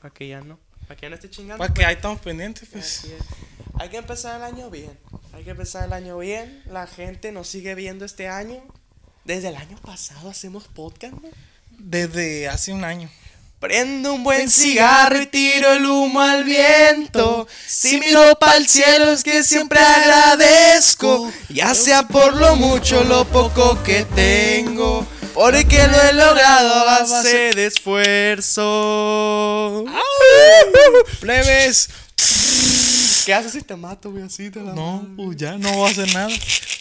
Para que ya no. Para que ya no esté chingando. Para Pues que ahí estamos pendientes, pues. Así es. Hay que empezar el año bien. Hay que empezar el año bien. La gente nos sigue viendo este año. Desde el año pasado hacemos podcast, ¿no? Desde hace un año. Prendo un buen cigarro y tiro el humo al viento. Si miro para el cielo es que siempre agradezco, ya sea por lo mucho o lo poco que tengo. Porque lo he logrado a base de esfuerzo. Plebes. ¿Qué haces si te mato, güey? Así te la No, pues ya no va a hacer nada.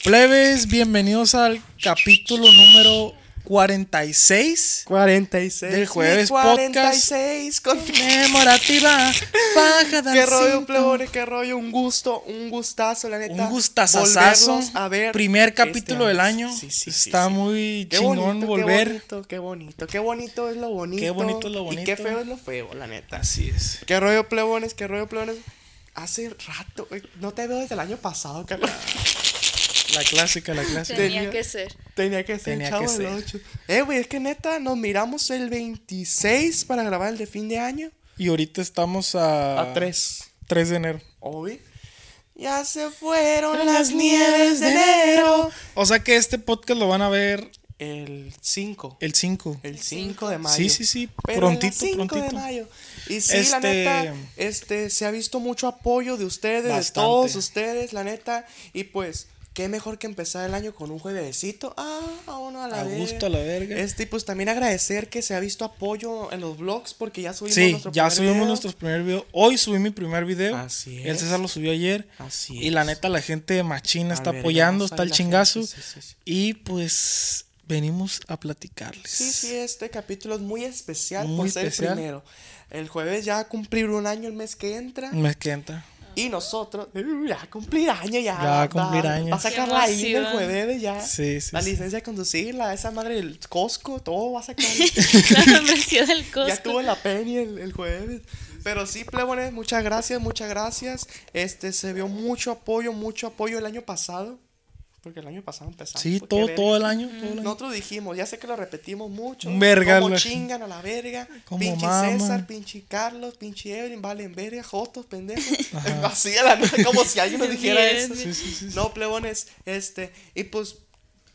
Plebes, bienvenidos al capítulo número 46. 46. Del jueves podcast. 46 con Memorativa. Baja Qué del rollo, cinto. plebones, qué rollo, un gusto, un gustazo, la neta. Un gustazazazo. volvernos A ver Primer este capítulo del año. Sí, sí, sí, Está sí. muy Qué chingón bonito, volver. Qué bonito, qué bonito, qué bonito es lo bonito. Qué bonito es lo Y qué bonito. feo es lo feo, la neta. Así es. Qué rollo, plebones, qué rollo, plebones. Hace rato, güey, no te veo desde el año pasado, Carlos. La clásica, la clásica. Tenía- Tenía que ser. Tenía que ser, Tenía chavo, que del ser. ocho. Eh, güey, es que neta, nos miramos el 26 para grabar el de fin de año. Y ahorita estamos a. A 3. 3 de enero. Hoy. Ya se fueron las nieves de enero. O sea que este podcast lo van a ver El 5. el 5. El 5 de mayo. Sí, sí, sí. Pero Prontito, el 5 de prontito. mayo. Y sí, la Este- neta, este, se ha visto mucho apoyo de ustedes, Bastante. de todos ustedes, la neta. Y pues, qué mejor que empezar el año con un juevesito. Ah, a uno a la A verga. gusto, a la verga. Este, y pues también agradecer que se ha visto apoyo en los vlogs porque ya subimos Sí, nuestro ya primer subimos video. nuestro primer video. Hoy subí mi primer video. Así El es. César lo subió ayer. Así Y la es. neta, la gente de Machina está Al vergazo apoyando, está ahí el la chingazo. gente, sí, sí, sí. Y pues venimos a platicarles. Sí, sí, este capítulo es muy especial Muy por ser especial. el primero. El jueves ya va a cumplir un año el mes que entra. Me encanta. Y nosotros, uh, ya va a cumplir año, ya. Ya va a cumplir año. Va a sacar la Qué I del emoción. jueves, ya. Sí, sí, ¿Eh? La sí. licencia de conducir, la esa madre del Costco, todo va a sacar. La membresía del ya tuvo Costco. la penny el, el jueves. Pero sí, plebones, muchas gracias, muchas gracias. Este, se vio mucho apoyo, mucho apoyo el año pasado. Porque el año pasado empezamos. Sí, porque mm, todo, verga. todo el año. todo el año. Nosotros dijimos, ya sé que lo repetimos mucho. Un verga, Como la- chingan a la verga. Como pinche maman. César, pinche Carlos, pinche Evelyn, valen verga, Jotos, pendejos. Así a la neta, como si alguien nos dijera Bien, eso. bien. Sí, sí, sí, sí. No, plebones, este. Y pues,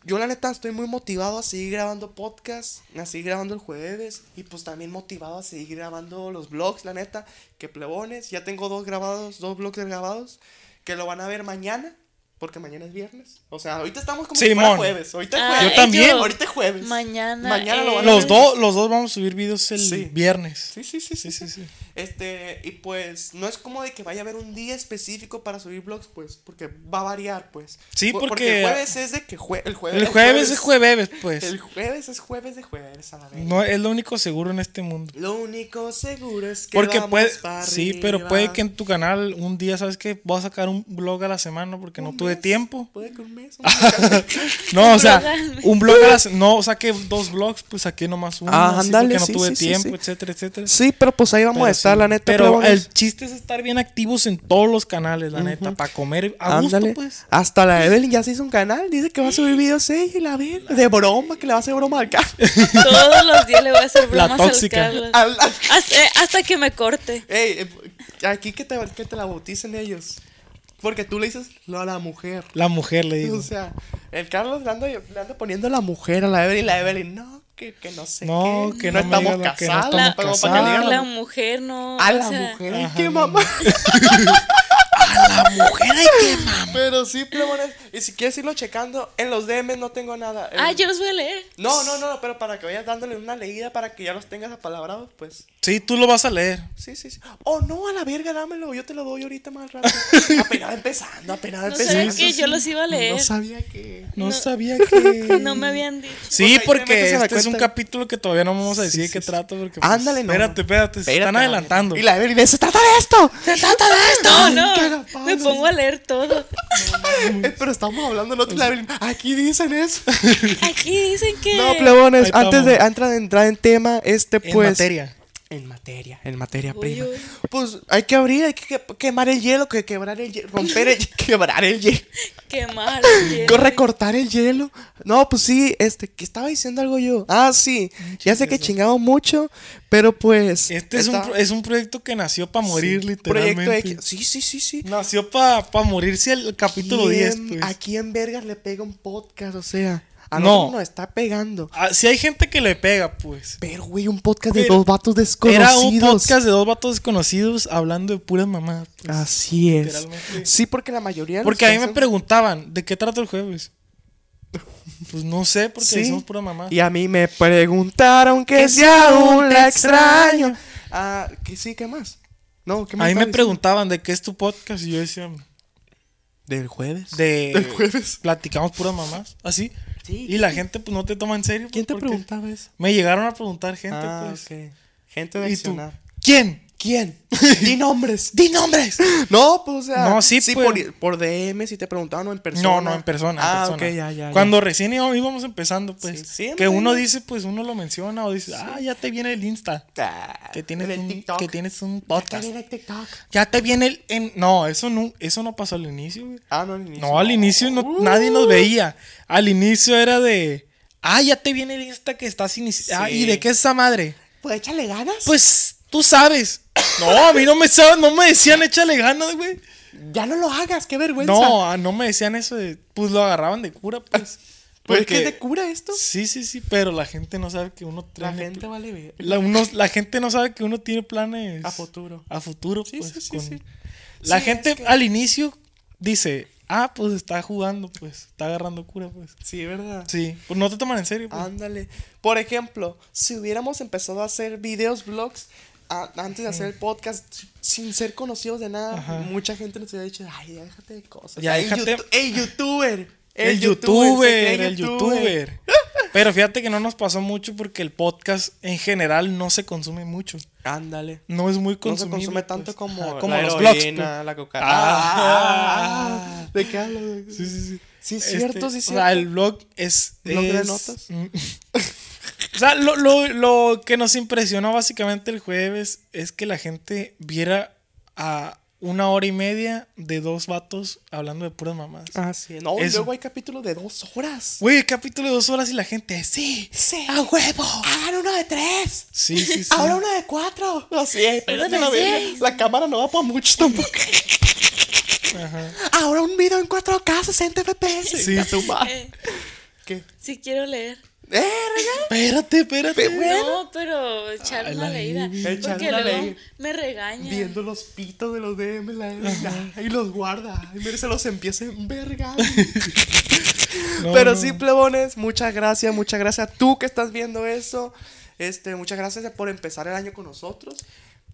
yo la neta estoy muy motivado a seguir grabando podcast, a seguir grabando el jueves. Y pues también motivado a seguir grabando los vlogs, la neta. Que plebones, ya tengo dos grabados, dos vlogs grabados, que lo van a ver mañana. Porque mañana es viernes. O sea, ahorita estamos como si fuera Simón. jueves. Ahorita es Ah, jueves. Yo también. Ahorita es jueves. Mañana Mañana lo es- van a Los, ver. dos los dos vamos a subir videos el Sí. viernes. Sí, sí, sí, sí, Sí, sí, sí. sí. Este, y pues, no es como de que vaya a haber un día específico para subir vlogs, pues, porque va a variar, pues. Sí, Por- porque- el jueves es de que jue- el jueves. El jueves es jueves, pues. El jueves es jueves de jueves, a la vez. No es lo único seguro en este mundo. Lo único seguro es que Porque vamos puede, pa' sí, arriba. pero puede que en tu canal un día, ¿sabes qué? Voy a sacar un blog a la semana porque no Un tuve mes, tiempo. Puede que un mes. un mes. No, o sea, blog al un blog a la se- No, saqué dos blogs, pues saqué nomás uno. Ah, así ándale, porque no sí, tuve sí, sí, tiempo, sí. etcétera, etcétera. sí, pero pues ahí vamos Pero a estar, sí, la neta. Pero plebones. el chiste es estar bien activos en todos los canales, la neta, para comer a gusto, Ándale. pues. Hasta la Evelyn ya se hizo un canal. Dice que va a subir videos ella y la ver. De broma, que le va a hacer broma al carro. Todos los días le voy a hacer bromas tóxica. al Carlos. Al- al- Hasta, eh, hasta que me corte. Ey, eh, aquí que te, que te la bauticen ellos. Porque tú le dices lo a la mujer. La mujer le digo. O sea, el Carlos le anda, le anda poniendo la mujer a la Evelyn. La Evelyn, no, que, que no sé. No, qué, que no me estamos diga lo que no casadas. estamos La, como casadas. para que le digan a la la mujer no. a o la sea, mujer, ay, qué mamá. la mujer, ay, qué ma- Pero sí, plebones. Y si quieres irlo checando, en los DMs no tengo nada. Ah, El- yo los voy a leer. No, no, no, pero para que vayas dándole una leída para que ya los tengas apalabrados, pues. Sí, tú lo vas a leer. Sí, sí, sí. Oh, no, a la verga, dámelo. Yo te lo doy ahorita más rato. apenas empezando, apenas No empezando. sabía que yo los iba a leer. No sabía que. No, No. sabía que. No me habían dicho. O sea, Sí, Pues ahí te porque metes a este la es un cuenta. capítulo que todavía no vamos a decir de qué trata. Porque, pues, Ándale, no. Espérate, espérate, se están Espérate, adelantando. Y la Evelyn, se trata de esto. Se trata de esto. No, no. Me pongo a leer todo. pero estamos hablando del otro. y La Evelyn, aquí dicen eso. Aquí dicen que. No, plebones, Ahí antes de, estamos. antes de entrar en tema, este En pues. materia. En materia, en materia Uy, prima. uy. Pues hay que abrir, hay que que- quemar el hielo, que quebrar el hielo, romper el hielo, quebrar el hielo. Quemar. Co- Recortar el hielo. No, pues sí, este, que estaba diciendo algo yo. Ah, sí. Ya sé que chingaba mucho, pero pues. Este es un, está- pro- es un proyecto que nació para morir, sí, literalmente. Proyecto X. Sí, sí, sí, sí. Nació para morirse el capítulo 10. ¿Quién- pues. ¿A quién vergas le pega un podcast? O sea, a No. nosotros nos está pegando. Ah, si hay gente que le pega, pues. Pero, güey, un podcast de Pero dos vatos desconocidos. Era un podcast de dos vatos desconocidos hablando de puras mamadas. pues. Ah, Así es. Literalmente. Sí, porque la mayoría. de Porque a mí me nosotros- preguntaban, ¿de qué trata el jueves? Pues no sé, porque Sí. somos pura mamá. Y a mí me preguntaron que si aún la extraño. Ah, que sí, ¿qué más? No, ¿qué más? A mí me estaba diciendo? preguntaban, ¿de qué es tu podcast? Y yo decía, ¿Del jueves? de... Del jueves. Platicamos puras mamás, así. Sí, y la gente pues no te toma en serio. ¿Quién te pues, porque preguntaba eso? Me llegaron a preguntar gente, Ah, pues. ok. Gente de ¿Y tú? accionar. ¿Quién? ¿Quién? di nombres, di nombres. No, pues, o sea. No, sí, pues. por, por DM si te preguntaban o en persona. No, no, en persona. en Ah, persona. ok, ya, ya. ya. Cuando recién íbamos, íbamos empezando, pues. Sí, siempre. que uno dice, pues uno lo menciona o dice, ah, ya te viene el Insta. Ah, Que tienes, en el un, TikTok. que tienes un Ya podcast. viene el TikTok. Ya te viene el. en- No, eso no, eso no pasó al inicio, güey. Ah, no, Uh, al inicio. No, al inicio no, nadie nos veía. Al inicio era de. Ah, ya te viene el Insta que estás iniciando. Ah, Sí. ¿y de qué es esa madre? Pues échale ganas. Pues tú sabes. No, a mí no me saben, no me decían échale ganas, güey. ya no lo hagas, qué vergüenza. No, ah, no me decían eso de. Pues lo agarraban de cura, pues. ¿Pero es Porque- que te cura esto? Sí, sí, sí, pero la gente no sabe que uno La tiene gente pl- vale ver. la, uno- la gente no sabe que uno tiene planes A futuro. A futuro, Sí, pues, sí, sí, con- sí. La Sí, gente es que- al inicio dice, "Ah, pues está jugando, pues, está agarrando cura, pues." Sí, ¿verdad? Sí, pues no te toman en serio, pues. Ándale. Por ejemplo, si hubiéramos empezado a hacer videos, vlogs, a- antes de hacer el podcast, s- sin ser conocidos de nada, Ajá. mucha gente nos hubiera dicho, ay, ya déjate de cosas. Ya Ey, déjate- youtu- ¡Ey, youtuber! el, se youtuber, cree el youtuber. Pero fíjate que no nos pasó mucho porque el podcast en general no se consume mucho. Ándale. No es muy No se consumible. consume pues. tanto como, Ajá, como la los heroína, blogs. pues. la cocaína. Ah. Ah, ¿De qué hablas? Sí, sí, sí. Este, Sí, es cierto, sí, es O sea, cierto. el blog es. ¿Blog de es- notas? o sea, lo, lo- lo que nos impresionó básicamente el jueves es que la gente viera a una hora y media de dos vatos hablando de puras mamás. Así es. Ah, No, y Eso. luego hay capítulos de dos horas. Güey, el capítulo de dos horas y la gente, sí, Sí. a huevo. Hagan uno de tres. Sí, sí, sí. Ahora una de cuatro. Así es, espérate, Una de la, verga. seis. La cámara no va para mucho tampoco. Ajá. Ahora un video en 4K, 60 FPS. Sí. A tu madre. Eh, ¿Qué? sí quiero leer. Verga. Espérate, espérate. Bueno. No, pero echar Ay, una la leída. Ivy. Echarle Porque una luego leída. me regañan. Viendo los pitos de los DM, la verga, y los guarda. Y mira, se los empieza en verga. No, Pero no. sí, plebones, muchas gracias, muchas gracias a tú que estás viendo eso. Este, muchas gracias por empezar el año con nosotros.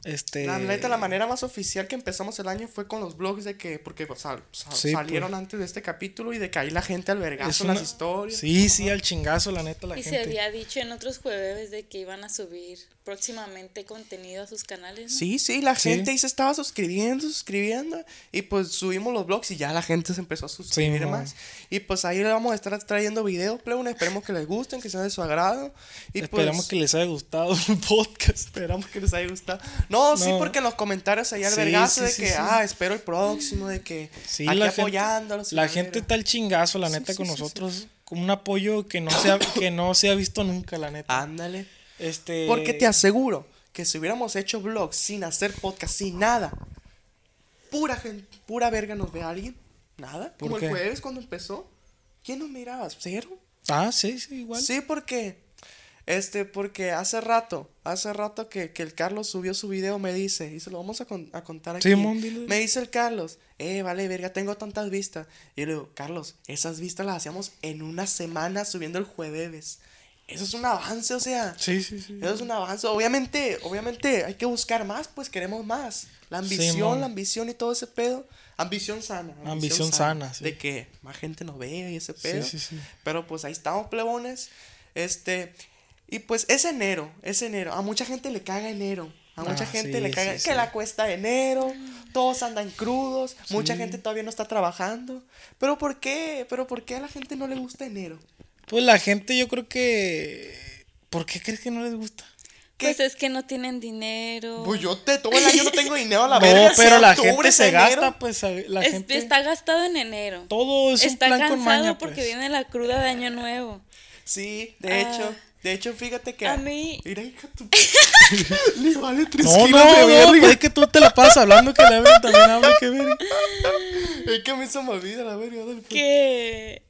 Este. pues, La neta, la manera más oficial que empezamos el año fue con los blogs de que, porque o sea, sa- Sí, salieron pues. antes de este capítulo y de que ahí la gente albergazo es en una- las historias. Sí, sí, al chingazo, la neta, la Y se gente. había dicho en otros jueves de que iban a subir próximamente contenido a sus canales. ¿no? Sí, sí, la Sí. gente ahí se estaba suscribiendo, suscribiendo. Y pues subimos los blogs y ya la gente se empezó a suscribir Sí, mo. más. Y pues ahí le vamos a estar trayendo videos, plebón. Esperemos que les gusten, que sean de su agrado. Y Esperamos pues, que les haya gustado el podcast. Esperamos que les haya gustado. No, sí, No. porque en los comentarios ahí Sí, albergazo sí, de sí, que, sí. ah, espero el próximo, de que Sí, aquí la apoyándolos. y gente, la gente verga. está al chingazo, la neta, sí, con sí, sí. nosotros. Con un apoyo que no, se ha, que no se ha visto nunca, la neta. Ándale. Este, Porque Ah, te aseguro que si hubiéramos hecho vlogs sin hacer podcast, sin nada, pura gente, pura verga nos ve alguien. Nada. ¿Por Como qué? el jueves cuando empezó. ¿Quién nos mirabas? ¿Cero? Ah, sí, sí, igual. Sí, porque. Este, porque hace rato, hace rato que, que el Carlos subió su video, me dice, y se lo vamos a, con- a contar aquí. Simón, dilo, dilo. Me dice el Carlos, eh, vale, verga, tengo tantas vistas. Y yo le digo, Carlos, esas vistas las hacíamos en una semana subiendo el jueves. Eso es un avance, o sea. Sí, sí, sí. Eso es un avance. Obviamente, obviamente hay que buscar más, pues queremos más. La ambición, Simón. la ambición y todo ese pedo. Ambición sana. Ambición sana, sí. De que más gente nos vea y ese pedo. sí, sí. Pero pues ahí estamos, plebones. Este. Y pues es enero, es enero. A mucha gente le caga enero. A mucha Ah, gente sí, le caga sí, que sí. la cuesta de enero. Todos andan crudos. Mucha gente todavía no está trabajando. Pero ¿por qué? Pero ¿por qué a la gente no le gusta enero? Pues la gente, yo creo que. ¿Por qué crees que no les gusta? que. Pues es que no tienen dinero. Pues yo te, todo el año no tengo dinero a la No, verga. pero sea la octubre, gente sea se enero. gasta, pues a- la Es- gente. Está gastado en enero. Todo es un está plan cansado con maña, porque pues. viene la cruda de año nuevo. Sí, de hecho. De hecho, fíjate que. Ah. A mí- Mira, hija tu. Le vale tres No, no, kilos de no, verga. pues es que tú te la pasas hablando que la verga también habla que verga. pues Es que me hizo movida la verga pues. del Que,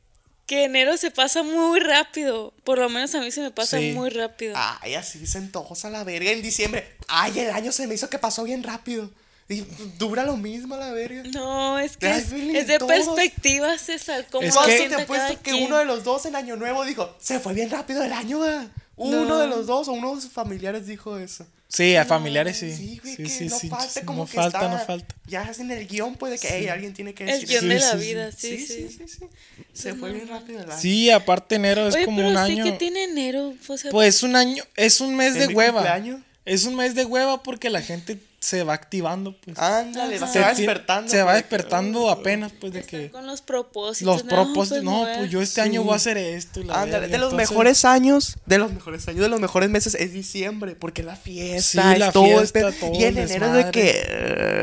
que enero se pasa muy rápido. Por lo menos a mí se me pasa Sí. Ah. muy rápido. Ay, así se antoja la verga en diciembre. Ay, el año se me hizo que pasó bien rápido. Y dura lo mismo la verga. No, es que Ay, es, Belén, es de todos- perspectiva, César. ¿Cómo Es ¿Cuánto que- siente te pues, cada apuesto que quien? uno de los dos en Año Nuevo dijo, se fue bien rápido el año, va. Uno No. de los dos o uno de sus familiares dijo eso. Sí, a familiares sí. Sí, güey, sí, que sí, no sí, falta sí, como no que falta, está- no falta. Ya es en el guión, puede que "Ey, alguien tiene que El decir eso". guión de Sí, la sí, vida, sí, sí, sí. sí, sí. Se fue bien rápido el año. Sí, aparte enero es Oye, como pero un sí año. que tiene enero. O sea, Pues un año, es un mes ¿En de mi hueva. cumpleaños? Es un mes de hueva porque la gente se va activando, pues. Ándale, Ah, se va ti- despertando. Se va güey. Oh. despertando apenas, pues, de que con los propósitos. los no, propósitos. pues, me No, voy a- pues yo este año voy a hacer esto. y la Ándale, verga, de los entonces- mejores años, de los mejores años, de los mejores meses es diciembre, porque la fiesta, Sí, es la todo el fiesta, pedo. todo y en enero el es de desmadre. que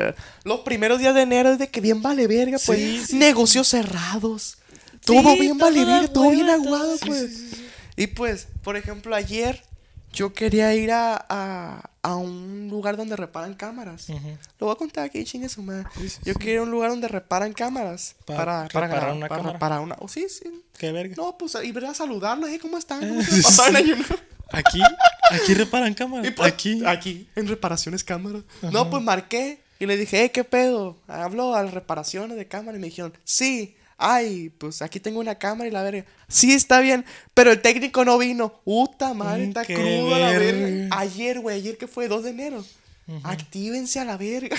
eh, los primeros días de enero es de que bien vale verga, pues Sí, sí. negocios cerrados, todo bien todo vale da verga, todo bien hueva, aguado, todo. pues. Y pues, por ejemplo, ayer yo quería ir a, a, a un lugar donde reparan cámaras. Ujú. Lo voy a contar aquí, chingue su madre. Yo quería ir a un lugar donde reparan cámaras. Para, Pa- para, reparar grabar, una para cámara. reparar una. oh, sí, sí. Qué verga. No, pues y ver a saludarlos, ¿eh? ¿Cómo están? ¿Cómo se la pasaron en Año Nuevo? Aquí, aquí reparan cámara. Y pues, aquí. Aquí, en reparaciones cámara. No, pues marqué y le dije, eh, ¿qué pedo? Hablo a las reparaciones de cámara y me dijeron, sí, ay, pues aquí tengo una cámara y la verga. Sí, está bien, pero el técnico no vino. Puta madre, Mm, está qué cruda la verga. verga. Ayer, güey, ayer que fue 2 de enero. Actívense a la verga.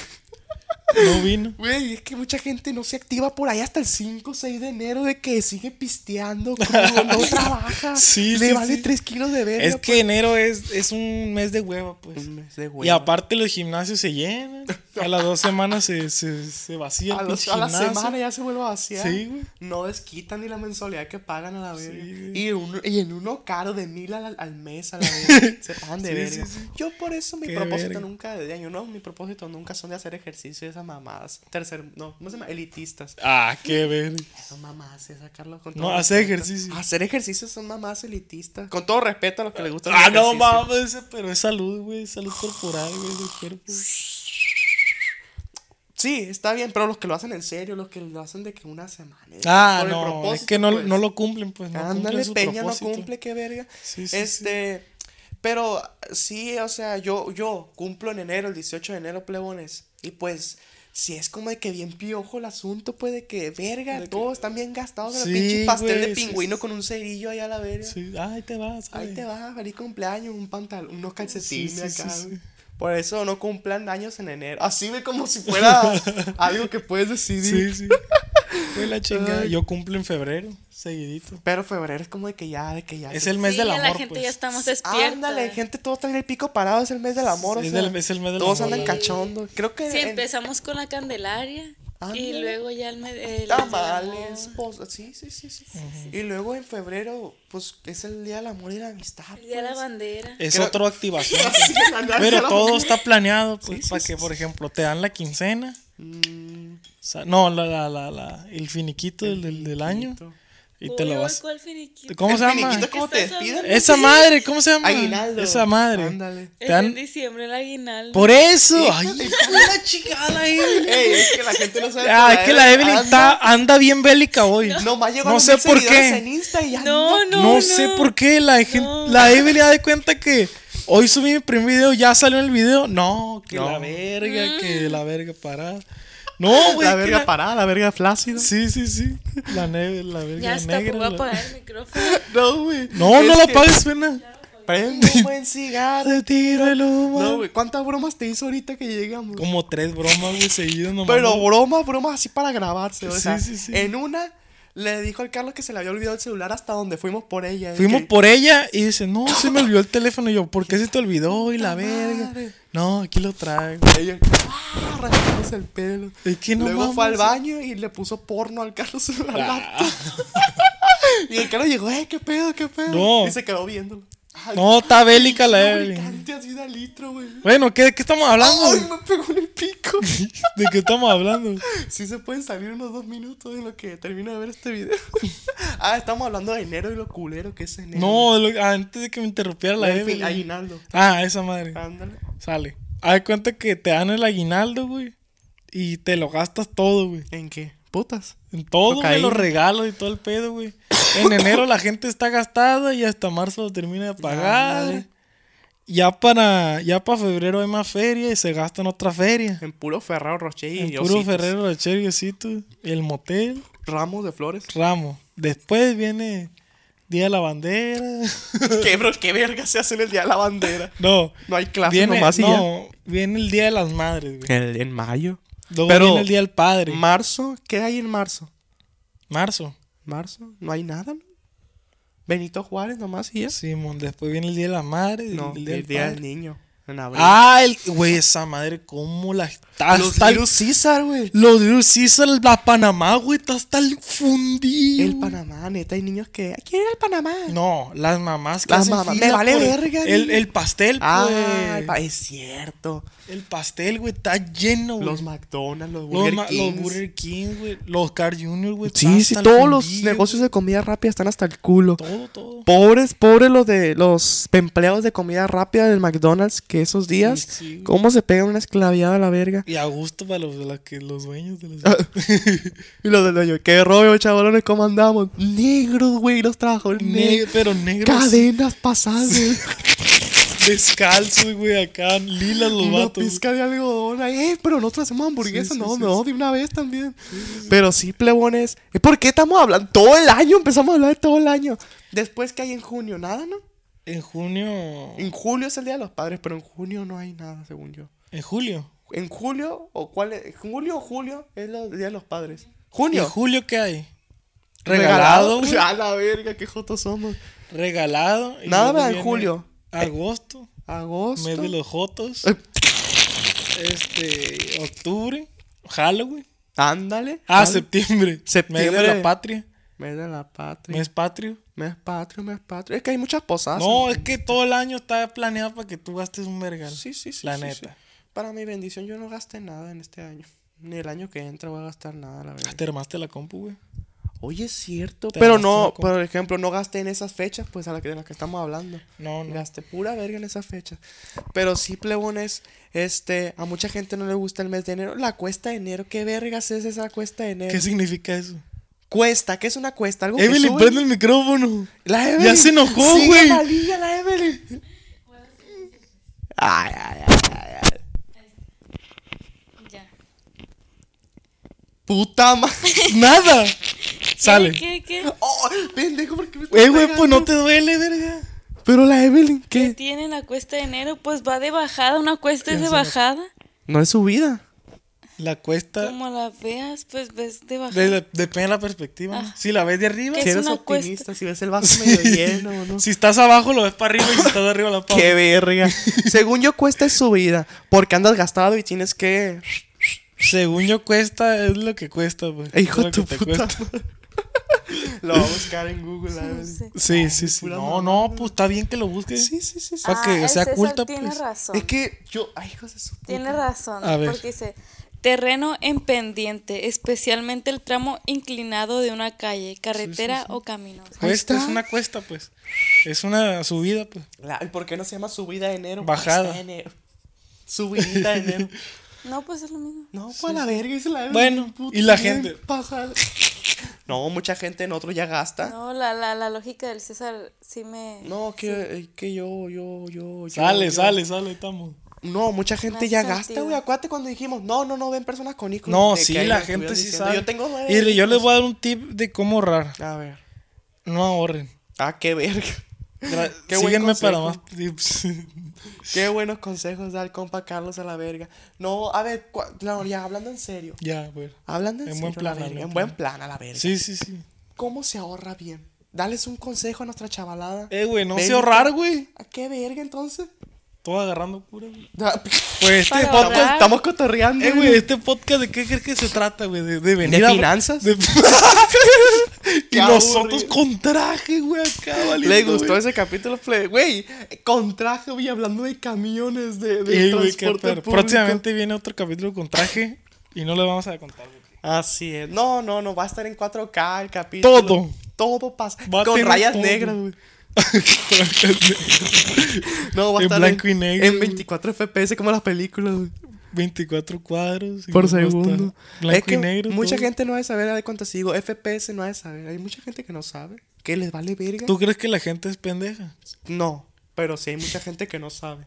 No vino. Güey, es que mucha gente no se activa por ahí hasta el 5 o 6 de enero de que sigue pisteando, crudo, no trabaja. Sí, le sí, vale sí. 3 kilos de verga. Es que enero es, es un mes de hueva, pues. Un mes de Y hueva. aparte los gimnasios se llenan. A las dos semanas se, se, se vacía el a, los- pinche a la gimnasio. semana ya se vuelve vacía. Sí, güey. No desquitan ni la mensualidad que pagan a la verga. güey. y, un- y en uno caro de mil al, al mes a la verga. se pagan de Sí, verga. sí, sí. Yo por eso mi Qué propósito verga. nunca de año, no, mi propósito nunca son de hacer ejercicio y esas mamadas. Tercer, no, ¿cómo se llama? Elitistas. Ah, qué verga. Son mamás, esa Carlos. Con No, todo hacer respeto. ejercicio. Hacer ejercicio son mamás elitistas. Con todo respeto a los que les gusta Ah, no mames, pero es salud, güey. Salud corporal, güey, del cuerpo. Sí, está bien, pero los que lo hacen en serio, los que lo hacen de que una semana. de que Ah, por el no, es propósito, que no, pues. no lo cumplen, pues. No Ándale, cumplen su Peña no propósito. cumple, qué verga. Sí, sí, este, pero sí, o sea, yo, yo cumplo en enero, el 18 de enero, plebones. Y pues, si es como de que bien piojo el asunto, pues de que verga, todos están bien gastados de la Sí, pinche pastel de güey, sí, pingüino sí. con un cerillo allá a la verga. Sí, ah, ahí te vas. Ahí te va, feliz cumpleaños, un pantalón, unos calcetines Sí, sí, acá. sí, güey. sí. Por eso no cumplan años en enero. Así ve como si fuera algo que puedes decidir. Sí, sí. Fue la chingada. Ay. Yo cumplo en febrero, seguidito. Pero febrero es como de que ya, de que ya. Es se- el mes Sí, del ya amor, La gente pues. ya está más despierta. Ándale, gente, todos están en el pico parado, es el mes del amor. o Es sea, del- es el mes del Todos amor, andan la cachondo. Creo que. Si en- empezamos con la Candelaria y Ándale. luego ya el, me- el Tamales, el amor. pos- sí, sí, sí. sí. Y luego en febrero, pues es el día del amor y la amistad. El día de la pues. bandera. Es Creo- otra activación. Sí, la nalga Pero la- todo está planeado, pues, Sí, sí, para sí, que, sí. por ejemplo, te dan la quincena. Mm, o sea, no, la, la, la, la- el finiquito del, del- del año. Y te Uy, lo uy, vas. ¿cuál finiquito? ¿Cómo El se llama? finiquito, ¿Cómo te Estás despiden? hablando- Esa madre, ¿cómo se llama? Aguinaldo. Esa madre. Ándale. Te Es en dan- diciembre el aguinaldo. Por eso. Ay, la chingada, la Evelyn. Ey, es que la gente no sabe. Ah, es que la Evelyn anda- está, anda bien bélica hoy. No, más llegó No a sé por qué. en Insta y ya. No, no, No, no. sé por qué la gen- No. la Evelyn da de cuenta que hoy subí mi primer video, ya salió el video. No, que No. la verga, que Mm. la verga parada. No, güey. La que verga la- parada, la verga flácida. Sí, sí, sí. La neve, la verga Ya está, eh. negra. voy a la- apagar el micrófono. No, güey. No, Es no la que apagues, pena. Prende un buen cigarro. Te tiro el humo. No, güey. ¿Cuántas bromas te hizo ahorita que llegamos? Como tres bromas, güey, seguidas nomás. Pero güey. bromas, bromas así para grabarse. O Sí, sea, sí, sí. en una le dijo al Carlos que se le había olvidado el celular hasta donde fuimos por ella. Fuimos Que- por ella y dice, no, se me olvidó el teléfono. Y yo, ¿por qué se te olvidó? Y la verga. madre. No, aquí lo traigo. Ella, ah, arrancándose el pelo. Es que no Luego mames. fue al baño y le puso porno al Carlos en Ah. la laptop. Y el Carlos llegó, eh, qué pedo, qué pedo. No. Y se quedó viéndolo. Ay, No, está bélica la Evelyn. lubricante así de litro, güey. Bueno, ¿qué, de qué estamos hablando? Ay, me pegó en el pico. ¿De qué estamos hablando? Sí se pueden salir unos dos minutos de lo que termino de ver este video. ah, estamos hablando de enero y lo culero que es enero. No, lo- antes de que me interrumpiera la En fin, Evelyn. aguinaldo. Ah, esa madre. Ándale. Sale. Haz de cuenta que te dan el aguinaldo, güey. Y te lo gastas todo, güey. ¿En qué? Putas. En todo, güey, Cocaína. los regalos y todo el pedo, güey. En enero la gente está gastada y hasta marzo lo termina de pagar. Ándale. ya para ya para febrero hay más feria y se gasta en otra feria. En puro Ferrero Rocher y En puro ositos. Ferrero Rocher y ositos, el motel, Ramos de flores. ramo. Después viene Día de la Bandera. ¿Qué, bro? ¿Qué verga se hace en el día de la bandera? no. No hay clase Viene, nomás y no, viene el Día de las Madres, güey. ya. El- en mayo. Luego Pero- viene el Día del Padre. ¿Marzo? ¿Qué hay en marzo? marzo. ¿Marzo? ¿No hay nada? ¿no? ¿Benito Juárez nomás y ya? Simón, después viene el Día de la Madre. No, el Día del Padre. niño. En abril. Ah, el, güey, esa madre, cómo la está. Los hasta el- Little Caesar, güey. Los Little Caesar, la Panamá, güey, está hasta el fundido. El Panamá, neta, hay niños que. "Ay, Quiero ir al Panamá. No, las mamás que Las hacen mamás. fila Me vale por el- verga, El, güey. el pastel, Ah, el pues. pa- es cierto. El pastel, güey, está lleno, güey. Los McDonald's, los Los Burger ma- los Kings. Burger King, güey. Los Car Junior, güey. está Sí, sí, hasta el todos los fundido, negocios de comida rápida están hasta el culo. güey. Todo, todo. Pobres, pobres los de los empleados de comida rápida del McDonald's que esos días, sí, güey. ¿cómo se pega una esclaviada a la verga? Y a gusto para los, la que, los dueños de Ah, los. Y los del dueño, qué rollo, chavalones, ¿cómo andamos? Negros, güey, los trabajadores negros. Ne- pero negros. Cadenas pasadas, güey. Descalzos, güey, acá. Lilas los una vatos. güey. pizca de algodón ahí, eh, pero nosotros hacemos hamburguesas, Sí, sí, no, sí, no, de una vez también. Pero sí, plebones, ¿y ¿por qué estamos hablando todo el año? Empezamos a hablar de todo el año. Después que hay en junio, nada, ¿no? En junio. En julio es el Día de los Padres, pero en junio no hay nada, según yo. En julio. ¿En julio o cuál es? ¿Julio o julio es el Día de los Padres? ¿Y ¿Junio? Ah. julio qué hay? Regalado, güey. A la verga, qué jotos somos. Regalado. Y Nada, luego ¿verdad? En viene julio. Agosto. Agosto. Mes de los Jotos. Eh, Este. Octubre. Halloween. Ándale. Ah, ándale. septiembre. Septiembre. Mes de la patria. Mes de la patria. Mes patrio. Mes patrio, mes patrio. Es que hay muchas posadas. No, es que todo el año está planeado para que tú gastes un vergal. Sí, sí, sí. La sí, neta. sí. Para mi bendición, yo no gasté nada en este año. Ni el año que entra voy a gastar nada, la verdad. Te armaste la compu, güey. Oye, es cierto. Te Pero armaste no, una compu. por ejemplo, no gasté en esas fechas, pues a las que, de las que estamos hablando. No, no. Gasté pura verga en esas fechas. Pero sí, plebones, este, a mucha gente no le gusta el mes de enero. La cuesta de enero, ¿qué vergas es esa cuesta de enero? ¿Qué significa eso? Cuesta, ¿qué es una cuesta? Algo que Evelyn, sube. prende el micrófono. La Ya Evelyn. se enojó, Sigue güey. malilla la Evelyn. Ay, ay, ay, ay, ay. Ya. Puta madre. Nada. Sale. ¿Qué, qué, qué? Oh, pendejo, ¿por qué me Eh, estás güey, pues pegando? no te duele, verga. Pero la Evelyn, ¿Qué ¿qué? tiene la cuesta de enero? Pues va de bajada, una cuesta es de Piénsalo. bajada. No es su vida. La cuesta. Como la veas, pues ves de bajada. de- de- depende de la perspectiva. ¿no? Si la ves de arriba. ¿Qué? Si Es eres una optimista, si ves el vaso medio lleno, ¿no? Si estás abajo, lo ves para arriba y si estás de arriba, la ves para Qué verga. Según yo, cuesta es su vida. Porque andas gastado y tienes que. Según yo cuesta, es lo que cuesta, güey. Hijo Es de tu lo que te puta. cuesta. madre. Lo va a buscar en Google, la Ah, Evelyn. Sí. Sí, sí, sí. pura No, mamada. no, pues está bien que lo busques. Sí, sí, Ah, sí. sí. Pa' que el sea César culta, tiene pues. razón. Es que yo. Ay, hijos de su puta. Tiene razón. A ver. Porque dice: terreno en pendiente, especialmente el tramo inclinado de una calle, carretera o camino. Cuesta, es está. una cuesta, pues. Es una subida, pues. La- ¿y ¿Por qué no se llama subida de enero? Bajada. Cuesta de enero. Subida de enero. No, pues es lo mismo. No, pues a la verga, es la Evelyn. Bueno, puta, y la bien gente. pasada. No, mucha gente en otro ya ¿Ah? gasta. No, la, la, la lógica del César sí me. No, que, eh, que yo, yo, yo, yo, Sale, yo. sale, sale, estamos. No, mucha gente Más ya sentido. gasta, güey. Acuérdate cuando dijimos, no, no, no, ven personas con hijos. No, De sí, que la estuvieron gente sí diciendo, sabe. Yo tengo nueve Y yo les hijos. voy a dar un tip de cómo ahorrar. A ver. No ahorren. Ah, qué verga. Gra- Qué buen Síguenme para más consejo. tips. Qué buenos consejos da el compa Carlos a la verga. No, a ver, cua- no, ya hablando en serio. ya, güey. Hablando en, En serio, buen a la plan, verga, en en buen buen plan a la verga. Sí, sí, sí. ¿Cómo se ahorra bien? Dales un consejo a nuestra chavalada. Eh, güey, no Ven sé y- ahorrar, güey. ¿A qué verga entonces? Todo agarrando pura, güey. Da- Pues este eh, Para podcast. ahorrar. Estamos cotorreando. Eh, güey, este podcast, ¿de qué crees que se trata, güey? De, de venir a- finanzas? de- Y nosotros con traje, güey, acá, valiendo, Le gustó güey. ese capítulo, Ple- güey. Con traje, güey, hablando de camiones, de, de Ey, güey, qué transporte perro. público. Próximamente viene otro capítulo con traje y no le vamos a contar. güey. Así es. No, no, no, va a estar en 4K el capítulo. Todo. Todo pasa. Va a Con tener rayas todo. negras, güey. No, va a En estar blanco y negro, En güey. 24 FPS como las películas, güey. 24 cuadros. y Por luego está segundo. Blanco es que y negro. mucha todo. gente no ha de saber a cuánto sigo. FPS no ha de saber. Hay mucha gente que no sabe. ¿Que les vale verga? ¿Tú crees que la gente es pendeja? No, pero sí hay mucha gente que no sabe.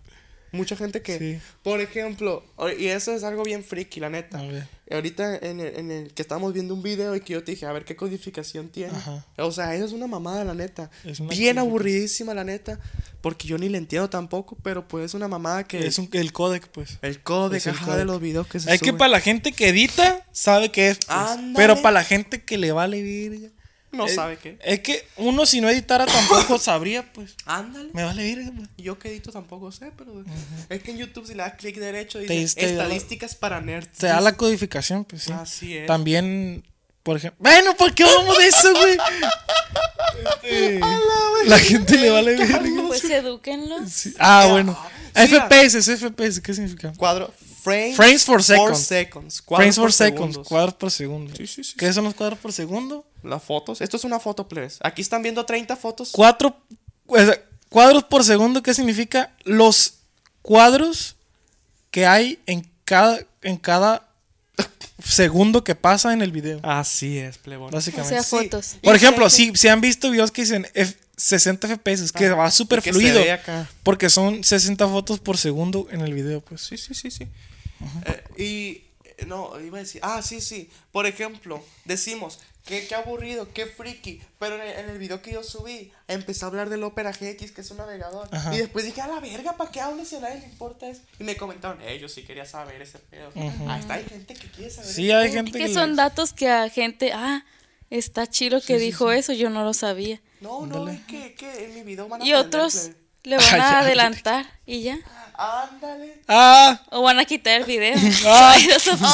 Mucha gente que, Sí. por ejemplo, o- y eso es algo bien friki, la neta. A ver. Ahorita en el, en el que estábamos viendo un video y que yo te dije, a ver qué codificación tiene. Ajá. O sea, eso es una mamada, la neta. Es bien una codificación. aburridísima, la neta. Porque yo ni le entiendo tampoco, pero pues es una mamada que. Es un, el codec, pues. el código es el de codec. los videos que se Es que suben. para la gente que edita, sabe que es. pues. Ándale. Pero para la gente que le vale verga. No es- sabe qué. Es que uno si no editara tampoco sabría, pues. Ándale. Me vale verga, pues. Yo que edito tampoco sé, pero es que en YouTube si le das clic derecho Te- dice te da la- estadísticas para nerds. Se da la codificación, pues sí. Así es. También, por ejemplo. Bueno, ¿por qué vamos de eso, güey? Este, la gente le vale verga. Pues edúquenlo. Sí. Ah, Ya. bueno. Sí, ya. FPS, FPS, ¿qué significa? Cuadro. Frame Frames for second. seconds. Cuadros Frames por por second, segundos. cuadros por segundo. Sí, sí, sí, ¿Qué son los cuadros por segundo? Las fotos. Esto es una foto, please. Aquí están viendo 30 fotos. Cuatro o sea, cuadros por segundo, ¿qué significa? Los cuadros que hay en cada, en cada segundo que pasa en el video. Ah, Así es, plebón. O Básicamente. sea, Sí. fotos. Por ejemplo, si, si han visto videos que dicen F- 60 FPS, que va súper Ah, que se fluido. ve acá. Porque son 60 fotos por segundo en el video, pues. Sí, sí, sí, sí. Eh, y eh, no, iba a decir, ah, sí, sí. Por ejemplo, decimos, qué, qué aburrido, qué friki. Pero en el, en el video que yo subí, empecé a hablar del Opera GX, que es un navegador. Ajá. Y después dije, a la verga, ¿para qué hablo si a nadie le importa eso? Y me comentaron, eh, yo sí quería saber ese pedo. Ah, Ahí está, hay gente que quiere saber Sí, hay Es gente que que son les- datos que a gente, ah, está chido que dijo eso, yo no lo sabía. No, no, es que, que en mi video van a Y aprender, otros plebe. le van pues. Ay, ya. a adelantar y ya. Ándale. Ah, O van a quitar el video. Ah. Ay, eso fue-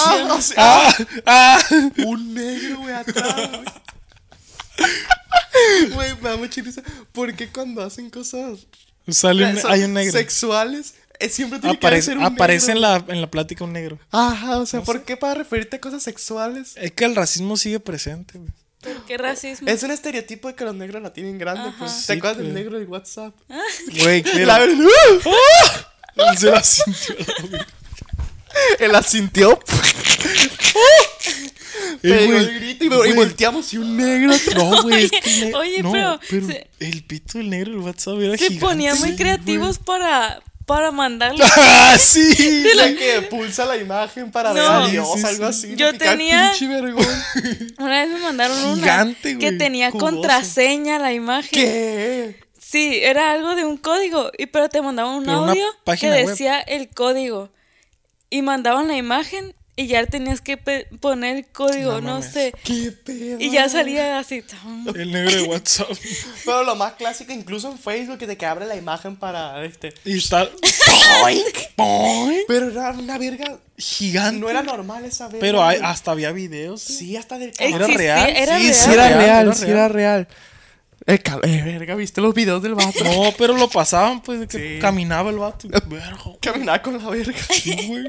ah, ah. Un negro, güey, atrás, güey. Güey, me da mucha risa. Porque cuando hacen cosas Sale un- Son hay un negro. Sexuales. eh, Siempre tiene Aparece, que haber un aparece negro. en, la, en la plática un negro. Ajá, o sea, ¿por qué para referirte a cosas sexuales? Es que el racismo sigue presente. güey. ¿Por Ah. qué racismo? Es un estereotipo de que los negros la tienen grande. Pues, Sí, ¿Te acuerdas pero- del negro del WhatsApp? Güey, La claro. verdad, ¡uh! Él se la sintió. Él la sintió. Eh, Pegó güey, el grito y, me- y güey. volteamos y un negro. No, güey, es que el ne- oye, no, pero pero se- el pito del negro del WhatsApp era Se gigante. ponían muy Sí, creativos para, para mandarlo. ¡Ah, sí! O sea, que pulsa la imagen para ver No. a Dios, Sí, sí, algo sí. así. Yo le picaba el tenía- pinche vergón. Una vez me mandaron una Gigante, que güey, tenía jugoso. contraseña la imagen. ¿Qué? Sí, era algo de un código, y pero te mandaban un Pero una audio que página web. decía el código y mandaban la imagen y ya tenías que pe- poner el código, No no, mames. sé, ¿Qué pedo? y ya salía así. El negro de WhatsApp. Pero lo más clásico, incluso en Facebook, que te que abre la imagen para este. Y está. Pero era una verga. Gigante. No era normal esa verga. Pero hay- güey. hasta había videos. Sí, hasta del Ey, cabrón. Era real. Existía, era sí, sí, ah, Sí era era real, real. sí era real. El cab- eh, verga, ¿viste los videos del vato? No, pero lo pasaban, pues, de que Sí. caminaba el vato. y, Verga, Caminaba con la verga. sí, güey.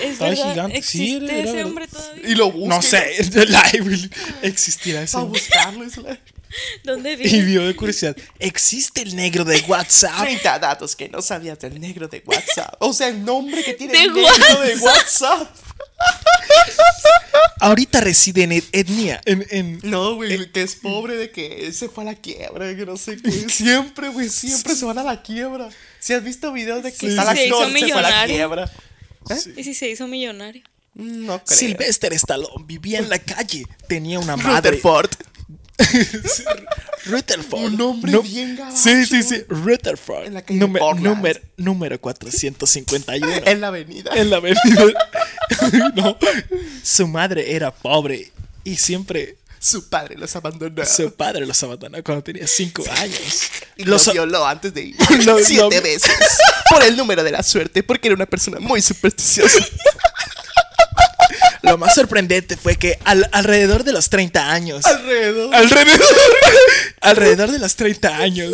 Es Estaba verdad, gigante, sí, era- existe era ese verdad. hombre todavía. Y lo busca. No sé, live, existirá ese. Para buscarlo. es la- ¿Dónde Y vive? vio de curiosidad, ¿existe el negro de WhatsApp? 30 datos que no sabías del negro de WhatsApp. O sea, el nombre que tiene De el negro de WhatsApp. Ahorita reside en et- etnia. En, en- No, güey, que es pobre de que se fue a la quiebra, que no sé qué. Siempre, güey, siempre se van a la quiebra. Si has visto videos de que Sí, está la sí. Se hizo actor, se fue a la millonario. quiebra. ¿Y si se hizo millonario? No creo. Sylvester Stallone vivía en la calle, tenía una madre. Rutherford. Rutherford. Un nombre bien gabacho. Sí, sí, sí. Rutherford. En la calle Número, Portland. número, número 451. En la avenida. en la avenida. No. Su madre era pobre y siempre Su padre los abandonó. su padre los abandonó cuando tenía 5 años. Y lo Los- violó antes de ir Lo- lo- siete veces por el número de la suerte, porque era una persona muy supersticiosa. Lo más sorprendente fue que al- alrededor de los 30 años. Alrededor. Alrededor, alrededor de los 30 años.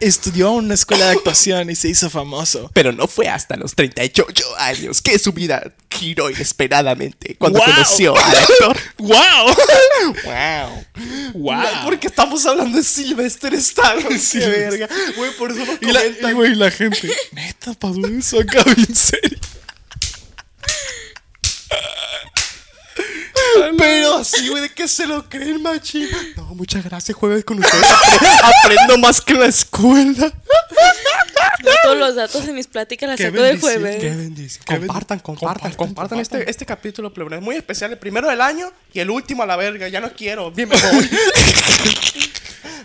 Estudió en una escuela de actuación y se hizo famoso. Pero no fue hasta los 38 años que su vida giró inesperadamente cuando ¡Guau! conoció al actor. ¡Wow! ¡Wow! ¡Wow! Porque estamos hablando de Sylvester Stallone. Sí, ¡Qué güey. verga! Güey, por eso nos Y la, comentan. y, güey, la gente, neta, pasó eso acá bien serio. Pero así, güey, de que se lo creen, machín. No, muchas gracias, jueves con ustedes. Apre- Aprendo más que en la escuela. Yo todos los datos de mis pláticas las Qué saco del bendición, jueves. Qué bendición. Qué ben- Compartan, compartan, compartan, compartan, Este, este capítulo, plebes. Es muy especial. El primero del año y el último a la verga. Ya no quiero. Bien me voy.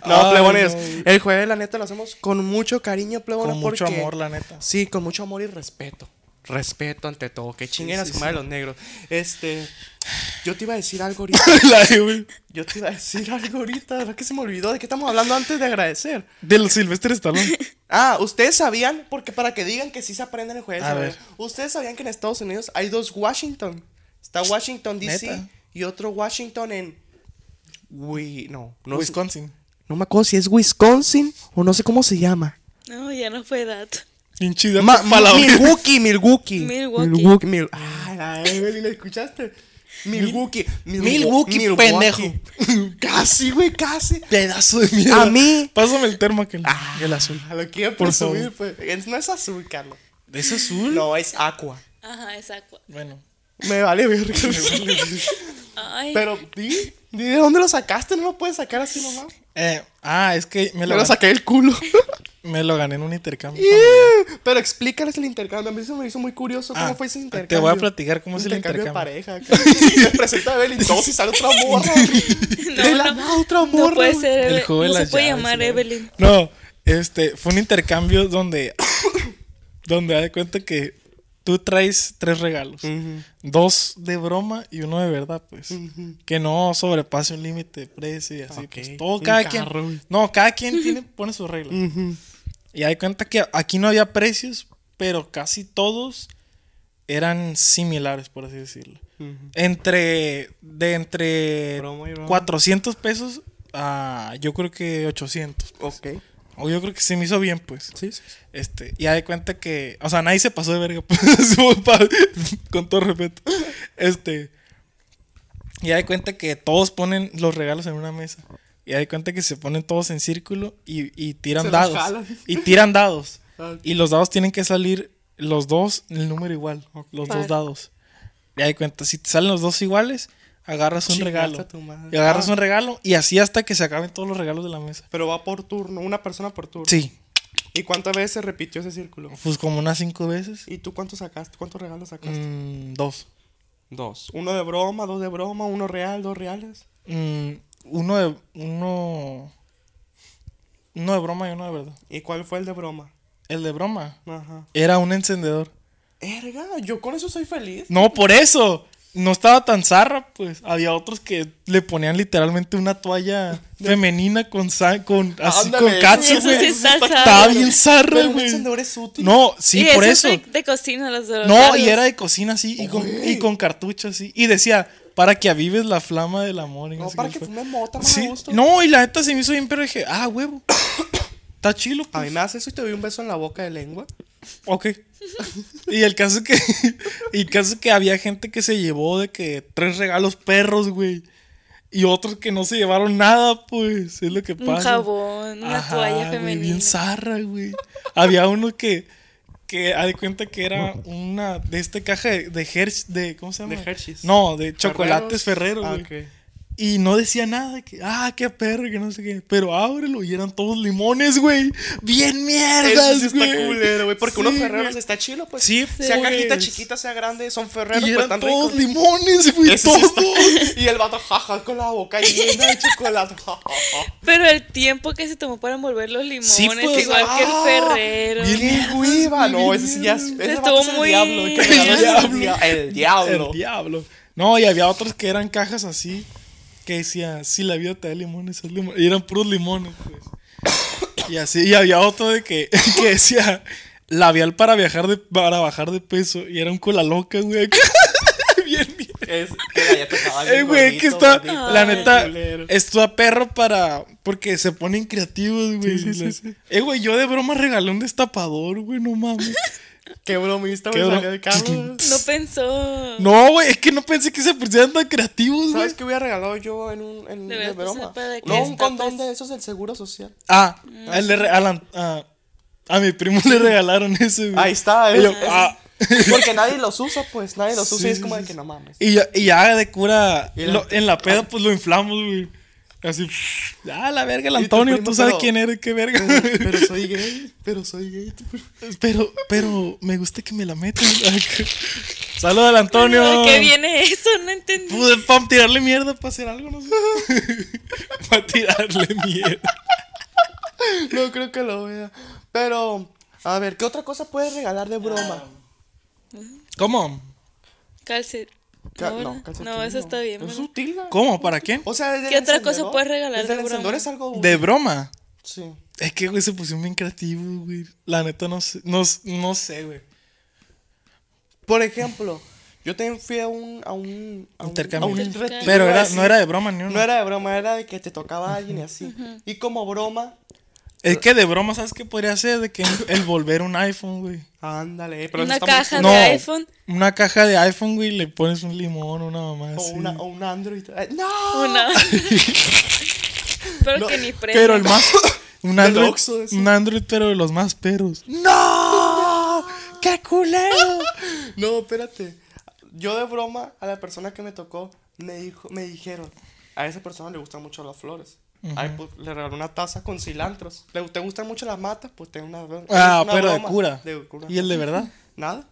no, Ay, plebones. no. El jueves, la neta, lo hacemos con mucho cariño, plebones. Con mucho porque- amor, la neta. Sí, con mucho amor y respeto. Respeto ante todo. Que chinguen a sí, su madre los negros. Este. Yo te iba a decir algo ahorita. La de, güey, Yo te iba a decir algo ahorita, ¿verdad que se me olvidó? ¿De qué estamos hablando antes de agradecer? Del Silvestre Stallone. Ah, ustedes sabían, porque para que digan que sí se aprenden el jueves, A a ver, ver. ustedes sabían que en Estados Unidos hay dos Washington. Está Washington DC ¿Neta? y otro Washington en Wi- no, no, sé- Wisconsin. no me acuerdo si es Wisconsin o no sé cómo se llama. No, ya no fue dato. Bien chida. Ma- pa' la- Milwaukee, Milwaukee. Milwaukee. Mil- Ay, Ah, la Evelyn, ¿la escuchaste? Milwaukee. Mil- Milwaukee, pendejo. casi, güey, casi. Pedazo de mierda. A mí. Pásame el termo aquel. Ah, el azul. A lo que Por por subir, pues. Es- No es azul, Carlos. ¿Es azul? No, es aqua. Ajá, exacto. Bueno. Me vale verga. Ay, Pero di, di de dónde lo sacaste, no lo puedes sacar así nomás. Eh, ah, es que me Me lo, lo gan- saqué del culo. me lo gané en un intercambio. Pero explícales el intercambio. A mí se me hizo muy curioso cómo Ah, fue ese te intercambio. voy a platicar cómo es el de intercambio. pareja. acá. Me presenta a Evelyn dos y sale otra morra. de la nada, otra morra. no puede ser. El Evelyn. juego de no se las puede llaves, llamar güey. Evelyn. No, este, fue un intercambio donde. donde da de cuenta que tú traes tres Mm. regalos. Dos de broma y uno de verdad, pues. Mm. Que no sobrepase un límite de precio y así. Ok, Pues, todo, un cada carro, güey. quien. No, cada quien tiene, pone sus reglas. Y hay cuenta que aquí no había precios, pero casi todos eran similares, por así decirlo. Entre. De entre. Broma y broma. 400 pesos a. Yo creo que 800. Ok. O yo creo que se me hizo bien, pues. pues, Sí, sí. Este, y ya de cuenta que. O sea, nadie se pasó de verga. pues, como pa- Con todo respeto. Este. Y ya de cuenta que todos ponen los regalos en una mesa. Y ya de cuenta que se ponen todos en círculo y, y tiran Se los dados. jalan. Ah, Y tiran dados. Ok. Y los dados tienen que salir los dos, el número igual. Los Vale. dos dados. Y ya de cuenta, si te salen los dos iguales, agarras un Chingaste a regalo. tu madre. Y agarras Ah. un regalo y así hasta que se acaben todos los regalos de la mesa. Pero va por turno, una persona por turno. Sí, ¿Y cuántas veces se repitió ese círculo? pues como unas cinco veces. ¿Y tú cuánto sacaste? ¿Cuántos regalos sacaste? Mm, dos. Dos. Uno de broma, dos de broma, uno real, dos reales. Mm, uno de. Uno. Uno de broma y uno de verdad. ¿Y cuál fue el de broma? El de broma Ajá. era un encendedor. Erga, yo con eso soy feliz. No, por eso. No estaba tan zarra, pues. Había otros que le ponían literalmente una toalla femenina con sa- con así Ándale, con catsup, eso sí güey. está zarra. Estaba bien zarra, Pero un güey. encendedor es útil. No, sí, Y por ese eso. es De, de cocina los dos. No, y era de cocina así, y con, y con cartuchos así. Y decía, para que avives la flama del amor. y No, sé para qué que fue. fume mota más Sí. a gusto. No, y la neta se me hizo bien, pero dije, ah, huevo. Está chilo. A pues. mí me hace eso y te doy un beso en la boca de lengua. Ok. Y el caso que. y el caso que había gente que se llevó de que tres regalos perros, güey. Y otros que no se llevaron nada, pues. Es lo que Un pasa. jabón, una Ajá, toalla güey, femenina. bien zarra, güey. Había uno que. Que haz de cuenta que era una de este caja de, de Hershey- de ¿cómo se llama? De Hershey's. No, de chocolates Ferrero, Ah, güey. ok. Y no decía nada, de que, ah, qué perro, que no sé qué. Pero ábrelo y eran todos limones, güey. Bien Eso mierdas, sí güey. está culero, güey. Porque Sí, unos güey. ferreros está chilo, pues. Sí, Sea pues. cajita chiquita, sea grande, son ferreros, Y pues eran tan todos ricos. limones, güey, Eso sí todos. está- Y el vato jaja con la boca llena de chocolate. ja, ja, ja. Pero el tiempo que se tomó para envolver los limones, Sí, pues, igual ah, que el ferrero. bien- ¡Qué hueva! No, güey, ese sí ya es. Ese Estuvo vato es el muy- diablo. el que El regala es el diablo. dia- El diablo. El diablo. No, y había otros que eran cajas así. Que decía, si la vida te da limones, haz limones. Y eran puros limones, pues. Y así, y había otro de que, que decía, labial para viajar de, para bajar de peso. Y era un cola loca, güey. acá. bien, bien. es que la ya tocaba bien Eh, güey, que gordito, está. gordito, La bien neta, culero. está perro para. Porque se ponen creativos, güey. Las- Eh, güey, yo de broma regalé un destapador, güey, no mames. Qué bromista, Qué güey, bro- salió de Carlos. No pensó. no, güey, es que no pensé que se pusieran tan creativos, güey. ¿Sabes qué hubiera regalado yo en un en Le de hubieras puesto broma? para de que No, un destapes. condón de esos del Seguro Social. Ah, a, él le re- a la- a- a mi primo le regalaron ese, güey. Ahí está, Y yo, es- ah. Porque nadie los usa, pues, nadie los usa Sí, y es sí, como sí, de que no mames. Y ya, y ya de cura, Y el lo- Ant- en la peda, pues lo inflamos, güey. Así, ah, la verga, el tu Antonio, primo, tú sabes pero- quién eres, qué verga. Pero soy gay, pero soy gay. Pero, pero, me gusta que me la metan. Saludos al Antonio. ¿A qué viene eso? No entendí. Pude para tirarle mierda, para hacer algo, no sé. para tirarle mierda. No creo que lo vea. Pero, a ver, ¿qué otra cosa puedes regalar de broma? ¿Cómo? Calce. Ca- no, ¿verdad? calcetín, no, eso está bien. Es Pues ¿verdad? útil. ¿no? ¿Cómo? ¿Para quién? O sea, desde ¿Qué el otra cosa encendedor- puedes regalar Desde de el broma? encendedor es algo. De broma. Sí. Es que, güey, se pusieron bien creativos, güey. La neta, no sé, no, no sé, güey. Por ejemplo, yo también fui a un. A un a un- Intercambio. a un Intercambio. retiro Pero era, así. no era de broma ni uno. No era de broma, era de que te tocaba a alguien y así. Y como broma, Es que de broma, ¿sabes qué podría ser? De que el volver un iPhone, güey. ándale. Pero eso Una está muy caja cool. de iPhone. Una caja de iPhone, güey, le pones un limón, una mamá O, así. una, o un Android. Eh, ¡No! Una. Pero que ni prenda. Pero el más. Un Del Android, Oxxo, eso. un Android, pero de los más perros. ¡No! ¡Qué culero! No, espérate. Yo de broma a la persona que me tocó me dijo, me dijeron, a esa persona le gustan mucho las flores. Ay, pues, le regaló una taza con cilantros. ¿Le te gustan mucho las matas? Pues ten una, Ah, una pero de broma cura. de cura. ¿Y el de verdad? Nada.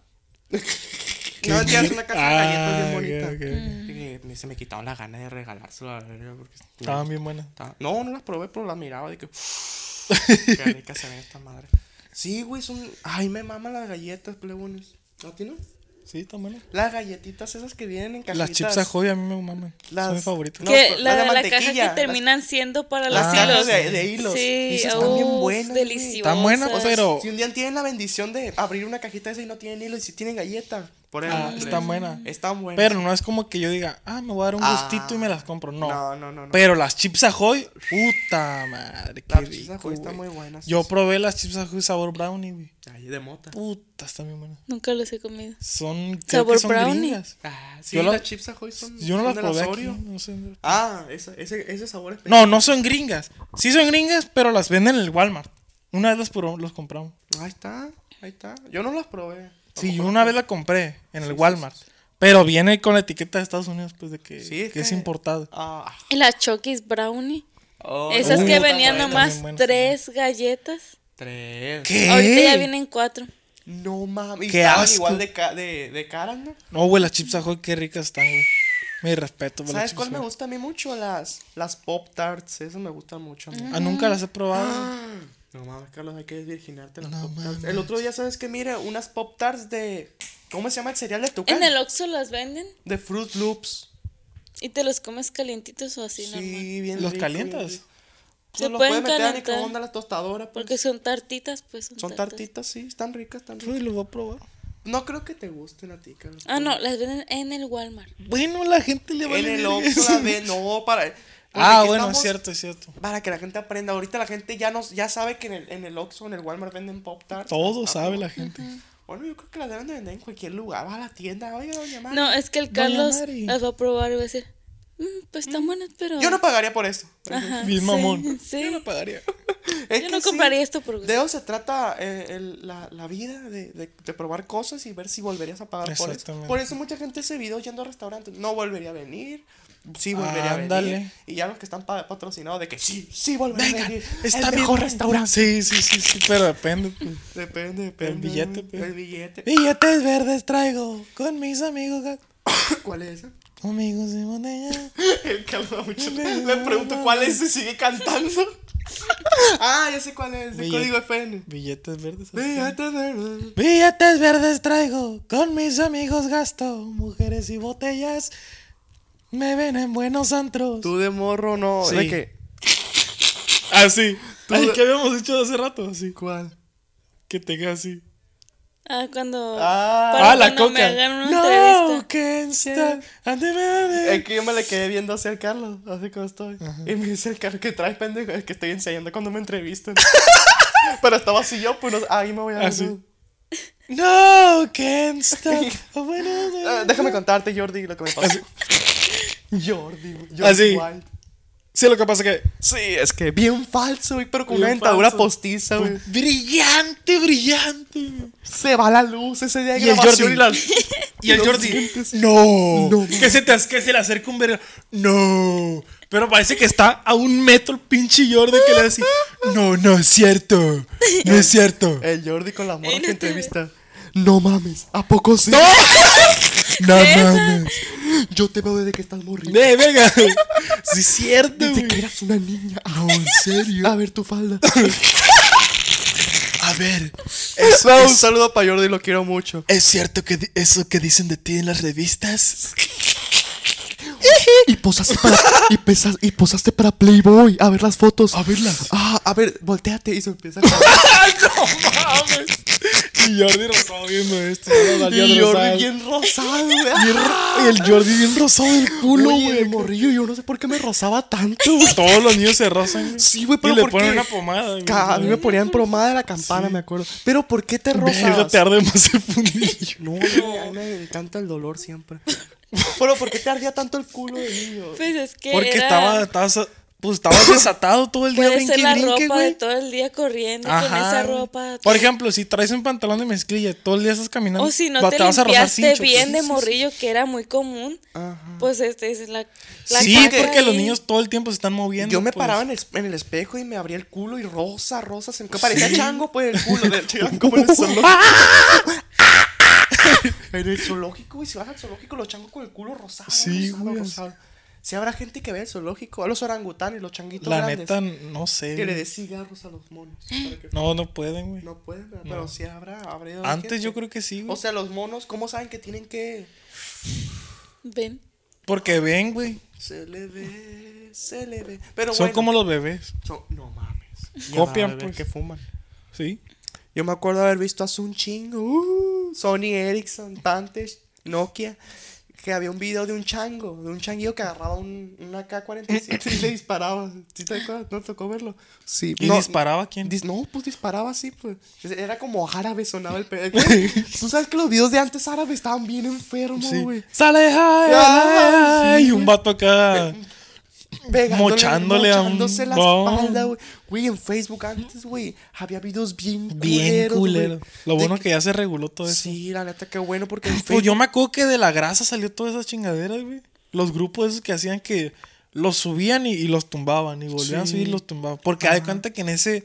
no, ya es una caja de galletas Ah, bien bonita. ok, ok, Y me- se me quitaron las ganas de regalárselo a la verga porque Estaban bien buenas. estaba- No, no las probé, pero las miraba de que. qué rica se ven estas madres. Sí, güey, son. Ay, me maman las galletas, plebones. ¿A ti no? Sí, están buenas. Las galletitas esas que vienen en cajitas. Las chips Ahoy a mí me maman. Son Las- mis favoritas. No, que pero la la, de la caja mantequilla, que las- terminan siendo para los las hilos. cajas de- de hilos. Sí, Esas están bien uf, buenas, güey. deliciosas. Están buenas, pero- Si un día tienen la bendición de abrir una cajita esa y no tienen hilo y si tienen galletas, por ahí. Ah, hombre, están buenas. Están buenas. Pero no es como que yo diga, ah, me voy a dar un Ah. gustito y me las compro. No. No, no, no, no. Pero las chips Ahoy, puta madre. Qué Las chips rico, Ahoy están güey. muy buenas, Yo sí. probé las chips Ahoy sabor brownie, güey. Ay, de mota. Puta, están bien buenas. Nunca los he comido. Son. creo que Sabor son brownie. gringas. Ah, sí, Yo la- las chips ahoy son. Yo no son las de probé aquí. Oreo. No, sé. Ah, esa- ese, ese sabor es. no, no son gringas. Sí son gringas, pero las venden en el Walmart. Una vez las probamos- los compramos. Ahí está, ahí está. Yo no las probé. Sí, yo una vez la compré en el Walmart. Pero viene con la etiqueta de Estados Unidos, pues de que, Sí, es que es que- importada. Ah, Y las Chokis Brownie. oh, Esas no, que puta venían madre. nomás También buenas, tres galletas. Tres. Ahorita ya vienen cuatro. No mames. Qué Estaban asco. igual de, ca- de, de caras, ¿no? No, güey, las chips Ahoy, qué ricas están, güey. Mi respeto, por las ¿Sabes chips cuál me Ahoy. gusta a mí mucho? Las, las Pop Tarts. Esas me gustan mucho. a mí. Ah, nunca las he Ah, probado. No mames, Carlos, hay que desvirginarte las Pop Tarts. El otro día, ¿sabes qué? Mira, unas Pop Tarts de. ¿Cómo se llama el cereal de tu En el Oxxo las venden De Fruit Loops. y te los comes calientitos o así Sí, normal. bien ¿Los rico, calientas? bien rico. Pues, Se los pueden puedes meter a calentar. microondas, la tostadora. pues. Porque son tartitas, pues son, Son tartas. tartitas, sí, están ricas, están ricas. Uy, lo voy a probar. No creo que te gusten a ti, Carlos. Ah, no, las venden en el Walmart. Bueno, la gente le va En el Oxxo la ve- no, para. porque Ah, aquí bueno, estamos es cierto, es cierto. Para que la gente aprenda. Ahorita la gente ya nos, ya sabe que en el, en el Oxxo, en el Walmart venden Pop Tarts. Todo Ah, sabe la gente. Bueno, yo creo que las deben de vender en cualquier lugar. Vas a la tienda, oye, doña Mari. No, es que el Doña Carlos Mari. las va a probar y va a decir, "Mm, pues están buenas, pero... Yo no pagaría por eso. Ajá, Bien sí, mamón. sí. Yo no pagaría. Es Yo que no sí, compraría esto por De eso se trata eh, el- la, la vida, de, de- de probar cosas y ver si volverías a pagar por eso. Exactamente. Por eso mucha gente se video yendo a restaurantes. No volvería a venir. Sí volvería a Ándale. venir. Y ya los que están pa- patrocinados de que sí, sí volvería a Venga, venir. está el bien. mejor restaurante. Sí, sí, sí, sí, pero depende. pues. Depende, depende. billete, güey. pues. El billete. Billetes verdes traigo con mis amigos. ga- ¿Cuál es esa? Amigos de montaña. El que habla mucho. Le pregunto cuál es y sigue cantando. Ah, ya sé cuál es. De Billete. Pues código FN. Billetes verdes. Billete de- Billetes verdes traigo, con mis amigos gasto, mujeres y botellas me ven en buenos antros. Tú de morro no. Sí. ¿De qué? Así. Ay, que ¿qué habíamos dicho hace rato, así. ¿Cuál? Que te quedas así. Ah, cuando. Ah. para ah, la cuando coca. Me hagan una no, entrevista. can't stop. And the man- Es que yo me le quedé viendo hacia el Carlos, así como estoy. Y me dice el Carlos que traes pendejo, es que estoy ensayando cuando me entrevistan. Pero estaba así yo, pues no, ahí me voy a Así. No, can't stop. Oh, bueno, bueno. Eh, déjame contarte, Jordi, lo que me pasó. Jordi, Jordi Así. Wild. Ah, Sí, lo que pasa es que. Sí, es que bien falso, güey, pero con Bien una dentadura falso. postiza, güey. Brillante, brillante. güey. Pues, Se va la luz ese día de Y el grabación Jordi. y la... Y el los Jordi. dientes. No. No. Que se te que se le acerca un verga. No. Pero parece que está a un metro el pinche Jordi que le dice. No, no es cierto. No es cierto. El Jordi con las morras no que te entrevista. No mames, ¿a poco sí? No mames. Yo te veo desde que estás morrido. Ve, venga. Sí es cierto, Desde güey. que eras una niña. No, en serio. A ver tu falda. A ver, Eso, un saludo para Jordi, lo quiero mucho. ¿es cierto que di- eso que dicen de ti en las revistas? Y posaste para, y, pesa- y posaste para Playboy. A ver las fotos. A verlas. Ah, a ver, volteate. Y se empieza a cagar. ¡Ay, no mames! Y Jordi Rosado viendo esto. ya lo valió Y Rosado. Jordi bien rosado, güey. Y el Jordi bien rosado del culo, Oye, güey. el morrillo, yo no sé por qué me rozaba tanto, güey. Todos los niños se rozan. güey. Sí, güey, pero Y le ¿por ponen qué? una pomada. güey. Ca- A mí me ponían pomada de la campana, me acuerdo. Pero ¿por qué te Verga, rozabas? te arde más el fundillo. No, güey, a mí me encanta el dolor siempre. Pero ¿por qué te ardía tanto el culo de niño? Pues es que. Porque estaba, era- estabas- pues, estabas desatado todo el día, Puede ser brinque, la brinque, ropa de güey. todo el día corriendo con esa ropa. Por ejemplo, si traes un pantalón de mezclilla, todo el día estás caminando. o si no va- te, vas a rozar limpiaste cincho, pues. bien de morrillo, que era muy común, pues este es la, la sí, caca porque ahí. los niños todo el tiempo se están moviendo. Yo me pues. paraba en el, en el espejo y me abría el culo y rosa, rosa, se me parecía chango, pues el culo del chango en el zoológico. en el zoológico, güey, si vas al zoológico, los changos con el culo rosado. Sí, rosado, güey. rosado. Si habrá gente que ve el zoológico, a los orangutanes, los changuitos La grandes. neta, no sé. Que le güey. dé cigarros a los monos. para que No, no pueden, güey. no pueden, ¿verdad? pero si habrá, habrá ido Antes gente. yo creo que sí, güey. O sea, los monos, ¿cómo saben que tienen que.? Ven. Porque ven, güey. Se le ve, se le ve. Pero Son bueno, como los bebés. son- No mames. Copian, Ya, bebé, pues. Que fuman. Sí. Yo me acuerdo haber visto hace un chingo, uh, Sony Ericsson, Tantes, Nokia, que había un video de un chango, de un changuillo que agarraba un, una K-47 y le disparaba. ¿Sí te acuerdas? ¿No te tocó verlo? Sí. ¿Y no, disparaba quién? dis- no, pues disparaba así, pues. Era como árabe, sonaba el pedo. Tú sabes que los videos de antes árabes estaban bien enfermos, Sí. güey. Sale, ay, Ah, ay, sí, Y un vato acá. Pegándole, Mochándole a un- mochándose la no. espalda, güey. Güey, en Facebook antes, güey, había videos bien Bien culeros, güey. culero. Lo De bueno que ya se reguló todo eso. Sí, la neta, qué bueno porque en Pues Facebook. yo me acuerdo que de la grasa salió todas esas chingaderas, güey. Los grupos esos que hacían que los subían y, y los tumbaban y volvían a subir y los tumbaban. Porque hay cuenta que en ese,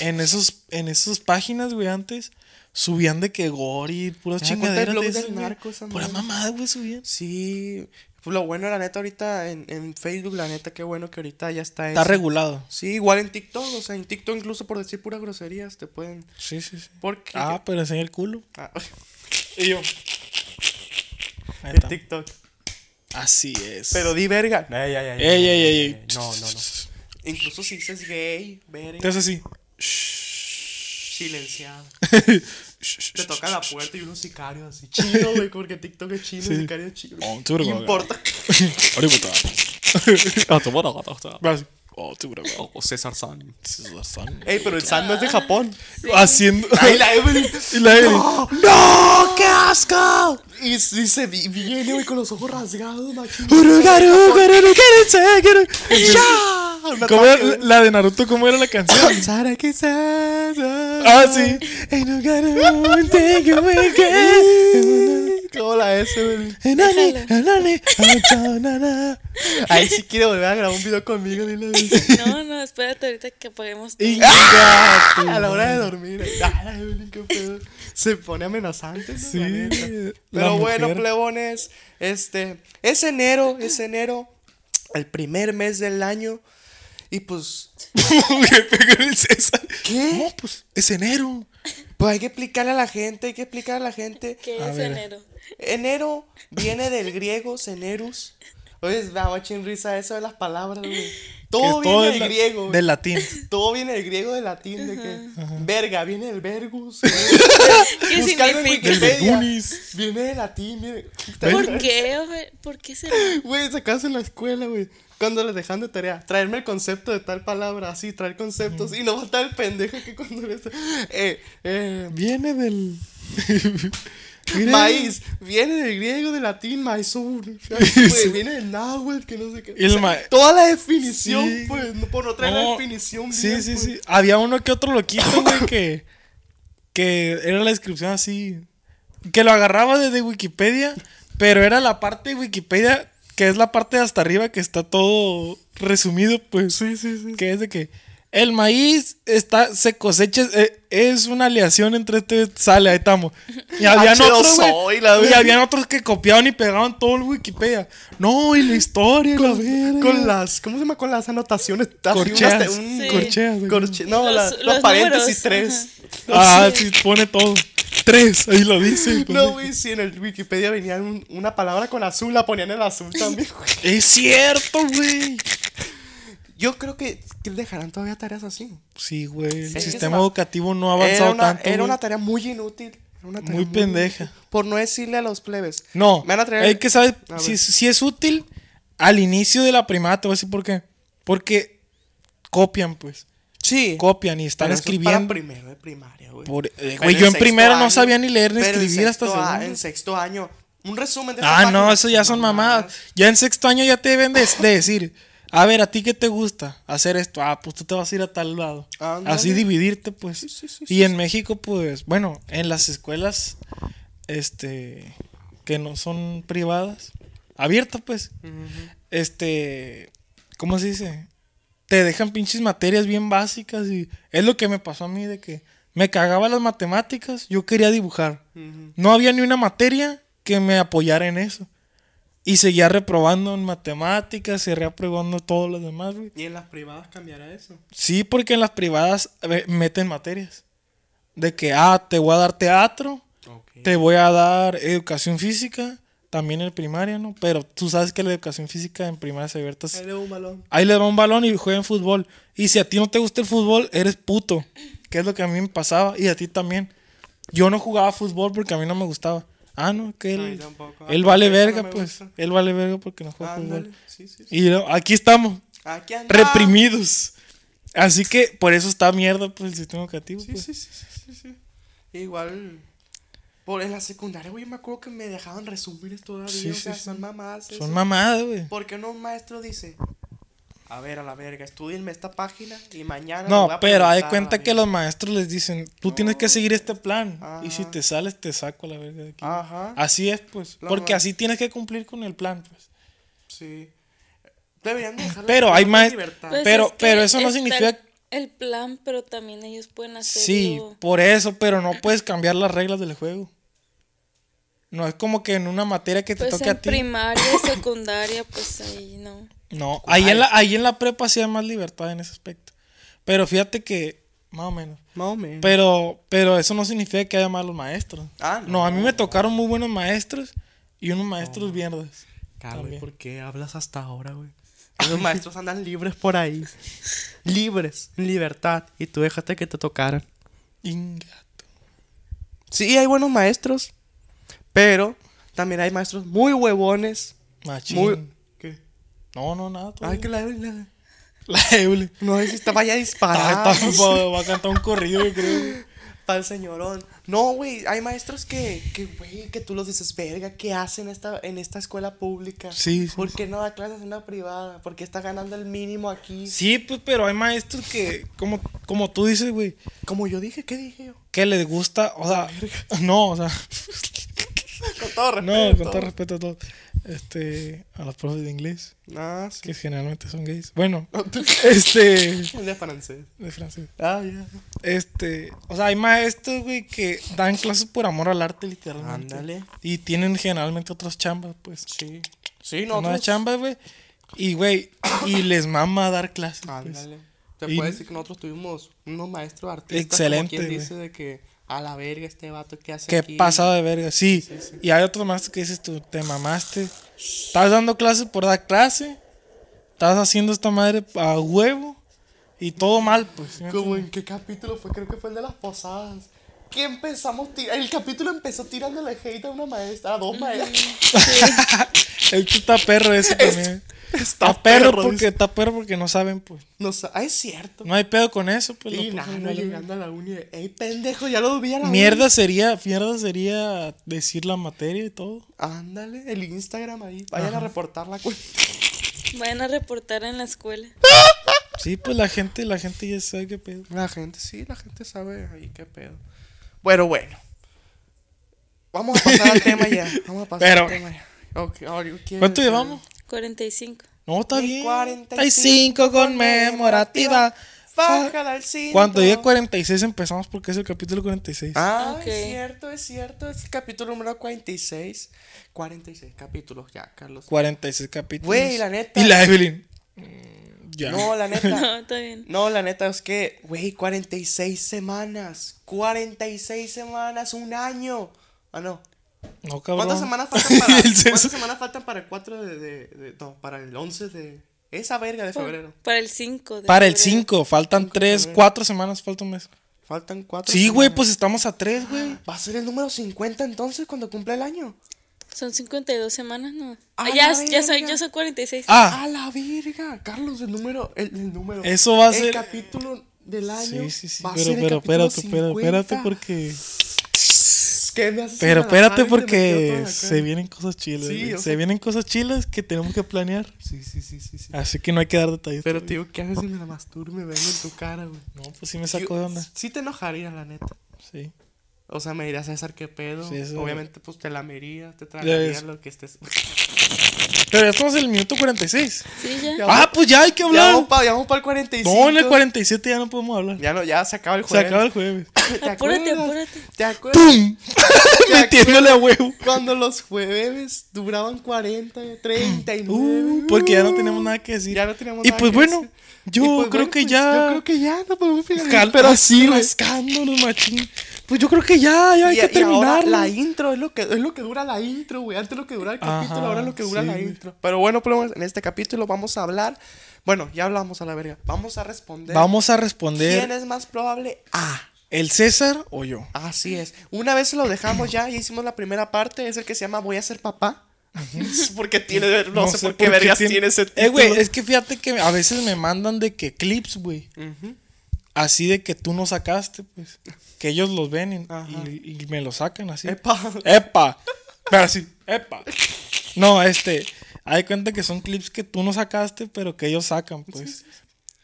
en esos, en esas páginas, güey, antes subían de que Gori, puras Ah, cuenta el chingaderas blog de del esas, güey. narco, esa Pura madre. mamada, güey, subían. Sí. Pues lo bueno, la neta, ahorita en, en Facebook, la neta, qué bueno que ahorita ya está Está eso. regulado. Sí, igual en TikTok, o sea, en TikTok incluso por decir puras groserías te pueden. Sí, sí, sí. Porque. Ah, pero enseña el culo. Ah, Y yo. Ahí en está. TikTok. Así es. Pero di verga. Ey, ey, Ey, ey, ey, ey. No, no, no. Incluso si dices gay, Te verga, hace así. silenciado. Te toca la puerta y unos sicarios así. Chino, güey, porque TikTok es chino, sicario es chino. Oh, tú eres Importa. Ahorita. Ah, Va así. O Oh, César San. Ey, pero el San no es de Japón. Haciendo. Ay, la Evelyn. Y la Evelyn. ¡No! ¡Qué asco! Y, y se vi- viene, güey, con los ojos rasgados, machín. ¡Ya! Un ¿Cómo era ataque. la de Naruto? ¿Cómo era la canción? Sara que Sara. Ah, sí. Ain't no gotta take you again. ¿Cómo la es, Evelyn? Nani, nani, ah, na, na. Ahí sí quiere volver a grabar un video conmigo, dile. No, no, espérate ahorita que apaguemos todo. Y- A la hora de dormir. Ah, la Evelyn, qué pedo. Se pone amenazante. ¿no? Sí, La neta. la Pero bueno, mujer. plebones. Este. Es enero, es enero. El primer mes del año. Y pues. Pegó el César. ¿Qué? No, pues es enero. Pues hay que explicarle a la gente, hay que explicarle a la gente. ¿Qué A es ver. enero? Enero viene del griego cenerus. Oye, me da mucha risa eso de las palabras, güey. Todo que todo viene es del la- griego. Del latín. Todo viene del griego del latín, de que verga, viene del vergus. ¿Qué Buscando en significa? Del Wikipedia. vergunis. Viene del latín, viene. ¿Por qué? o sea, ¿Por qué será? Güey, sacabas en la escuela, güey. Cuando les dejan de tarea, traerme el concepto de tal palabra, así, traer conceptos. Y no va a estar el pendejo que cuando les. Eh, eh, Viene del. maíz, viene del griego, del latín, maizur. Güey, viene del náhuatl, que no sé qué. Y el ma- toda la definición, Sí. pues, no- por no traer la No, definición. Sí, bien, sí, pues. sí. Había uno que otro loquito, güey, que, que era la descripción así. Que lo agarraba desde Wikipedia, pero era la parte de Wikipedia, que es la parte de hasta arriba, que está todo resumido, pues. Sí, sí, sí. Que es de que el maíz está, se cosecha, eh, es una aleación entre este, sale, ahí estamos. Y habían otros, güey, H2O y Ah, la y verga. habían otros que copiaban y pegaban todo el Wikipedia. No, y la historia, y la verga. Con las, ¿cómo se llama? Con las anotaciones. así, unas- Corcheas, un- Sí. corcheas, güey. corche- no, Los- la- los los, paréntesis números, tres. Ah, sí, pone todo. Tres, ahí lo dice. No, güey, si en el Wikipedia venía un- una palabra con azul, la ponían en azul también, güey. Es cierto, güey. Yo creo que, que dejarán todavía tareas así. Sí, güey. El que se sistema va- educativo no ha Era avanzado una, tanto. era güey. una tarea muy inútil. era una tarea Muy pendeja. inútil. Por no decirle a los plebes. No, Me van a traer. Ah, hay que saber A si, ver. si es útil al inicio de la primaria. Te voy a decir por qué. Porque copian, pues. Sí. Copian y están Pero eso es escribiendo. para primero de primaria, güey. Por- eh, Pero güey, yo en sexto primero no sabía ni leer ni pero en escribir hasta sexto a- segundo. En sexto año. Un resumen de esta Ah, no, página. eso ya son mamadas. Ya en sexto año ya te deben de, de decir, a ver, ¿a ti qué te gusta? Hacer esto. Ah, pues tú te vas a ir a tal lado. Ah, Ándale. Así dividirte, pues. sí, sí, y en México, pues, bueno, en las escuelas, este, que no son privadas, abiertas, pues, este, ¿cómo se dice? Te dejan pinches materias bien básicas y es lo que me pasó a mí de que me cagaba las matemáticas, yo quería dibujar. No había ni una materia que me apoyara en eso. Y seguía reprobando en matemáticas, seguía reprobando todos los demás, güey. Y en las privadas cambiará eso. Sí, porque en las privadas a ver, meten materias. De que, ah, te voy a dar teatro, Ok. te voy a dar educación física, también en primaria, ¿no? Pero tú sabes que la educación física en primaria se abierta. Ahí le doy un balón. Ahí le va un balón y juegan fútbol. Y si a ti no te gusta el fútbol, eres puto. Que es lo que a mí me pasaba. Y a ti también. Yo no jugaba fútbol porque a mí no me gustaba. Ah, no, que No, él, yo tampoco. Ah, él no, vale eso no verga, me pues. gusta. Él vale verga porque no juega Ándale. fútbol. Sí, sí, sí. Y luego, aquí estamos Aquí anda. reprimidos. Así que por eso está mierda pues, el sistema educativo. Sí, pues. sí, sí, sí, sí, sí. Igual. Por en la secundaria, güey, me acuerdo que me dejaban resumir todavía. Sí, o sí, sea, sí. son mamadas. eso. Son mamadas, güey. Porque no un maestro dice. A ver, a la verga, estudienme esta página y mañana. No, les voy a pero haz de preguntar a cuenta la que verga". los maestros les dicen, tú tienes que seguir este plan. Y si Ajá. te sales, te saco a la verga de aquí. Ajá. Así es, pues. La porque verdad. así tienes que cumplir con el plan, pues. Sí. Deberían dejar. Pero hay maes- Pues Pero- es que pero eso no está significa- el- El plan, pero también ellos pueden hacerlo. Sí, por eso, pero no puedes cambiar las reglas del juego. No es como que en una materia que te Pues toque en a ti. primaria, secundaria, pues ahí no. No, ahí en, la, ahí en la prepa sí hay más libertad en ese aspecto. Pero fíjate que, más o menos. Más o menos. Pero, pero eso no significa que haya malos maestros. Ah, no. a mí me tocaron muy buenos maestros y unos maestros mierdas. Carlos, también. ¿por qué hablas hasta ahora, güey? Los maestros andan libres por ahí. Libres, en libertad. Y tú déjate que te tocaran. Ingato. Sí, hay buenos maestros. Pero también hay maestros muy huevones. Machín. Muy. ¿Qué? No, no, nada. Ay, todavía. que la. la- La Eule. No, si estaba ya Ah, disparada. está- va, va a cantar un corrido, yo creo. Para el señorón. No, güey, hay maestros que, que, güey, que tú los dices, verga, ¿qué hacen esta, en esta escuela pública? Sí, sí, ¿Por qué no da clases en una privada? ¿Por qué está ganando el mínimo aquí? Sí, pues, pero hay maestros que, como, como tú dices, güey, Como yo dije, ¿qué dije yo? que les gusta, o sea, no, o sea, Con todo respeto. no, con todo respeto a todos, este, a los profes de inglés, Ah, sí. que generalmente son gays. Bueno, este, De francés. de francés. Ah, ya. Este, o sea, hay maestros, güey, que dan clases por amor al arte, literalmente. Ándale. Y tienen generalmente otras chambas, pues. Sí. Sí, no. pues. No, otros- otras chambas, güey. Y, güey, y les mama dar clases. pues. Ándale. Te Y- puedo decir que nosotros tuvimos unos maestros artistas. Excelente, Como güey. quien dice de que a la verga este vato que hace Qué aquí. pasado de verga, sí. Y hay otros maestros que dices tú, te mamaste. Estás dando clases por dar clase. estás haciendo esta madre a huevo y todo mal, pues. ¿sí me Como entiendes? en qué capítulo fue, creo que fue el de las posadas. Que empezamos tir- El capítulo empezó tirándole hate a una maestra, a dos maestras. El que está perro ese también. Está, perro, porque está perro porque no saben, pues. No, sa- ah, es cierto. No hay pedo con eso, pues. y los nada, profes no no le- llegando a la uni. de, Ey, pendejo, ya lo vi a la uni". Mierda sería, mierda sería decir la materia y todo. Ándale, el Instagram ahí. Vayan a reportar la cuenta. Vayan a reportar en la escuela. Sí, pues la gente, la gente ya sabe qué pedo. La gente, sí, la gente sabe ahí qué pedo. Bueno, bueno. Vamos a pasar al tema ya. Vamos a pasar Pero, al tema ya. Ok, ahora, ¿quién ¿Cuánto es el- llevamos? 45. No, está bien. 45 45 conmemorativa. Bájala al cinto. Cuando llegue 46 empezamos porque es el capítulo 46. Ah, Ok. es cierto, es cierto. Es el capítulo número 46. 46 capítulos ya, Carlos. 46 capítulos. Güey, la neta. Y la Evelyn. Mm, Ya. No, la No, neta. está bien. No, la neta es que, güey, 46 semanas. 46 semanas, un año. Ah, no. No, cabrón. ¿Cuántas semanas faltan para, el censo. ¿cuántas semanas faltan para el 4 de, de- de- No, para el 11 de. Esa verga de febrero. Para el 5. de Para el febrero. 5, faltan 3, 4 semanas, falta un mes. Faltan 4. Sí, güey, pues estamos a 3, güey. Va a ser el número 50 entonces cuando cumpla el año. Son 52 semanas, ¿no? A Ah, la ya, ya, soy, verga. ya soy 46. Ah, A la verga, Carlos, el número, el, el número. Eso va a el ser- capítulo del año. sí, sí, sí. va a Pero, ser el pero, capítulo espérate, pero, espérate 50. porque. ¿Qué me haces Pero una lazada espérate y te metió todo porque acá? se vienen cosas chilas. Sí, güey. o se sea- vienen cosas chilas que tenemos que planear. Sí, sí, sí, sí, sí. Así que no hay que dar detalles. Pero todavía. tío, ¿qué haces si me la masturbe vengo en tu cara, güey? No, pues sí me sacó de Yo- onda. Sí te enojarías, la neta. Sí. O sea, me dirías, César, qué pedo. Sí, eso- Obviamente, pues te lamerías, te tragarías ves. lo que estés. Pero ya estamos en el minuto 46. Sí, ya. Ya. Ah, pues ya hay que ya hablar. vamos para el 45. No, en el 47 ya no podemos hablar. Ya no, ya se acaba el Se juego. acaba el jueves. ¿Te Apúrate, acuerdas? apúrate. ¿Te acuerdas? Metiéndole a huevo. Cuando los jueves duraban 40, 39. Uh, porque ya no tenemos nada que decir. Ya no tenemos y nada pues que bueno, decir. yo Y pues creo bueno, que pues, ya. Ah, Yo creo que ya no podemos finalizar. Cal- Pero así, güey. rascándonos, machín. Pues yo creo que ya, ya hay Y- y que ahora terminar. La intro es lo que es lo que dura la intro, güey. Antes lo que dura el capítulo, Ajá, ahora lo que dura sí, la güey. intro. Pero bueno, pues en este capítulo vamos a hablar. Bueno, ya hablamos a la verga. Vamos a responder. Vamos a responder ¿Quién es más probable? Ah, el César o yo. así es. Una vez lo dejamos ya y hicimos la primera parte, es el que se llama Voy a ser papá. Porque tiene, no, sé, por qué, vergas tiene, ese título. Eh, güey, es que fíjate que a veces me mandan de que clips, güey. Así de que tú no sacaste, pues. Que ellos los ven y- y, y me lo sacan así. Epa. Epa. Pero sí, epa. No, este. Hay cuenta que son clips que tú no sacaste, pero que ellos sacan, pues.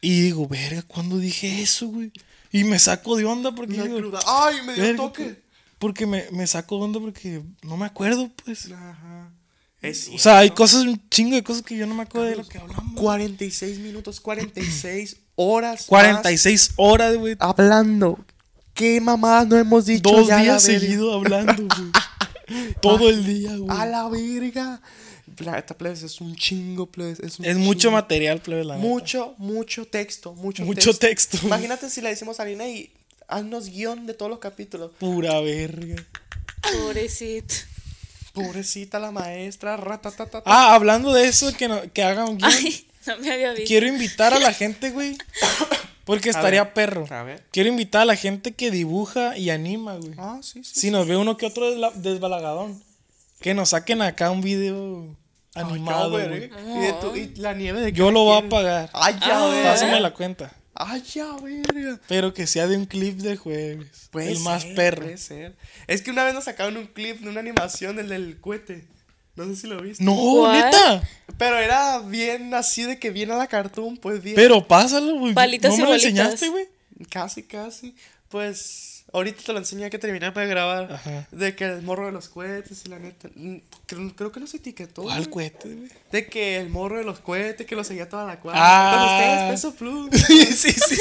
Y digo, verga, ¿cuándo dije eso, güey? Y me saco de onda porque. Una digo, cruda. Ay, me dio verga, pues, toque. Porque me, me saco de onda porque no me acuerdo, pues. Ajá. Es O sea, hay cosas, un chingo de cosas que yo no me acuerdo de lo que hablamos. 46 minutos, 46 horas. 46 horas, güey. más hablando. ¿Qué mamadas no hemos dicho? Dos ya, la días verga? Ah, seguidos hablando, güey. Todo el día, güey. A la verga. La neta, plebes, es un chingo, plebes. Es, un Es mucho chingo. material, plebe, la neta. Mucho, mucho texto. Mucho, Mucho texto. Imagínate si le decimos a Lina y haznos guión de todos los capítulos. Pura verga. Pobrecito. Pobrecita la maestra, ratatatata. Ah, hablando de eso, que, no- que hagan guión. Ay, no me había visto. Quiero invitar a la gente, güey. Porque estaría ver, perro. a ver. Quiero invitar a la gente que dibuja y anima, güey. Ah, sí, sí. Si nos ve uno que otro desla- desbalagadón. Que nos saquen acá un video Ay, no, animado, verga. güey. ¿Y, de tu- y la nieve de Ah. Yo qué lo voy a quieres? pagar. Ay, ya, Pásame verga. la cuenta. Ay, ya, verga. Pero que sea de un clip de jueves. Puede el más ser, perro. puede ser. Es que una vez nos sacaron un clip de una animación, el del cohete. No sé si lo viste. No, ¿Cuál? neta. Pero era bien así de que viene a la cartoon, pues bien. Pero pásalo, güey. Palitas no y me lo bolitas. enseñaste, güey. Casi, casi. Pues ahorita te lo enseñé que terminamos de grabar. Ajá. De que el morro de los cohetes y la neta. mm, Creo, creo que nos etiquetó. ¿Cuál güey. cohete, güey? De que el morro de los cohetes, que lo seguía toda la cuadra. Ah. Con ustedes, peso plus. sí, sí, sí.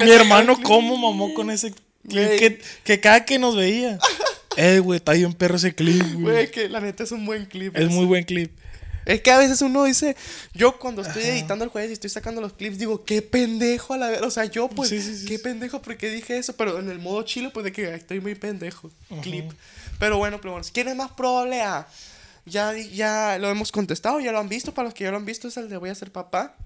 Mi hermano, ¿cómo mamó con ese clip Güey. que, que cada que nos veía? Eh, güey, está bien perro ese clip, güey. Güey, que la neta es un buen clip. Es muy buen clip. Es que a veces uno dice, yo cuando estoy editando el jueves y estoy sacando los clips, digo, qué pendejo a la vez. O sea, yo pues, Sí, sí, sí, qué sí. pendejo porque dije eso, pero en el modo chilo, pues de que estoy muy pendejo. Clip. Pero bueno, pero bueno, ¿quién es más probable a Ya, ya lo hemos contestado, ya lo han visto. Para los que ya lo han visto, es el de voy a ser papá.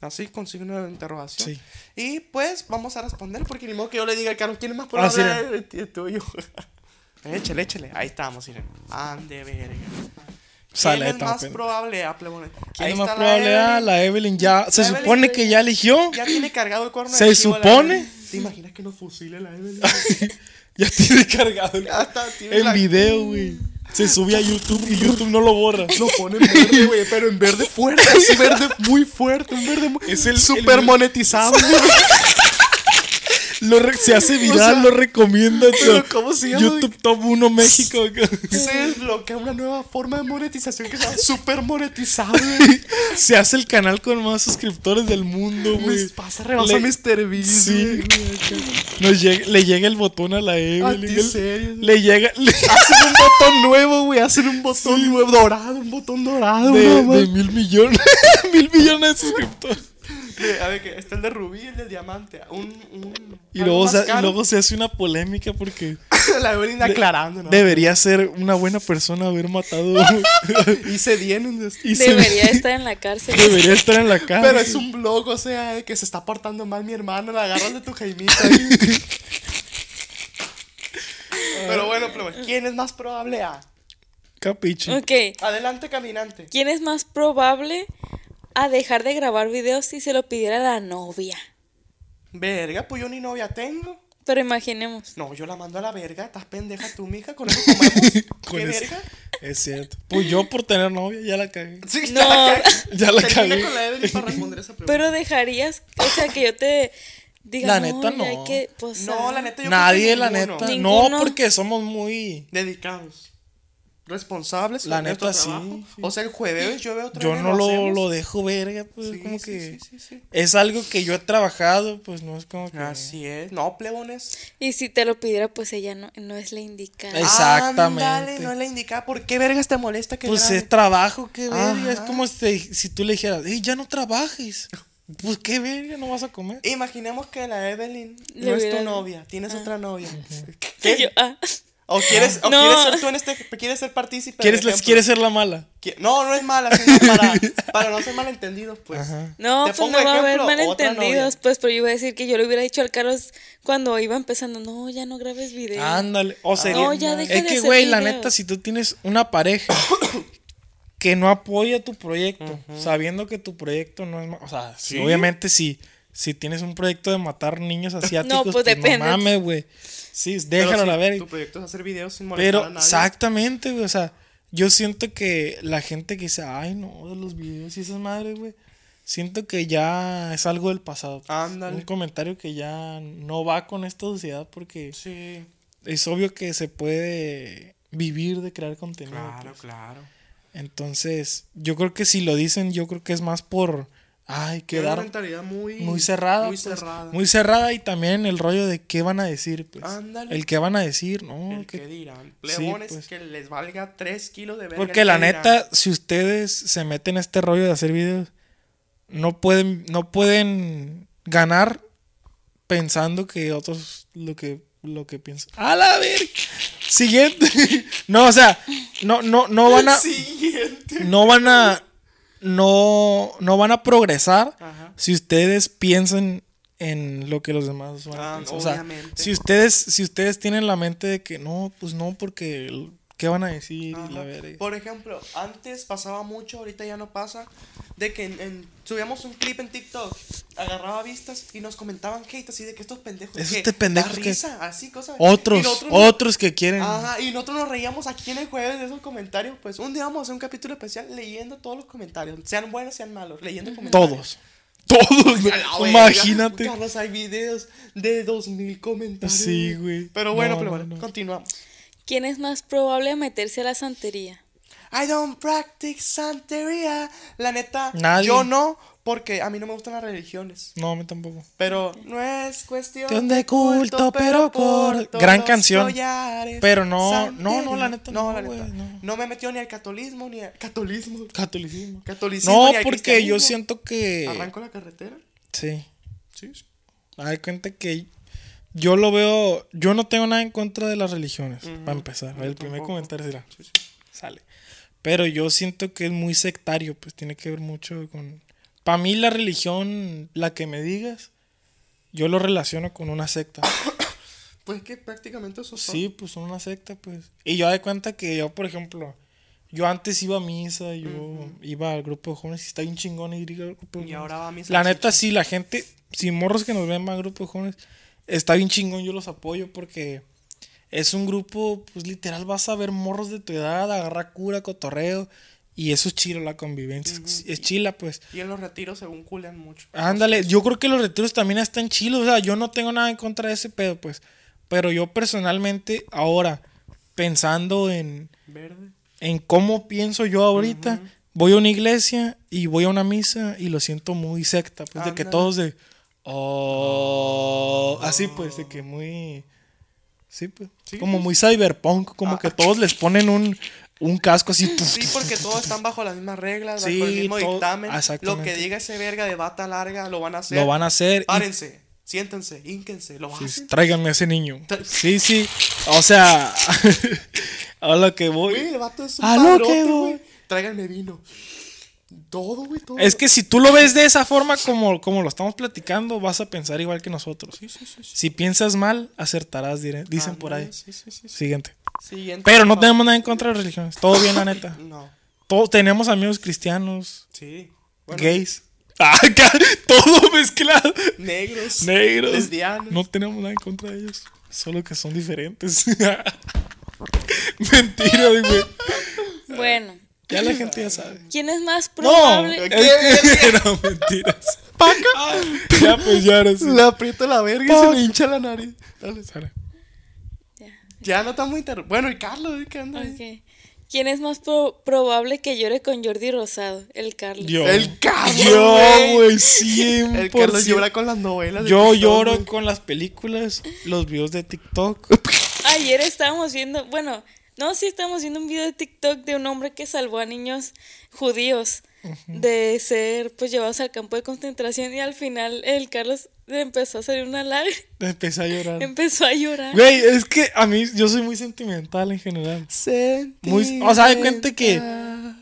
Así, con signo de interrogación. Sí. Y pues vamos a responder, porque ni modo que yo le diga al Carlos, ¿quién más Ah, puede sí, hablar de ti- de tuyo? échale, échale. Ahí estamos, Irene. Ande, verga. Sale, ¿Quién es está más pendejo. probable? Ah, plebones. ¿Quién Ahí es más está probable? Ah, Evelyn. la Evelyn ya. Se La Evelyn supone ya- que ya eligió. Ya tiene cargado el cuerno de ¿Se chivo la supone? Evelyn. ¿Te imaginas que nos fusile la Evelyn? Ya tiene cargado el Ya está, tiene en la- video, güey. Se sube a YouTube y YouTube no lo borra. Lo pone en verde, güey, pero en verde fuerte, así verde muy fuerte, un verde muy... Es el- super el- monetizable. Lo re- se hace viral, sea, lo recomienda. pero tío. ¿cómo se llama? YouTube Top 1 México. Se desbloquea una nueva forma de monetización que se llama super monetizable. se hace el canal con más suscriptores del mundo, Me güey. pasa, rebasa Le- Mr. Beast. Sí. güey. Nos llega- le llega el botón a la Evelyn. ti, Ah, el- serio. Le llega le- Hacen un botón nuevo, güey. Hacen un botón nuevo, dorado, un botón dorado, de, mamá. de mil millones. mil millones de suscriptores. De- A ver, que está el de rubí y el de diamante. Un, un- Y algo luego, más se, y caro. luego se hace una polémica porque la Evelyn aclarando, ¿no? debería ser una buena persona haber matado. Y se vienen. y se- Debería estar en la cárcel. debería estar en la cara. Pero es un blog, o sea, de que se está portando mal mi hermana, la agarras de tu jaimita. ahí. Pero bueno, pero ¿quién es más probable a? Capiche. Ok. Adelante, caminante. ¿Quién es más probable a dejar de grabar videos si se lo pidiera la novia? Verga, pues yo ni novia tengo. Pero imaginemos. No, yo la mando a la verga. Estás pendeja tú, mija. Con eso comemos. Con ¿Qué eso. verga? Es cierto. Pues yo por tener novia ya la cagué. Sí, No. ya la cagué. Ya la Termina cagué. con la Evelyn para responder esa pregunta. Pero dejarías, o sea, que yo te diga. La neta, ya hay no. que posar". No, la neta, yo creo Nadie, que la ninguno. neta. No, Ninguno. porque somos muy. Dedicados. Responsables. La con nuestro neta, sí, trabajo. sí. O sea, el jueves yo veo otra Yo vez, no lo, hacemos. lo dejo verga, pues Sí, como sí, que. sí, sí, sí. Es algo que yo he trabajado, pues no es como que. Así es. No, plebones. Y si te lo pidiera, pues ella no, no es la indicada. Ay, Exactamente. Ándale, Ah, no es la indicada. ¿Por qué vergas te molesta que Pues grabe? es trabajo, qué verga. Es Ajá. como si, si tú le dijeras, hey, ya no trabajes. Pues qué verga, no vas a comer. Imaginemos que la Evelyn Le no es tu hubiera- novia, tienes otra novia. Y yo, ah. ¿O quieres, o No. quieres ser tú en este, quieres ser partícipe? ¿Quieres, por les- ejemplo? quieres ser la mala? Qui- No, no es mala, sino para, para no ser malentendidos, pues. No, Te pues pongo no va a haber ejemplo, otra malentendidos, novia. pues, pero yo iba a decir que yo le hubiera dicho al Carlos cuando iba empezando, no, ya no grabes videos. Ándale. O sería. No, ya deja es de que, hacer güey, la videos. neta, si tú tienes una pareja que no apoya tu proyecto, sabiendo que tu proyecto no es. ma- O sea, sí, Sí. obviamente, si, si tienes un proyecto de matar niños asiáticos, pues, pues, depende. no mames, güey. Sí, Pero déjalo si la verga. Tu proyecto es hacer videos sin molestar Pero a nadie. exactamente, güey. O sea, yo siento que la gente que dice, ay, no, de los videos y esas madres, güey. Siento que ya es algo del pasado. pues. Ándale. Un comentario que ya no va con esta sociedad porque Sí, es obvio que se puede vivir de crear contenido. claro, pues. claro. Entonces, yo creo que si lo dicen, yo creo que es más por, ay, Tiene una quedar mentalidad muy... muy cerrada. Muy pues. cerrada. Muy cerrada y también el rollo de qué van a decir, pues. Ándale. El qué van a decir, ¿no? El que- que dirán. Plebones pues. que les valga 3 kilos de verga. Porque el la que dirán. neta, si ustedes se meten en este rollo de hacer videos, no pueden, no pueden ganar pensando que otros lo que lo que piensan. ¡A la verga! Siguiente. No, o sea, no, no, no van a. Siguiente. No van a. No, no van a progresar Ajá. si ustedes piensan en lo que los demás van a Ah, pensar. O sea, obviamente. si ustedes, si ustedes tienen la mente de que no, pues no, porque el- ¿qué van a decir? Y la Ajá. verga. Por ejemplo, antes pasaba mucho, ahorita ya no pasa, de que en- en- subíamos un clip en TikTok, agarraba vistas y nos comentaban hate así de que estos pendejos. Esos que te pendejos da que- risa, así cosas. Y Otros, nosotros nos- otros que quieren. Ajá, y nosotros nos reíamos aquí en el jueves de esos comentarios. Pues un día vamos a hacer un capítulo especial leyendo todos los comentarios, sean buenos, sean malos, leyendo comentarios. Todos. Todos. güey. A la verga. Imagínate. Carlos, hay videos de 2000 comentarios. Sí, güey. Pero bueno, No, pero no, bueno, no. continuamos. ¿Quién es más probable a meterse a la santería? I don't practice santería. La neta, Nadie. yo no, porque a mí no me gustan las religiones. No, a mí tampoco. Pero no es cuestión Cuestión de culto, pero por- Gran canción. collares, Pero no- no, no, santería. la neta, No, no, la güey, neta. no. No me metió ni al catolismo, ni al catolismo. Catolicismo. Catolicismo. No, ni al porque yo cristianismo. siento que. Arranco la carretera. Sí. Sí, sí. Hay cuenta que yo lo veo. Yo no tengo nada en contra de las religiones. Para empezar. El primer tampoco. comentario será. sí, sí. Sale. Pero yo siento que es muy sectario, pues tiene que ver mucho con... Para mí la religión, la que me digas, yo lo relaciono con una secta. Pues que prácticamente eso son. Sí, pues son una secta, pues. Y yo de cuenta que yo, por ejemplo, yo antes iba a misa, yo iba al grupo de jóvenes y está bien chingón ir al grupo de Y jóvenes. ahora va a misa La el neta, sí, la gente, si morros que nos ven más grupo de jóvenes, está bien chingón, yo los apoyo porque es un grupo, pues literal, vas a ver morros de tu edad, agarrar cura, cotorreo, y eso es chilo, la convivencia, es- es chila, pues. Y en los retiros según culean mucho. Ah. Ándale, yo creo que los retiros también están chilos. O sea, yo no tengo nada en contra de ese pedo, pues. Pero yo personalmente, ahora, pensando en, Verde. en cómo pienso yo ahorita, voy a una iglesia y voy a una misa y lo siento muy secta, pues, de que Ándale. todos de. Oh, así pues, de que muy. Sí, pues. Sí, Ah. como muy cyberpunk, como que todos les ponen un, un casco así. puf, Sí, porque todos están bajo las mismas reglas, Sí, bajo el mismo todo- dictamen. Lo exactamente. que diga ese verga de bata larga lo van a hacer. lo van a hacer. y Párense, siéntense, ínquense, lo Sí, hacen. Pues, tráiganme a ese niño. Tra- Sí, sí. O sea, a lo que voy. Güey, el vato es un A lo padrote, que voy. güey. Tráiganme vino. Todo, güey, todo. Es que si tú lo ves de esa forma como, como lo estamos platicando, vas a pensar igual que nosotros. Sí, sí, sí, sí. Si piensas mal, acertarás, dire- dicen por ahí. Ándale, Sí, sí, sí. sí. Siguiente. Siguiente, Pero no por favor. tenemos nada en contra de las religiones. Todo bien, la neta. No, Todo, tenemos amigos cristianos, sí. Bueno, gays. Ah, ca- todo mezclado. Negros. Negros. Lesbianas. No tenemos nada en contra de ellos. Solo que son diferentes. Mentira, güey. Bueno, Ya la gente ya sabe. ¿quién es más No, eh, probable? es que- no, mentiras. Paca. Ya, pues ya ahora sí. Le aprieto la verga y se le hincha la nariz. Dale. Sara. Ya no estamos interrumpiendo. Bueno, y Carlos, ¿eh? ¿qué anda? ahí? Ok. ¿Quién es más pro- probable que llore con Jordi Rosado? El Carlos. Yo. El Carlos. Yo, güey. güey, siempre. El Carlos llora con las novelas. de Yo TikTok, lloro güey. con las películas, los videos de TikTok. Ayer estábamos viendo, bueno, no, sí estábamos viendo un video de TikTok de un hombre que salvó a niños judíos de ser pues llevados al campo de concentración y al final el Carlos le empezó a salir una lágrima, Empecé a Ah. llorar. empezó a llorar. Güey, es que a mí, yo soy muy sentimental en general. Muy, o sea, de cuenta que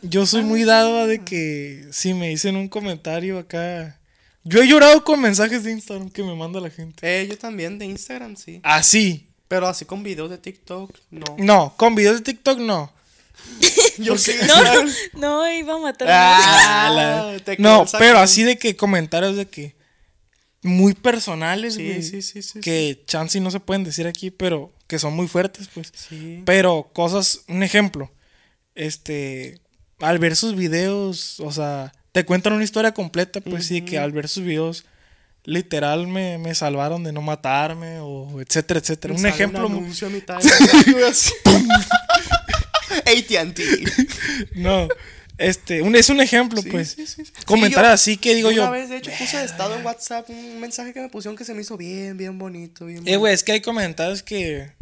yo soy Ah. muy dado a de que si me dicen un comentario acá. Yo he llorado con mensajes de Instagram que me manda la gente. Eh, yo también de Instagram, sí. Así. Pero así con videos de TikTok, no. No, con videos de TikTok no. Yo sí. No, no iba a matar a nadie. Ah, Ah, la- te No, quedas pero aquí. así de que comentarios de que muy personales, Sí, güey, sí, sí, sí, que chance y no se pueden decir aquí, pero que son muy fuertes, pues. Sí. Pero cosas, un ejemplo, este, al ver sus videos, o sea, te cuentan una historia completa, pues sí, que al ver sus videos, literal me, me salvaron de no matarme, o etcétera, etcétera. Un Sale ejemplo, Un anuncio a mitad de la- ¡Pum! AT&T. no, este, un, es un ejemplo, Sí, pues. sí, sí, sí. Sí, Comentar yo- así que digo yo. Una vez, de hecho, puse de estado en WhatsApp un mensaje que me pusieron que se me hizo bien, bien bonito, bien Eh, bonito. güey, es que hay comentarios que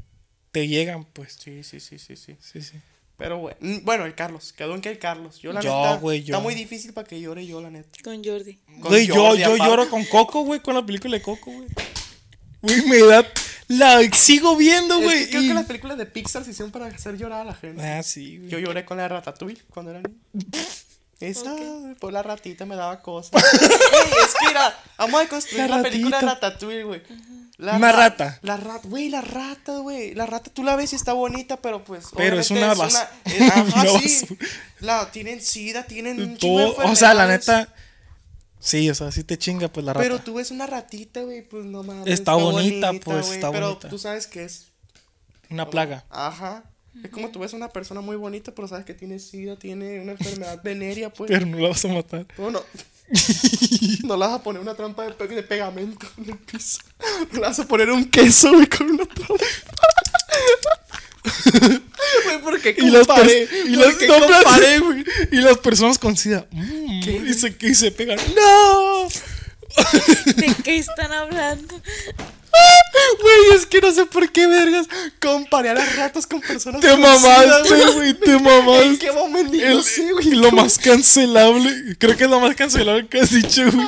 te llegan, pues. Sí, sí, sí, sí, sí. Sí, sí. Pero bueno, mm, bueno, el Carlos, quedó en que el Carlos. Yo la Yo, neta, güey, yo. está muy difícil para que llore yo, la neta. con Jordi. Con Güey, yo, Jordi, yo aparte. lloro con Coco, güey, con la película de Coco, güey. Güey, me da. La sigo viendo, Es que güey. creo y- que las películas de Pixar se hicieron para hacer llorar a la gente. Ah, sí, güey. Yo lloré con la de Ratatouille cuando era niño. Esa, por la ratita me daba cosas. Güey, es que era, vamos a construir La la, película de ratita. Ratatouille, güey. La Una ra- rata. La rata, güey, la rata, güey. La rata tú la ves y está bonita, pero pues. Pero es obviamente una bas- eh, ajá, una sí. basura. La tienen sida, tienen. un chingo de Todo- o sea, la enfermedades. neta. Sí, o sea, sí te chinga, pues la rata. Pero tú ves una ratita, güey, pues no mames. Está bonita, pues, güey, está pero bonita. tú sabes que es Una plaga. Ajá. Es como tú ves a una persona muy bonita, pero sabes que tiene sida, tiene una enfermedad venérea, pues. Pero no la vas a matar. Bueno, no le vas a poner una trampa de, pe- de pegamento en el piso. No le vas a poner un queso, güey, con una trampa. Güey, porque Y las, comparé. pers- y, las, ¿Por qué no, espérate. comparé, güey? y las personas con sida. mm, ¿Qué? y, se, y se pegan. ¡No! ¿De qué están hablando? Güey, es que no sé por qué, vergas. Comparé a las ratas con personas Te con sida, mamaste, güey. Te mamaste. ¿En qué momento? El- No sé, güey. lo más cancelable. Creo que es lo más cancelable que has dicho, güey.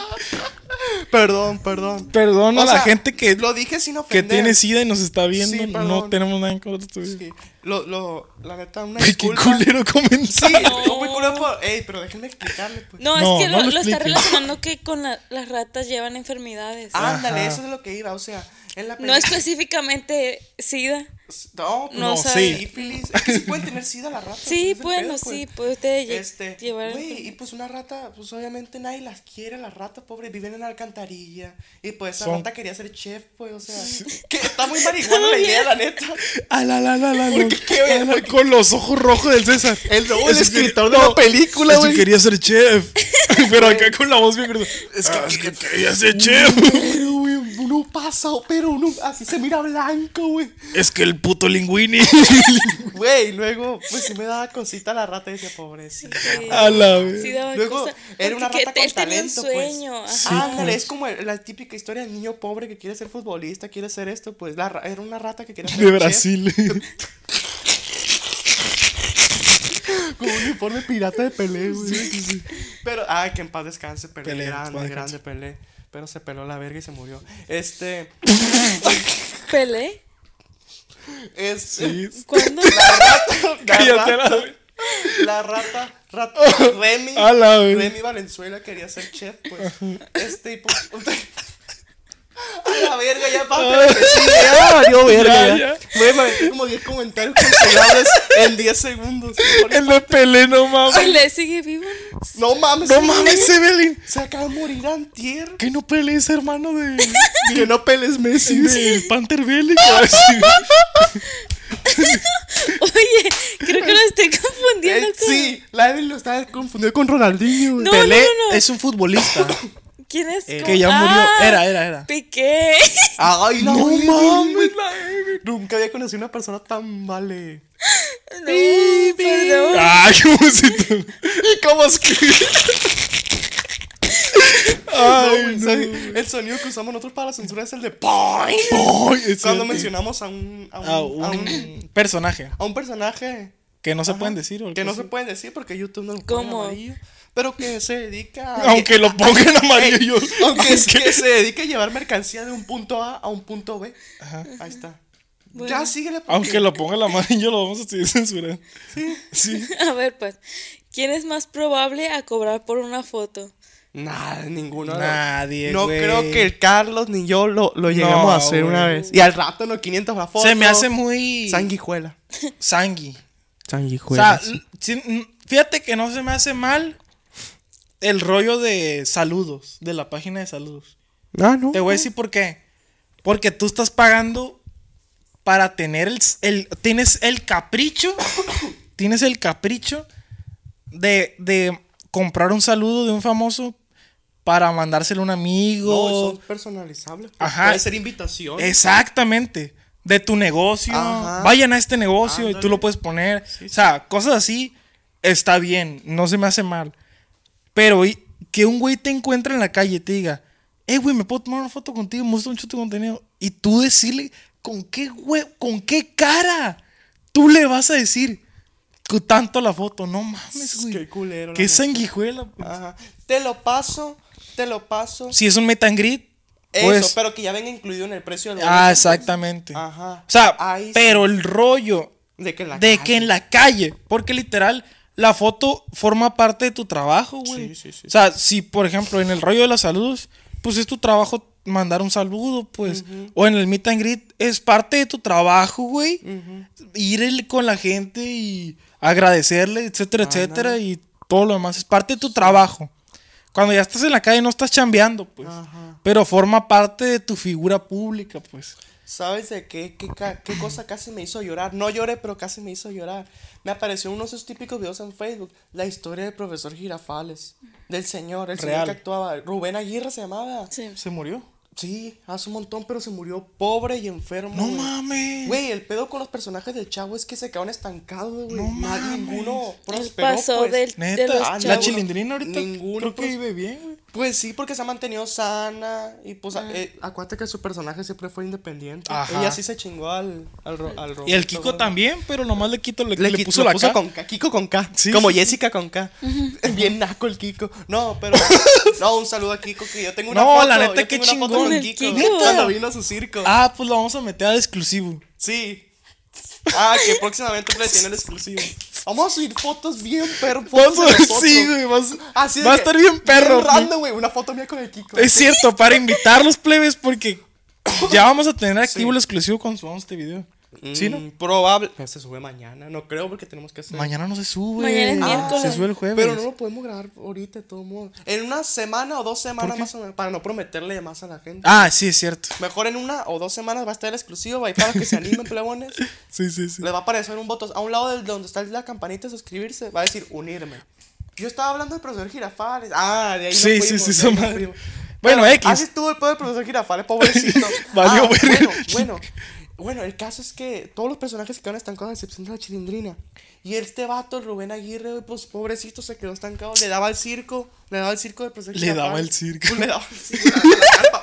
Perdón, perdón. Perdona O a la sea, gente que, lo dije sin ofender. que tiene sida y nos está viendo. Sí, no perdón. tenemos nada en contra de tu vida. Sí. Lo, lo, la neta, una Güey, Qué disculpa. culero Sí, comenzar. no muy culero por. Ey, pero déjenme explicarle, pues. No, No, es que no lo, lo lo está expliques. relacionando que con la- las ratas llevan enfermedades. Ándale, Ajá. eso es lo que iba, o sea, en la No específicamente SIDA. es... No, pues, No, no, o sea- sí. sífilis. Es que sí pueden tener sida las ratas. Sí, pues, es el bueno, pedo, pues. sí, puede usted lle- Este, llevar. güey, y pues una rata, pues obviamente nadie las quiere, las ratas, pobre, viven en la alcantarilla. Y pues esa Son- rata quería ser chef, pues, o sea, que está muy marihuana la idea, la neta. A la la la la. la, qué, a la- con los ojos rojos del César. El Raúl, Ese el que- escritor de la película, ese güey. quería ser chef. Pero acá con la voz bien gruesa. Ah, Es que, quería ser chef. Pero, güey, uno pasa, pero uno así se mira blanco, güey. Es que el puto linguini. Güey, luego, pues sí me daba cosita la rata y decía, pobrecita. A la vez. Sí, daba Luego, cosa. era una Porque rata que con él tenía un talento, pues. sueño. ajá. Sí, Ándale, pues. es como la típica historia del niño pobre que quiere ser futbolista, quiere ser esto, pues la ra- era una rata que quería ser De chef Brasil. con un uniforme pirata de Pelé, güey. Pero, ay, que en paz descanse, Pelé, Pelé, en grande, paz grande descanse. Pelé. Pero se peló la verga y se murió. Este, ¿Pelé? es ¿Cuándo? la rata, la Cállate a la rata, vez. la rata, rata, Remy, A la vez. Remy Valenzuela quería ser chef, pues. Este, y pues, a la verga, ya para Yo, verga, ya. como 10 comentarios cancelables en 10 segundos. El de Pelé, no mames. ¿Pelé sigue vivo? no? No mames, No mames, Evelyn. Se acaba de morir Antier. Que no pelees, hermano de, Que no peles Messi. del Panther Bélico. Oye, creo que lo estoy confundiendo Eh, con. sí, la Evelyn lo estaba confundido con Ronaldinho. güey. No, Pelé no, Ah. no. es un futbolista ¿Quién es? Eh, que ya murió. Era, era, era. Piqué. Ay, la No Evelyn, mames, güey. Nunca había conocido una persona tan vale. No, perdón. Ay, cómo se te- ¿Y cómo es que? Ay, No, güey, ¿sabes? El sonido que usamos nosotros para la censura es el de ¡Poing! Ay, es Cuando cierto. mencionamos a un, a un, a a un- un personaje a un personaje que no se Ajá. pueden decir. o que no algo se así. pueden decir porque YouTube no lo pone ¿Cómo? amarillo, pero que se dedica a- Aunque lo pongan amarillo. yo- aunque es que- que se dedica a llevar mercancía de un punto A a un punto B. Ajá. Ahí está. Bueno. Ya síguele porque- Aunque lo ponga la amarillo, lo vamos a seguir censurando. Sí. Sí. A ver, pues. ¿Quién es más probable a cobrar por una foto? Nah, ninguno. Nadie, No güey. creo que el Carlos ni yo lo, lo llegamos No, a hacer una güey. vez. Y al rato los 500 la foto. Se me hace muy. Sanguijuela. Sangui. O Sanguijuela. sea, l- sí, n- fíjate que no se me hace mal el rollo de saludos, de la página de saludos. ah, no. Te voy a decir por qué. Porque tú estás pagando para tener el, el- tienes el capricho, tienes el capricho de, de comprar un saludo de un famoso para mandárselo a un No, amigo. son personalizables. pues, Ajá. Puede ser invitación. Exactamente. De tu negocio. Ajá. Vayan a este negocio y tú Ándale. lo puedes poner. O sea, cosas así. Está bien. No se me hace mal. Pero y- que un güey te encuentre en la calle y te diga, eh, güey, me puedo tomar una foto contigo, me gusta mucho tu contenido. Y tú decirle, ¿con qué güey, con qué cara tú le vas a decir "Cu- tanto la foto? No mames, güey. Qué culero, la Qué neta. sanguijuela. pues. Ajá. Te lo paso, te lo paso. Si es un metangrid, Eso, pues, pero que ya venga incluido en el precio del Ah, boleto. exactamente. pues. Ajá. O sea, Ahí sí. pero el rollo De que en la de calle. que en la calle, porque literal la foto forma parte de tu trabajo, Sí, güey. sí, sí. O sea, si por ejemplo en el rollo de los saludos, pues es tu trabajo mandar un saludo, pues. O en el meet and greet es parte de tu trabajo, güey. Ir el- con la gente y agradecerle, etcétera, etcétera, y todo lo demás es parte de tu trabajo. Cuando ya estás en la calle no estás chambeando, pues. Ajá. Pero forma parte de tu figura pública, pues. ¿Sabes de qué, qué, ca- qué cosa casi me hizo llorar? No lloré, pero casi me hizo llorar. Me apareció uno de esos típicos videos en Facebook. La historia del profesor Girafales. Del señor, el señor Real. que actuaba. Rubén Aguirre se llamaba. Sí. Se murió. Sí, hace un montón, pero se murió pobre y enfermo. No güey. mames. Güey, el pedo con los personajes del chavo es que se quedaron estancados, güey. No Nadie, mames. ninguno Él prosperó, pasó pues. del, de Neta, los Ah, la chavos. chavos. chilindrina ahorita Ninguno creo que pros- vive bien, güey. Pues sí, porque se ha mantenido sana. Y pues, Ah. a- eh, acuérdate que su personaje siempre fue independiente. Ajá. Ella sí se chingó al, al, ro- al Y el Roberto, Kiko güey. también, pero nomás le quito le, Le, le quit- puso lo la puso K. con K. Kiko con K. Sí, como sí. Jessica con K. Bien naco el Kiko. No, pero. No, un saludo a Kiko que yo tengo una No, foto. la neta, yo qué tengo una foto con chingón. Kiko. Kiko. Cuando vino a su circo. Ah, pues lo vamos a meter al exclusivo. Sí. Ah, que próximamente le tiene el exclusivo. Vamos a subir fotos bien perro. Vamos fotos de a nosotros. sí, güey. vas- Así de va a que, estar bien perro. random, güey. Una foto mía con el Kiko. Es cierto, para invitar los plebes, porque ya vamos a tener Sí. activo el exclusivo cuando subamos este video. Mm, ¿Sí, no? Probable. Pero se sube mañana. No creo porque tenemos que hacer. Mañana no se sube. Mañana es Ah, miércoles. Se sube el jueves. Pero no lo podemos grabar ahorita, de todo modo. En una semana o dos semanas más o menos. Para no prometerle más a la gente. Ah, sí, es cierto. Mejor en una o dos semanas va a estar el exclusivo. Ahí para que se animen, plebones. Sí, sí, sí. Les va a aparecer un botón. A un lado de donde está la campanita de suscribirse, va a decir unirme. Yo estaba hablando del profesor Girafales. Ah, de ahí nos Sí, sí, fuimos, sí, de esa ahí nos madre. fuimos. Bueno, X. Así estuvo el pedo del profesor Girafales, pobrecito. Valió Ah, verga. bueno, bueno, bueno, el caso es que todos los personajes se quedaron estancados a excepción de la chilindrina. Y este vato, el Rubén Aguirre, güey, pues pobrecito, se quedó estancado. Le daba el circo, le daba el circo del profesor Le Girafales. daba el circo. Le daba el circo. la carpa.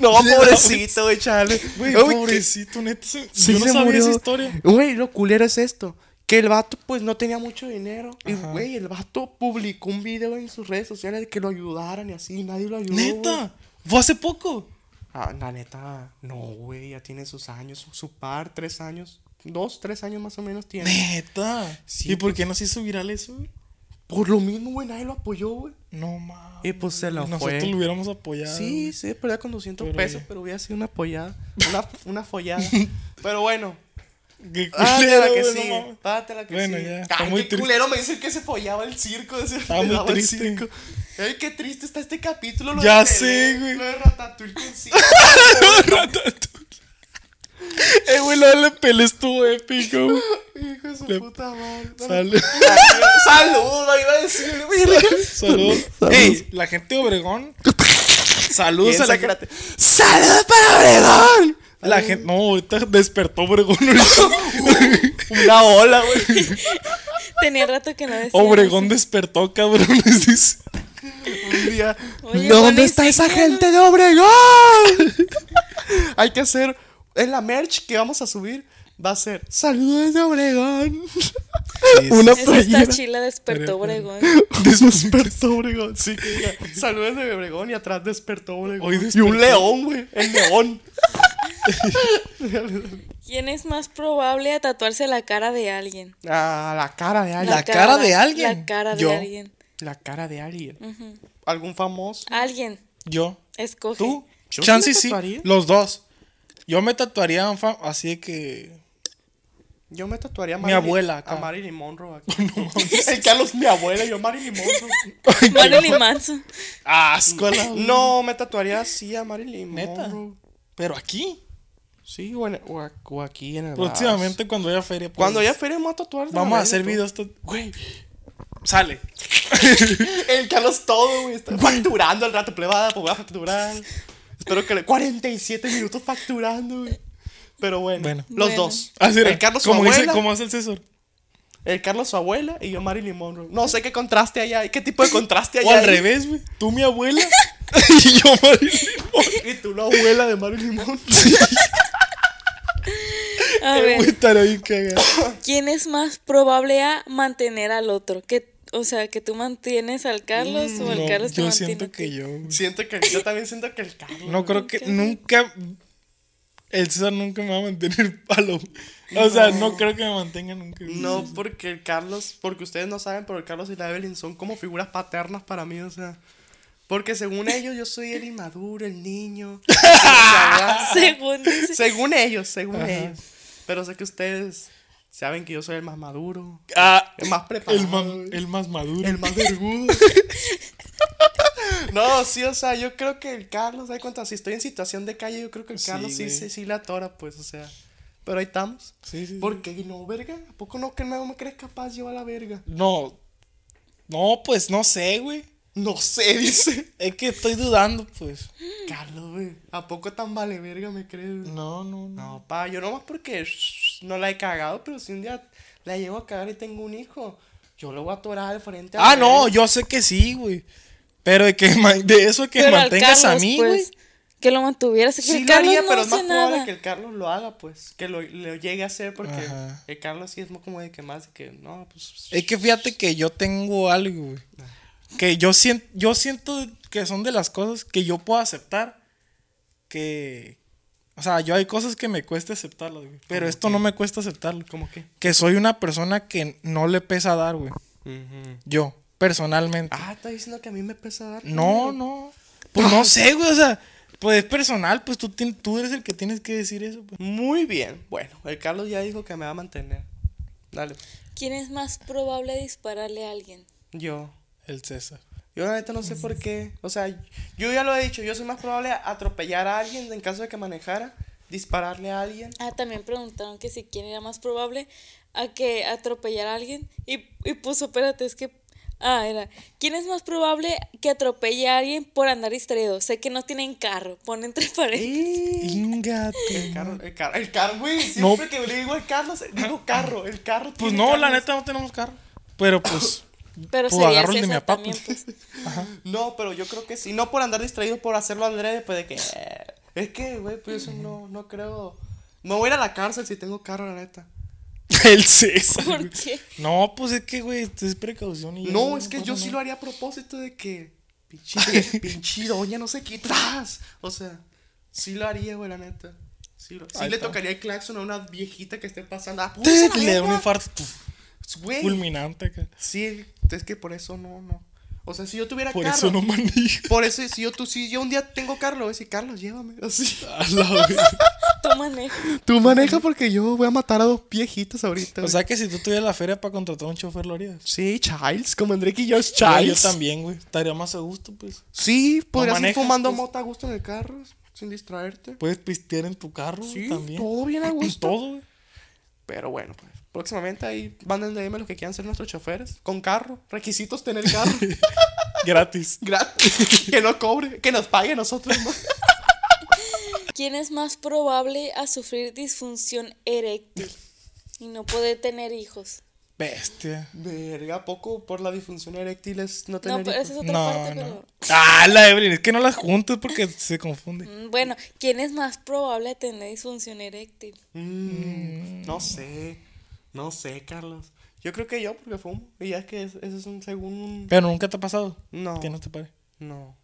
No, Le daba el- pobrecito, güey, chale. Güey, Uy, qué- pobrecito, neta. se- Sí yo no se sabía murió. esa historia. Güey, lo culero es esto. Que el vato, pues, no tenía mucho dinero. Y, güey, el vato publicó un video en sus redes sociales de que lo ayudaran y así. y Nadie lo ayudó. güey. Neta. Fue hace poco. Ah, la neta, no, güey. Ya tiene sus años, su, su par, tres años. Dos, tres años más o menos tiene. Neta. Sí. pues. ¿Y por qué no se hizo viral eso? güey? Por lo mismo, güey, nadie lo apoyó, güey. No mames. Y pues se lo Nosotros fue. lo hubiéramos apoyado. Sí, güey. sí, perdía con 200 Pero pesos, ya. pero hubiera sido una apoyada. Una, una follada. pero bueno, Qué Párate la culero, Ah, que güey, no sigue. mames. Párate la que Bueno, sigue. ya, está Ay, muy qué triste. culero me dice que se follaba el circo. Ese, Está le muy daba el triste. circo. Ay, qué triste está este capítulo. lo Ya de sé, Pelé, güey. Lo de Ratatouille con circo. Ratatouille. Eh, güey, lo de la pelea estuvo épico. güey. Hijo de su Le- puta madre. Sal- Salud, iba a decir. mira. Salud. Salud. Ey, la gente de Obregón. Saludos a Piensa la que la te- ¡Salud para Obregón! La gente. No, ahorita despertó Obregón. ahorita. Una ola, güey. Tenía rato que no decía. Obregón despertó, cabrones. dice. Un día. Oye, ¿Dónde ponen está esa circo, gente de Obregón? Hay que hacer. En la merch que vamos a subir, va a ser. Saludos de Obregón. Una Esa está playera. chila despertó Obregón. Despertó Obregón. Sí, que diga, Saludos de Obregón y atrás despertó Obregón. Hoy Y un despertó. león, güey. El león. ¿Quién es más probable a tatuarse la cara de alguien? Ah, la cara de alguien. La cara de alguien. La cara de Yo. alguien. La, cara de alguien. ¿Algún famoso? Alguien. Yo. Escoge. ¿Tú? Yo Chance sí me sí. tatuaría. Los dos. Yo me tatuaría un fa- así de que. Yo me tatuaría a Mi Marilyn- abuela acá. A Marilyn Monroe. Aquí. el Carlos, mi abuela, yo Marilyn Monroe. Marilyn Manson. ah, Asco, la- No, me tatuaría así a Marilyn Neta. Monroe. Pero aquí. Ah, Sí, o, en- o a- o aquí en el brazo. Próximamente cuando haya feria. pues, Cuando ya feria, vamos a tatuar. de Vamos la a hacer verga, videos. to- Güey. Sale. todo. El Carlos todo, güey. Está facturando al rato, plebada, pues voy a facturar. Espero que le. 47 minutos facturando, güey. Pero bueno, Bueno. los Bueno. dos. Así Ah, era. el Carlos su como abuela. dice, como hace el César. El Carlos su abuela y yo Marilyn Monroe. No sé qué contraste hay ahí. ¿Qué tipo de contraste hay O al ahí? revés, güey. Tú mi abuela y yo Marilyn. Monroe. Y tú la abuela de Marilyn Monroe. A Eh, Güey, ver. estaría bien cagado. ¿Quién es más probable a mantener al otro? Que, o sea, que tú mantienes al Carlos o el No, Carlos te yo mantiene. a siento ti. que yo. güey. siento que yo también siento que el Carlos. No creo que nunca. El César nunca me va a mantener palo. O sea, no creo que me mantenga nunca. güey. No, porque el Carlos, porque ustedes no saben, pero el Carlos y la Evelyn son como figuras paternas para mí, o sea. Porque según ellos, yo soy el inmaduro, el niño. el que abraza. Según dice. según ellos, según Ajá. ellos. Pero sé que ustedes saben que yo soy el más maduro, Ah, el más preparado, el, ma- el más maduro. el más vergudo. no, sí, o sea, yo creo que el Carlos, ¿sabes cuenta? Si estoy en situación de calle, yo creo que el Sí, Carlos sí, güey. sí, sí la atora, pues, o sea. Pero ahí estamos. Sí, sí, sí. ¿Por qué no, verga? ¿A poco no que no me crees capaz yo a la verga? No. No, pues no sé, güey. No sé, dice. Es que estoy dudando, pues. Carlos, güey. ¿A poco tan vale verga me crees? güey? No, no, no. No, pa, yo nomás porque shh, no la he cagado, pero si un día la llevo a cagar y tengo un hijo, yo lo voy a atorar de frente a Ah, la no, verga. yo sé que sí, güey. Pero de que ma- de eso que Pero al mantengas Carlos, a mí, güey. pues, Que lo mantuvieras. Que Sí el lo Carlos haría, no pero es hace más probable nada. que el Carlos lo haga, pues. Que lo, lo llegue a hacer porque Ajá. el Carlos sí es mo- como de que más de que no, pues. Es que fíjate que yo tengo algo, güey. Que yo siento, yo siento que son de las cosas que yo puedo aceptar. Que O sea, yo hay cosas que me cuesta aceptarlas, güey. Pero esto no me cuesta aceptarlo. ¿Cómo qué? Que soy una persona que no le pesa dar, güey. Yo, personalmente. Ah, está diciendo que a mí me pesa dar. No, no. Pues no sé, güey. O sea, pues es personal, pues tú, tien- tú eres el que tienes que decir eso, pues. Muy bien. Bueno, el Carlos ya dijo que me va a mantener. Dale. ¿Quién es más probable de dispararle a alguien? Yo. El César. Yo la neta no sé por qué. O sea, yo ya lo he dicho. Yo soy más probable a atropellar a alguien en caso de que manejara. Dispararle a alguien. Ah, también preguntaron que si quién era más probable a que atropellar a alguien. Y, y puso, espérate, es que. Ah, era. ¿Quién es más probable que atropelle a alguien por andar distraído? Sé que no tienen carro. Pone entre paredes. Y- Ingato. El carro, el carro, el carro, güey. No. Siempre que le digo el Carlos, digo carro, el carro. Pues tiene no, la Carlos. neta no tenemos carro. Pero pues. Pero pues sería agarro el de César mi papá. también, pues. Ajá. No, pero yo creo que sí. No por andar distraído, por hacerlo adrede, pues de que. eh, Es que, güey, pues eso no, no creo. Me voy a ir a la cárcel si tengo carro, la neta. El César. ¿Por qué? No, pues es que, güey, esto es precaución. Y ya, Eh, No, güey, es que pasa yo sí nada. lo haría a propósito de que. Pinche, pinche doña, no sé qué tras. O sea, sí lo haría, güey, la neta. Sí, lo- sí Ahí le está. tocaría el claxon a una viejita que esté pasando. ¡Ah, Te- puta, Le da un verga! infarto puf, Güey, fulminante acá. Sí, es que por eso no, no. O sea, si yo tuviera Por carro. eso no manejo. Por eso, si yo, tú, si yo un día tengo carro, le voy a decir, Carlos, llévame. Así. A la verga. Tú manejas. Tú maneja porque yo voy a matar a dos viejitos ahorita. O sea que si tú tuvieras la feria para contratar un chofer, lo harías. sí, Childs, como Drake y Josh Yo, yo Childs. también, güey. Estaría más a gusto, pues. Sí, podrías ir manejas, fumando pues. mota a gusto en el carro, sin distraerte. Puedes pistear en tu carro Sí, también. Pues todo bien a gusto. Todo, güey. Pero bueno, pues, próximamente ahí manden DM los que quieran ser nuestros choferes. Con carro, requisitos tener carro. Gratis. gratis. que no cobre, que nos pague a nosotros. ¿no? ¿Quién es más probable a sufrir disfunción eréctil y no poder tener hijos? Bestia. Verga, ¿a poco por la disfunción eréctil es no tener No, pues, pero hijos? esa es otra No, parte, no. Ah, la Evelyn, es que no las juntas porque se pero. confunde. Mm, Bueno, ¿quién es más probable a tener disfunción eréctil? Mm, No sé, no sé, Carlos. Yo creo que yo, porque fumo. Y ya es que es- ese es un según un- Pero nunca te ha pasado. No. Que no te pare. No.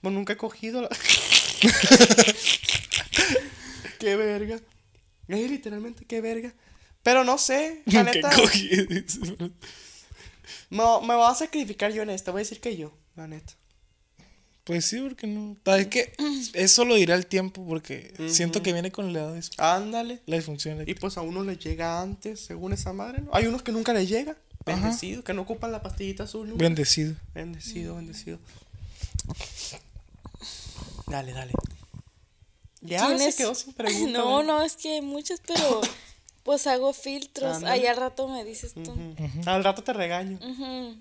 Bueno, nunca he cogido la. qué verga. Eh, literalmente, qué verga. Pero no sé, la ¿Qué neta. cogí? Dice, No, me voy a sacrificar yo en esta. Voy a decir que yo, la neta. Pues sí, porque no. Ah, Es que eso lo dirá el tiempo porque siento que viene con la edad eso. Ándale. La disfunción Y eréctil. pues a uno le llega antes, según esa madre. ¿no? Hay unos que nunca les llega. Ajá. Bendecido, que no ocupan la pastillita azul. nunca. Bendecido. Bendecido, bendecido. Dale, dale. Ya ¿Quién Ah, se es- quedó sin preguntas. No, ¿verdad? no, es que hay muchas, pero pues hago filtros. Ándale. Ahí al rato me dices tú. Ah, Ujú. Al rato te regaño. Ujú.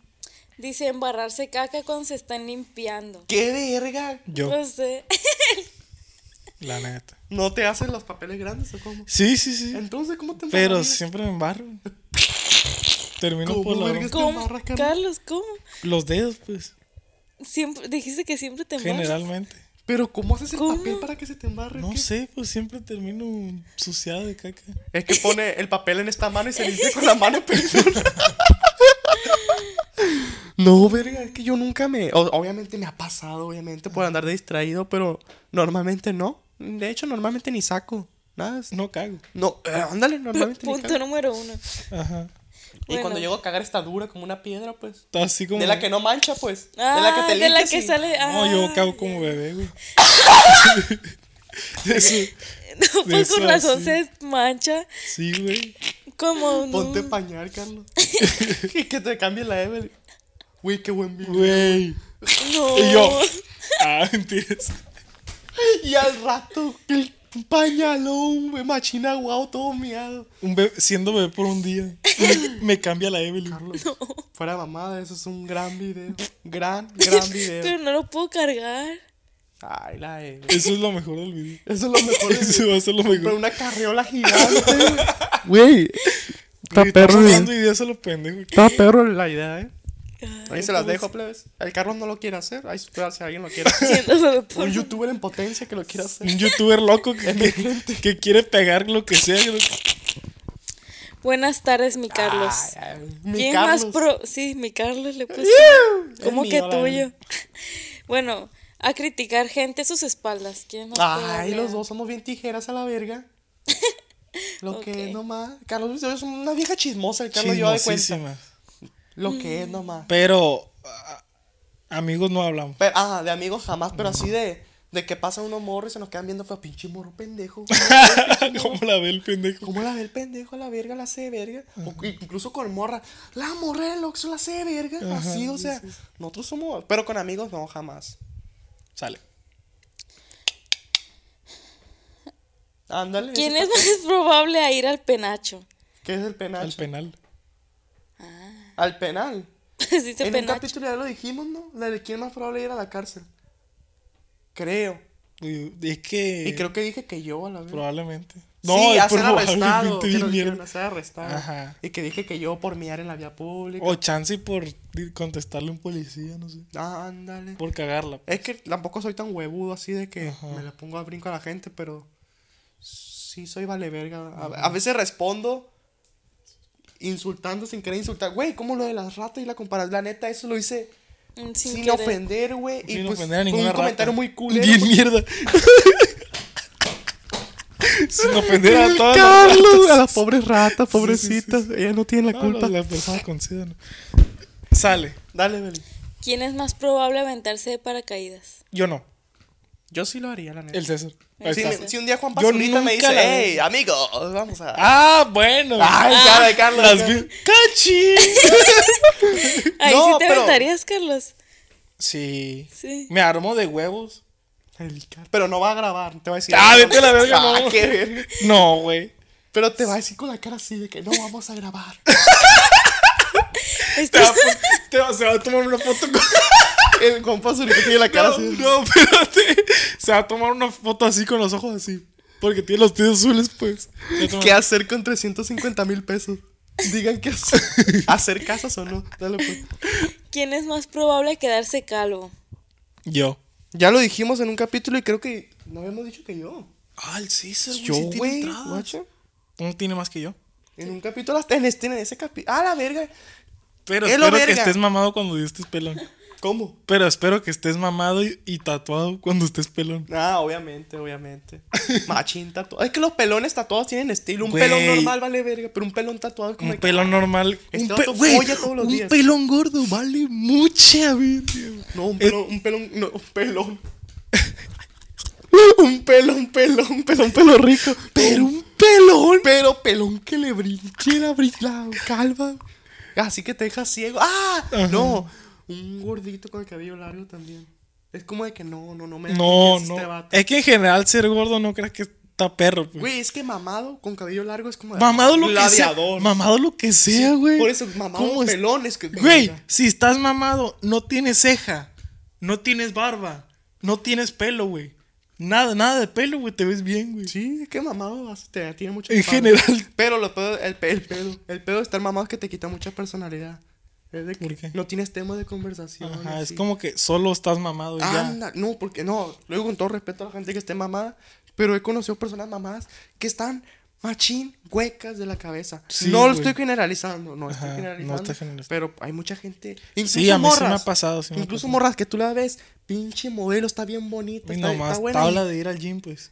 Dice embarrarse caca cuando se están limpiando. ¡Qué verga! Yo, Pues, eh, la neta. ¿No te hacen los papeles grandes o cómo? Sí, sí, sí. Entonces, ¿cómo te Pero embarrarías? siempre me embarro. Termino ¿Cómo por la vergas? bronca. ¿cómo? embarras, Carlos? Carlos, ¿cómo? los dedos, pues. Siempre, dijiste que siempre te embarras. Generalmente. Pero ¿cómo haces el ¿Cómo? papel para que se te embarre? No ¿Qué? sé, pues siempre termino suciado de caca. Es que pone el papel en esta mano y se limpia con la mano, perdón. No, verga, es que yo nunca me. o- obviamente me ha pasado, obviamente, Ah. por andar de distraído, pero normalmente no. De hecho, normalmente ni saco. Nada. es- No cago. No, eh, ándale, normalmente ni Punto cago. número uno. Ajá. Y cuando Bueno. llego a cagar está dura como una piedra, pues. Está así como. De la que no mancha, pues. Ah, de la que te de la limpias que y- sale. No, yo ah, cago como bebé, güey. Eso. No, pues Eso con razón sí. se mancha Sí, güey. como un- Ponte pañal, Carlos. y que te cambie la Evelyn. Güey, qué buen video. Güey. No. Y yo. Ah, mentiras. Y al rato, el pañalón, güey, machina guau, todo miado. Un bebé- siendo bebé por un día. Me, me cambia la Evelyn. Carlos, fuera de mamada, eso es un gran video. Gran, gran video. Pero no lo puedo cargar. Ay, la Evelyn. Eso es lo mejor del video. Eso es lo mejor del Eso video. va a ser lo Pero mejor. una carriola gigante, güey. Güey, Güey, Estamos dando ideas a los pendejos. Está perro la idea, eh. Ahí se las ¿cómo dejo, plebes. El Carlos no lo quiere hacer. Ahí espera si alguien lo quiere hacer. Siendo bebé por Un youtuber en potencia que lo quiere hacer. Un youtuber loco que, que, que quiere pegar lo que sea. lo que- Buenas tardes, mi Carlos. Ay, ay, mi ¿Quién Carlos. más pro? Sí, mi Carlos le puse. ¡Iu! Es ¿Cómo mío, que la tuyo? bueno, a criticar gente a sus espaldas. ¿Quién más Ay, podría? los dos somos bien tijeras a la verga. Lo que Ok. es nomás. Carlos es una vieja chismosa, el Carlos yo de cuenta. Chismosísima. Lo que es nomás. Pero ah, amigos no hablamos. Pero, ah, de amigos jamás, pero así de, de que pasa unos morros y se nos quedan viendo fue pinche morro pendejo. ¿Cómo la ve el pendejo? ¿Cómo la ve el pendejo? La verga, la hace de verga. O i- incluso con morra. La morra del Oxxo la hace de verga. así, o sea, nosotros somos. Pero con amigos no, jamás. Sale. Ándale. ¿Quién ese es más probable a ir al penacho? pa- ¿Qué es el penal? Al penal. Al penal. Se dice en un penacho. capítulo ya lo dijimos, ¿no? La de quién más probable ir a la cárcel. Creo. Y es que. Y creo que dije que yo a la vez. Probablemente. sí, es a ser arrestado. probablemente Que nos bien dijeron mierda. a ser arrestado. Ajá. Y que dije que yo por mirar en la vía pública. O chance por di- contestarle a un policía, no sé. Ándale. Por cagarla. Es que tampoco soy tan huevudo así de que me le pongo a brinco a la gente, pero sí soy vale verga. A, a veces respondo insultando sin querer insultar. Güey, como lo de las ratas y la comparación. La neta, eso lo hice Mm, Sin, sin, querer. ofender, güey. Y Sin pues ofender a fue ninguna un rata. comentario muy culero. Bien porque- mierda. Sin ofender a El todas las Carlos, ratas. a las pobres ratas, pobrecitas. Ellas no tienen la No, culpa. las- las personas con sida, no. Sale. Dale, Beli. ¿Quién es más probable a aventarse de paracaídas? Yo no. Yo sí lo haría, la neta. El César. Ahí si, está. me- si un día Juan Yo Pazurita me nunca dice, la vi. hey, amigo, vamos a. Ah, bueno. Ay, cara de Carlos. Las vi- ¡Cachi! Ahí No, sí te pero- aventarías, Carlos. Sí. Sí. Me armo de huevos. El Car- Pero no va a grabar, te va a decir. Ah, "Ay, vete a la verga, Ah, no". qué verga. No, güey. Pero te va a decir con la cara así de que no vamos a grabar. Te va a Estás- pon- te va- Se va a tomar una foto con. El compa Zurita tiene la cara No, así. no, espérate. Se va a tomar una foto así con los ojos así. Porque tiene los pies azules, pues. Se va a tomar- ¿Qué hacer con 350 mil pesos? Digan qué hacer. ¿Hacer casas o no? Dale, pues. ¿Quién es más probable a quedarse calvo? Yo. Ya lo dijimos en un capítulo y creo que no habíamos dicho que yo. Ah, el César, Yo, güey. guacha. Uno tiene más que yo. En un capítulo hasta en este, en ese capítulo. Ah, la verga. Pero Es lo espero que verga. estés mamado cuando yo estés pelón. ¿Cómo? Pero espero que estés mamado y, y tatuado cuando estés pelón. Ah, obviamente, obviamente. Machín tatuado. Es que los pelones tatuados tienen estilo. Un Güey. pelón normal vale verga, pero un pelón tatuado es como Un de- pelón normal. Un, Este pe- vato güey, folla todos los un días. pelón gordo vale mucha verga. No, un Eh, pelón, un pelón, no, un pelón. un pelón, pelón, pelón, pelo rico. Pero un pelón. Pero pelón que le brinque la, brin- la calva. Así que te deja ciego. ¡Ah! Ajá. No, un gordito con el cabello largo también. Es como de que no, no, no me da No, confianza no. Eh. este vato. es que en general ser gordo no creas que está perro, pues. Güey, es que mamado con cabello largo es como de- Mamado lo que sea. gladiador. Mamado lo que sea, güey. Por eso, mamado ¿Cómo es? pelón es que. Güey, si estás mamado, no tienes ceja, no tienes barba, no tienes pelo, güey. Nada, nada de pelo, güey, te ves bien, güey. Sí, qué mamado vas, te tiene mucho En espalda. general. Pero lo pedo, el, pe- el pedo, el pedo de estar mamado es que te quita mucha personalidad. Es de que ¿Por qué? no tienes tema de conversación. Ajá, es así. como que solo estás mamado y ya. Anda, no, porque no, lo digo con todo respeto a la gente que esté mamada, pero he conocido personas mamadas que están machín huecas de la cabeza. Sí, no lo güey. estoy generalizando, no estoy Ajá, no generalizando. está generalizando. Pero hay mucha gente, incluso Sí, a mí sí morras, me ha pasado, sí me ha incluso pasado. morras que tú la ves, pinche modelo, está bien bonita, pues Y está, nomás está buena. y tabla de ir al gym, pues.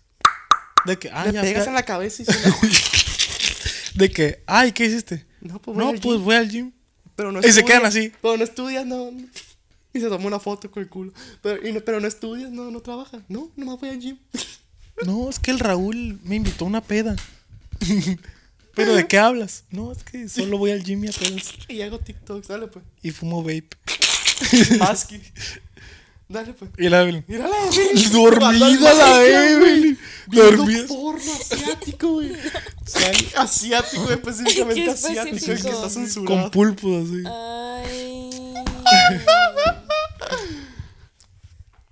De que, ay, le ya pegas fui a- en la cabeza y se- De que, ay, ¿qué hiciste? No, pues voy No, al pues gym. voy al gym. Pero no Y se quedan así. Pero no estudias, no. no. Y se tomó una foto con el culo. Pero, y no, pero no estudias, no, no trabajas. No, nomás voy al gym. No, es que el Raúl me invitó a una peda. Pero ¿de qué hablas? No, es que solo voy al gym y a pedas. Y hago TikTok, dale pues. Y fumo vape. Masky. Dale pues. Y la Evelyn. Mira la Evelyn. Dormida la Evelyn. Dormida. Dormida. porno asiático, güey. Asiático, específicamente ¿Qué asiático, el que específico? está Con censurado. pulpos así.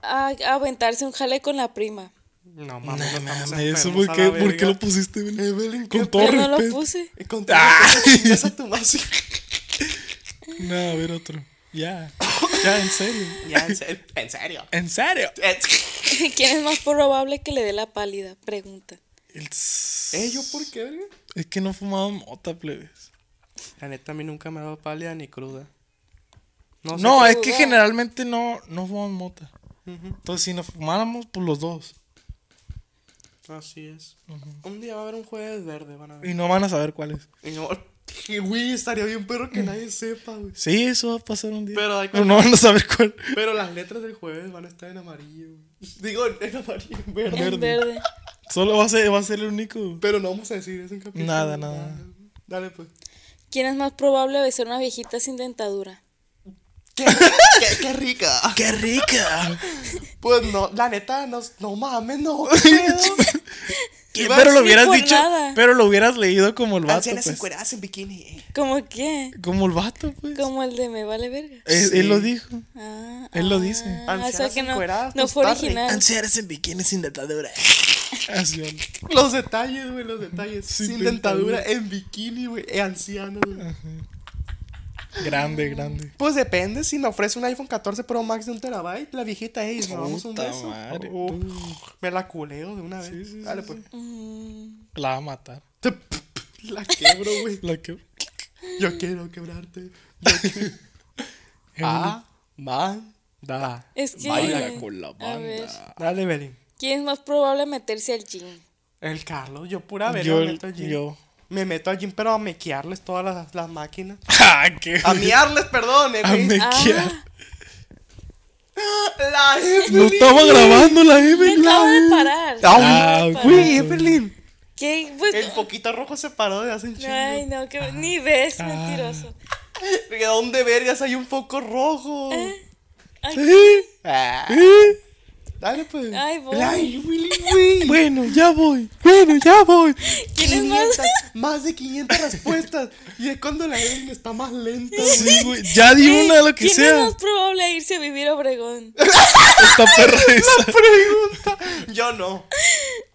Ay. A- aventarse un jale con la prima. No No mames, no estamos mames, Ah, eso enfermos ¿por a qué, la por qué verga. lo pusiste, Evelyn? Evelyn, Con qué todo Yo no lo respeto. puse. Y con todo respeto, chingas a tu madre. No, a ver otro. Ya. Ya, en serio. Ya, en serio. En serio. En serio. ¿Quién es más probable que le dé la pálida? Pregunta. El- ¿Eh, yo por qué, verga? Es que no he fumado mota, plebes. La neta, a mí nunca me ha dado pálida ni cruda. No, sé es tú, que ¿verdad? generalmente no, no fumamos mota. qué- Entonces, si nos fumáramos, pues los dos. Así es. Un día va a haber un jueves verde, van a ver. Y no van a saber cuáles. Y no, Mm. que, güey, estaría bien perro que nadie sepa, güey. Sí, eso va a pasar un día. Pero Pero, hay no van a saber cuál. Pero las letras del jueves van a estar en amarillo. güey. Digo, en amarillo, en verde. Verde. En verde. Solo va a ser, va a ser el único. Pero no vamos a decir eso en capítulo. Nada, nada. Dale, pues. ¿Quién es más probable besar una viejita sin dentadura? ¡Qué, qué, qué rica! ¡Qué rica! Pues no, la neta, no, no mames, no. ¿qué pedo? Ibas pero lo ni hubieras por dicho, nada. pero lo hubieras leído como el vato, Ancianas pues. encueradas en bikini. ¿Cómo qué? Como el vato, pues. Como el de me vale verga. Él, Sí. él lo dijo. Ah, Él lo ah, dice. o sea Ancianas que no, encueradas, no pues, fue está original. Ansiaras en bikini sin dentadura. Así habla. Los detalles, güey, los detalles. Sin Sin, dentadura. dentadura, en bikini, güey, eh, anciano, güey. Grande, grande. Pues depende, si me ofrece un iPhone 14 Pro Max de un terabyte, la viejita, ey, nos damos un Puta beso. madre. Oh, me la culeo de una vez. Sí, sí, Dale, sí, pues. Mm, La va a matar. La quebro, güey. La que. Yo quiero quebrarte. Yo quiero... ah, man, da. Es que. Baila con la A ver, banda. Dale, Belín. ¿Quién es más probable meterse al gym? El Carlos, yo pura verga Yo, me meto al gym. yo. Me meto al gym, pero a mequearles todas las, las máquinas. Ah, qué. A miarles, perdón, eh, A güey. me- Ah, ¿Quién? La No Evelyn. estaba grabando la me Evelyn. acabo de parar. Ah, Ah, güey, Evelyn. ¿Qué? Pues, El foquito rojo se paró de hace un chingo. ay, no, que ni ves, Ah. mentiroso. ¿De dónde vergas hay un foco rojo? Eh. Sí, Ah, sí. dale, pues. Ay, voy. Pues, La Evelyn, güey. Bueno, ya voy. Bueno, ya voy. ¿Quién es más? 500, más de 500 respuestas. Y es cuando la Evelyn está más lenta, güey. Sí, güey. Ya di una de lo que ¿Quién es sea. más probable a irse a vivir a Obregón? Esta perra esa. Pregunta. Yo no.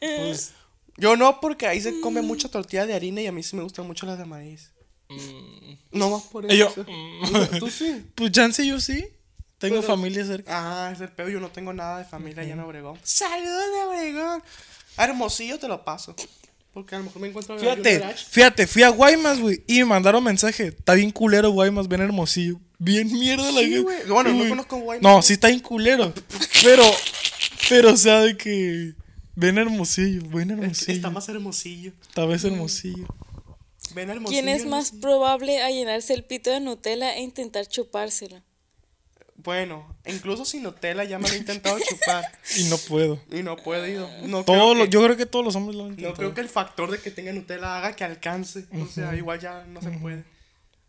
Eh. Pues, Yo no, porque ahí se Mm. come mucha tortilla de harina y a mí sí me gustan mucho las de maíz. Mm. No más por Y yo, eso. mm. Tú sí. Pues chance yo sí. Tengo Pero- familia cerca. Ah, es el peor. Yo no tengo nada de familia allá en Obregón. Saludos de Obregón. A Hermosillo te lo paso. Porque a lo mejor me encuentro en algún Fíjate, garage. fíjate, fui a Guaymas, güey, y me mandaron mensaje. Está bien culero Guaymas, bien hermosillo. Bien mierda la Sí, gente. güey. Bueno, no Güey. conozco Guaymas. No, sí está bien culero. Pero, pero, o sea, de que. Bien hermosillo, bien Es- hermosillo. Está más Hermosillo. Tal vez hermosillo. Ven a Hermosillo. ¿Quién es ¿no? más probable a llenarse el pito de Nutella e intentar chupárselo? Bueno, incluso sin Nutella ya me lo he intentado chupar. Y no puedo. Y no he podido. No creo Todos que- los- yo creo que todos los hombres lo han No intentado. creo que el factor de que tenga Nutella haga que alcance. O sea, igual ya no se puede.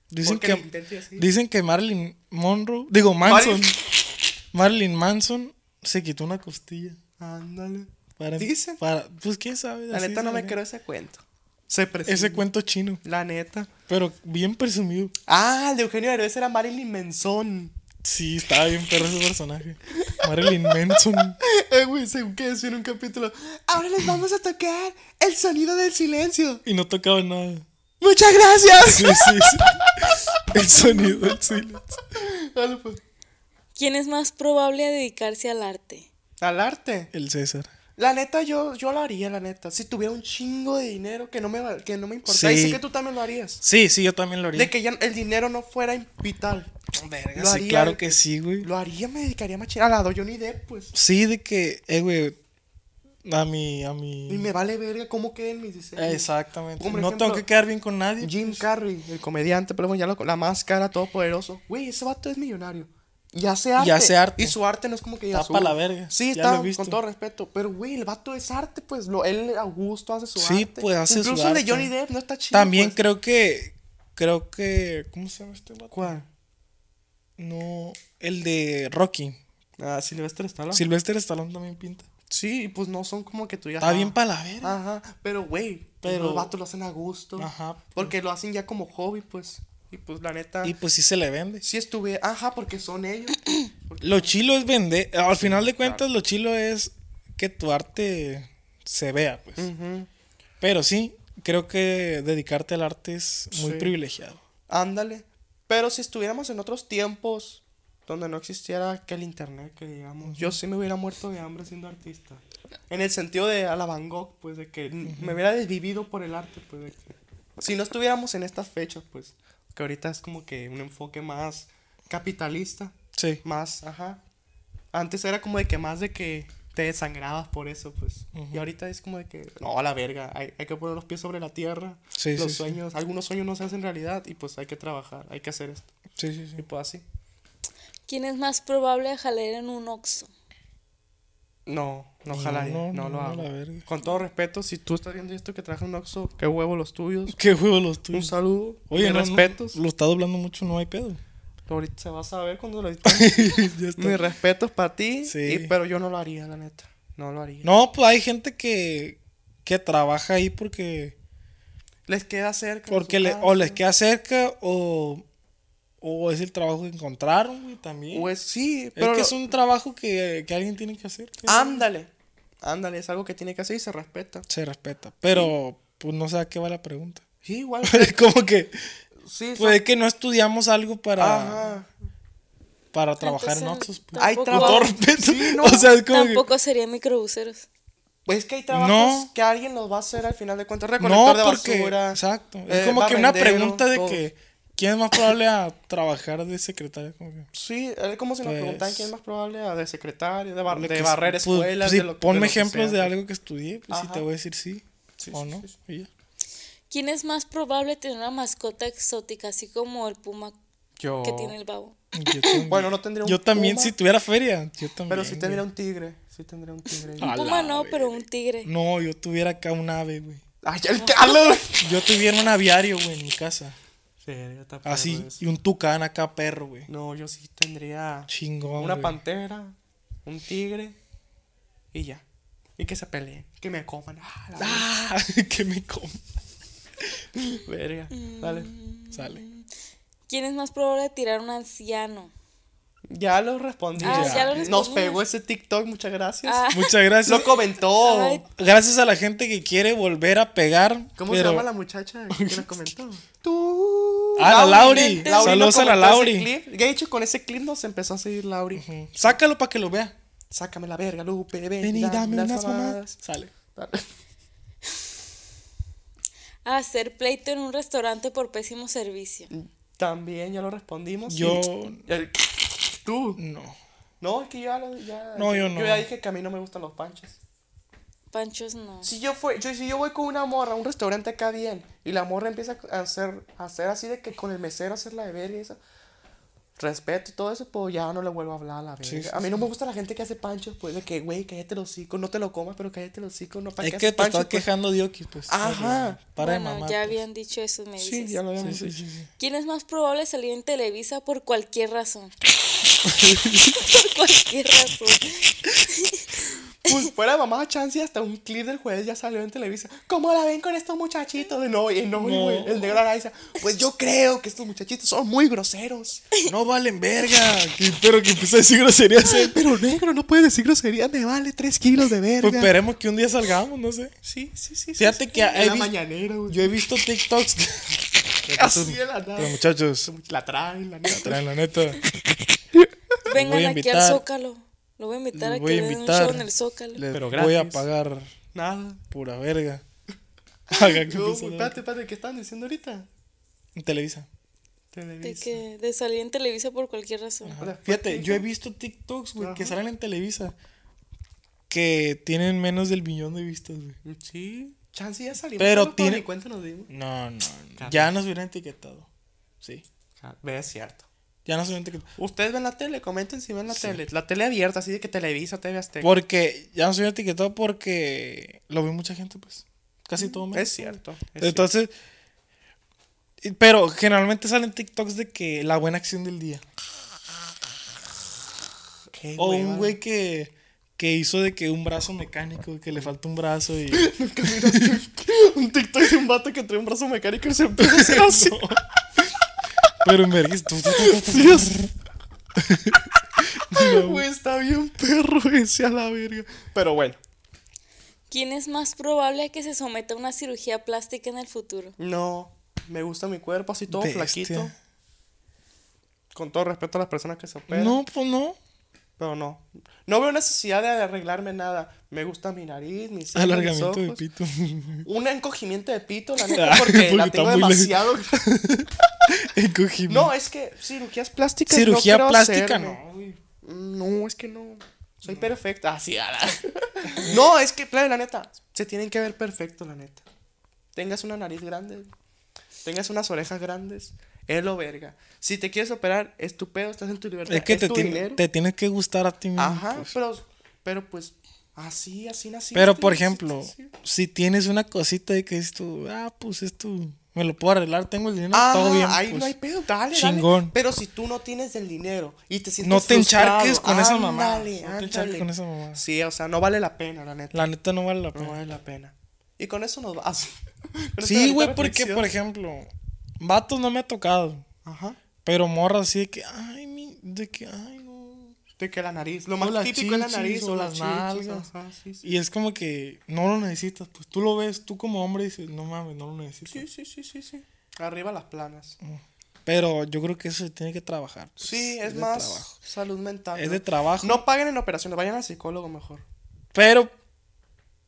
Dicen Porque lo que, intenté así. dicen que Marilyn Monroe, digo Manson, Marilyn- Marilyn Manson se quitó una costilla. Ándale. Para, Dicen. Para, pues quién sabe. La así neta no sabe. me creo ese cuento. Se presume. Ese cuento chino, La neta. pero bien presumido. Ah, el de Eugenio Derbez era Marilyn Menzón. Sí, estaba bien perro ese personaje. Marilyn Manson. Eh, güey, según que decía en un capítulo. Ahora les vamos a tocar el sonido del silencio. Y no tocaba nada. ¡Muchas gracias! Sí, sí, sí. El sonido del silencio. Dale, pues. ¿Quién es más probable a dedicarse al arte? Al arte. El César. La neta, yo, yo lo haría, la neta. Si tuviera un chingo de dinero que no me, val- que no me importa. Y Sí. sé que tú también lo harías. Sí, sí, yo también lo haría. Oh, De que ya el dinero no fuera vital. Verga, lo sí, haría. claro que sí, güey. Lo haría, me dedicaría más chingada. A la Johnny Depp, pues. Sí, de que, eh, güey, a mi, a Y mi... me vale verga cómo queden mis diseños. Exactamente. Como por no ejemplo, tengo que quedar bien con nadie. Jim Carrey, el comediante, pero bueno, ya lo- la máscara, todopoderoso. Güey, ese vato es millonario. Y hace arte. Y hace arte. Y su arte no es como que digas, Está pa' "Uy". la verga. Sí, Ya está, lo he visto. con todo respeto. Pero, güey, el vato es arte, pues. Lo, él a gusto hace su Sí, arte. pues, hace su Incluso el arte. de Johnny Depp no está chido. También pues. creo que, creo que, ¿cómo se llama este vato? ¿Cuál? No, el de Rocky. Ah, Silvestre está Sí. Sylvester Stallone también pinta. sí, pues no son como que tú ya. Está bien para la verga. Ajá, pero güey, Pero- pero los vatos lo hacen a gusto. Ajá. pues. Porque lo hacen ya como hobby, pues. Y pues la neta, Y pues sí se le vende. si estuve, ajá, porque son ellos. Porque- Lo chilo es vender. Al final de cuentas, lo chilo es que tu arte se vea, pues. Ujú. Pero sí, creo que dedicarte al arte es muy Sí. privilegiado. Ándale. Pero si estuviéramos en otros tiempos donde no existiera que el internet, que digamos, yo sí me hubiera muerto de hambre siendo artista. En el sentido de a la Van Gogh, pues de que me hubiera desvivido por el arte, pues de que. Si no estuviéramos en estas fechas, pues. Que ahorita es como que un enfoque más capitalista. Sí. más, ajá, Antes era como de que más de que te desangrabas por eso, pues. Y ahorita es como de que, no, a la verga, hay, hay que poner los pies sobre la tierra. Sí, sí, los sí. sueños, algunos sueños no se hacen realidad y pues hay que trabajar, hay que hacer esto. Sí, sí, sí. Y pues así. ¿Quién es más probable de jalar en un oxo? No, no No, ojalá, no, no, no, lo a hago. la verga. Con todo respeto, si tú estás viendo esto que traje un Oxxo, qué huevo los tuyos. Qué huevo los Un tuyos. saludo. Oye, mis no, no, respetos. lo está doblando mucho, no hay pedo. Ahorita se va a saber cuando lo editemos. Ya está. Mis respetos para ti, Sí. y- pero yo no lo haría, la neta. No lo haría. No, pues hay gente que, que trabaja ahí porque, Les queda cerca. en porque su le- casa. o les queda cerca o, o es el trabajo que encontraron, güey, también. Pues sí, es pero. que lo- es un trabajo que, que alguien tiene que hacer. pues. que Ándale. Ándale, es algo que tiene que hacer y se respeta. Se respeta, pero pues no sé a qué va la pregunta. Sí, igual. Como que, Sí, son- pues es que no estudiamos algo para, Ajá. para trabajar en Entonces, Oxxos. pues. Hay Tampoco- Con trabajo. todo respeto. Sí, no. o sea, es como que- Tampoco sería microbuseros. Pues es que hay trabajos No. que alguien los va a hacer al final de cuentas. No, Recolector de porque. basura. Exacto. eh, es como que una barrendero, pregunta de todo. que. ¿Quién es más probable a trabajar de secretario? Como que- Sí, es como si nos Pues- preguntaran quién es más probable a de secretario, de, bar- Ponle Ah, de que- barrer pues, escuelas. sí, de lo- de ponme lo que ejemplos sea. de algo que estudié, pues sí Ajá. te voy a decir sí. Sí, o sí, no. sí, sí. y ya. ¿Quién es más probable tener una mascota exótica, así como el puma Yo. que tiene el babo? Yo también. Bueno, no tendría un Yo también, puma. si tuviera feria. Yo también. Pero sí tendría güey. un tigre. Sí tendría un tigre. A Un la puma no, verga. pero un tigre. No, yo tuviera acá un ave, güey. ¡Ay, el Carlos! Yo tuviera un aviario, güey, en mi casa. Ah, Sí, está perro Así. eso. Y un tucán acá, perro, güey. No, yo sí tendría Chingón. una güey. pantera, un tigre y ya. Y que se peleen, que me coman. Ah, la Ah, que me coma. verga. Mm. Dale. Sale. ¿Quién es más probable de tirar a un anciano? Ya lo respondí. Ah, ya lo Nos respondimos. pegó ese TikTok, muchas gracias. Ah. Muchas gracias. Lo comentó. Ay. Gracias a la gente que quiere volver a pegar. ¿Cómo se pero- llama la muchacha que nos comentó? Tú. Ah, la Lauri. nos Saludos a la comentó ese Lauri. clip. De hecho, con ese clip nos empezó a seguir Lauri. Ujú. Sácalo para que lo vea. Sácame la verga, Lupe. Ven, Ven y dame las unas mamadas. mamadas. Sale. Hacer pleito en un restaurante por pésimo servicio. También ya lo respondimos. Yo. Y el- Tú. No. No, es que yo ya, lo- ya- No, yo no. ya dije que a mí no me gustan los panchos. Panchos no. Si yo, fue, yo, si yo voy con una morra a un restaurante acá bien y la morra empieza a hacer, a hacer así de que con el mesero hacer la de verga y eso, respeto y todo eso, pues ya no le vuelvo a hablar a la verga. Sí, sí, a mí no me gusta la gente que hace panchos, pues de que, güey, cállate los hocico, no te lo comas, pero cállate los hocico, no para Es que te panchos, estás pues? quejando de Oki, pues. Ajá. Sorry, Para bueno, de mamar. ya pues. habían dicho eso, me Sí, dices. ya lo habíamos Sí, dicho. sí, sí. ¿Quién es más probable salir en Televisa por cualquier razón? por cualquier razón. Pues fuera de mamá, chance, hasta un clip del jueves ya salió en Televisa. ¿Cómo la ven con estos muchachitos? De no, eh, no, güey. El negro Araiza. Pues yo creo que estos muchachitos son muy groseros. No valen verga. que- Pero que pues, empieza a decir groserías. eh. Pero negro, no puede decir grosería, me vale 3 kilos de verga. Pues esperemos que un día salgamos, no sé. sí, sí, sí. Fíjate que he en la vis- mañanera, güey. Yo he visto TikToks. que- Así de la nada. Los muchachos. La traen, la neta. Traen la neta. Vengan voy a aquí invitar. al Zócalo. Lo voy a invitar Les a voy a que den un show invitar. en el Zócalo. Les Pero voy a gratis. pagar Nada. pura verga. Haga que Yo, güey, empiece a hablar. espérate, espérate, ¿qué están diciendo ahorita? En Televisa. De Televisa. que de salir en Televisa por cualquier razón. O sea, Fíjate, yo he visto TikToks, güey, que Ajá. salen en Televisa. Que tienen menos del millón de vistas, güey. Sí. Chance ya salimos. Pero no nos tiene- ni cuenta nos dimos. No, no, no. Carlos. Ya nos hubieran etiquetado. Sí. Ah, ve, Es cierto. Ya nos hubieran etiquetado. Ustedes ven la tele, comenten si ven la tele. La tele abierta, así de que Televisa, TV Azteca. Porque ya nos hubieran etiquetado porque lo ve mucha gente, pues. Casi todo México, Mm, Es cierto. es Entonces. y- Pero generalmente salen TikToks de que la buena acción del día. cierto. Qué O hueva. un güey que, que hizo de que un brazo mecánico, que le falta un brazo y. un TikTok de un vato que trae un brazo mecánico y se empieza a hacer así. Pero en vergüenza. tu, tu, tu, tu, tu. Güey, está bien perro ese a la verga. Pero bueno. ¿Quién es más probable que se someta a una cirugía plástica en el futuro? No, me gusta mi cuerpo así todo Bestia. flaquito. Con todo respeto a las personas que se operan. No, pues no. Pero no. No veo necesidad de arreglarme nada. Me gusta mi nariz, mis cejas, mis Alargamiento ojos. de pito. Un encogimiento de pito, la Ah, neta, porque porque la está tengo muy lejos. demasiado. Encogimiento. No, es que cirugías plásticas. no Cirugía quiero plástica, hacerme. no. güey. No, es que no. Soy perfecta. Así, a la- No, es que, claro, la neta. Se tienen que ver perfecto, la neta. Tengas una nariz grande. Tengas unas orejas grandes. Es lo verga. Si te quieres operar, es tu pedo, estás en tu libertad. Es que te, tu tiene- dinero. te tienes que gustar a ti mismo. Ajá, pues. pero, pero pues, así, así nací. Pero, por ejemplo, si tienes una cosita de que es tu, ah, pues esto, me lo puedo arreglar, tengo el dinero, Ah, todo bien. ahí pues. no hay pedo, dale, Chingón. dale. Pero si tú no tienes el dinero y te sientes No te frustrado, encharques con esa ándale, mamada. No te ándale. encharques con esa mamada. Sí, o sea, no vale la pena, la neta. La neta no vale la No pena. vale la pena. Y con eso nos vas. sí, güey, porque, por ejemplo, vatos no me ha tocado. Ajá. Pero morra así de que, ay, mi, de que, ay, no. De que la nariz, lo O más las típico es la chichis, nariz o las chichis, nalgas. ajá, sí, sí. Y es como que no lo necesitas. Pues tú lo ves, tú como hombre dices, no mames, no lo necesitas. Sí, sí, sí, sí, sí. Arriba las planas. Pero yo creo que eso se tiene que trabajar. Mm, pues, Sí, es, de más trabajo. salud mental. Es ¿no? de trabajo. No paguen en operaciones, vayan al psicólogo mejor. Pero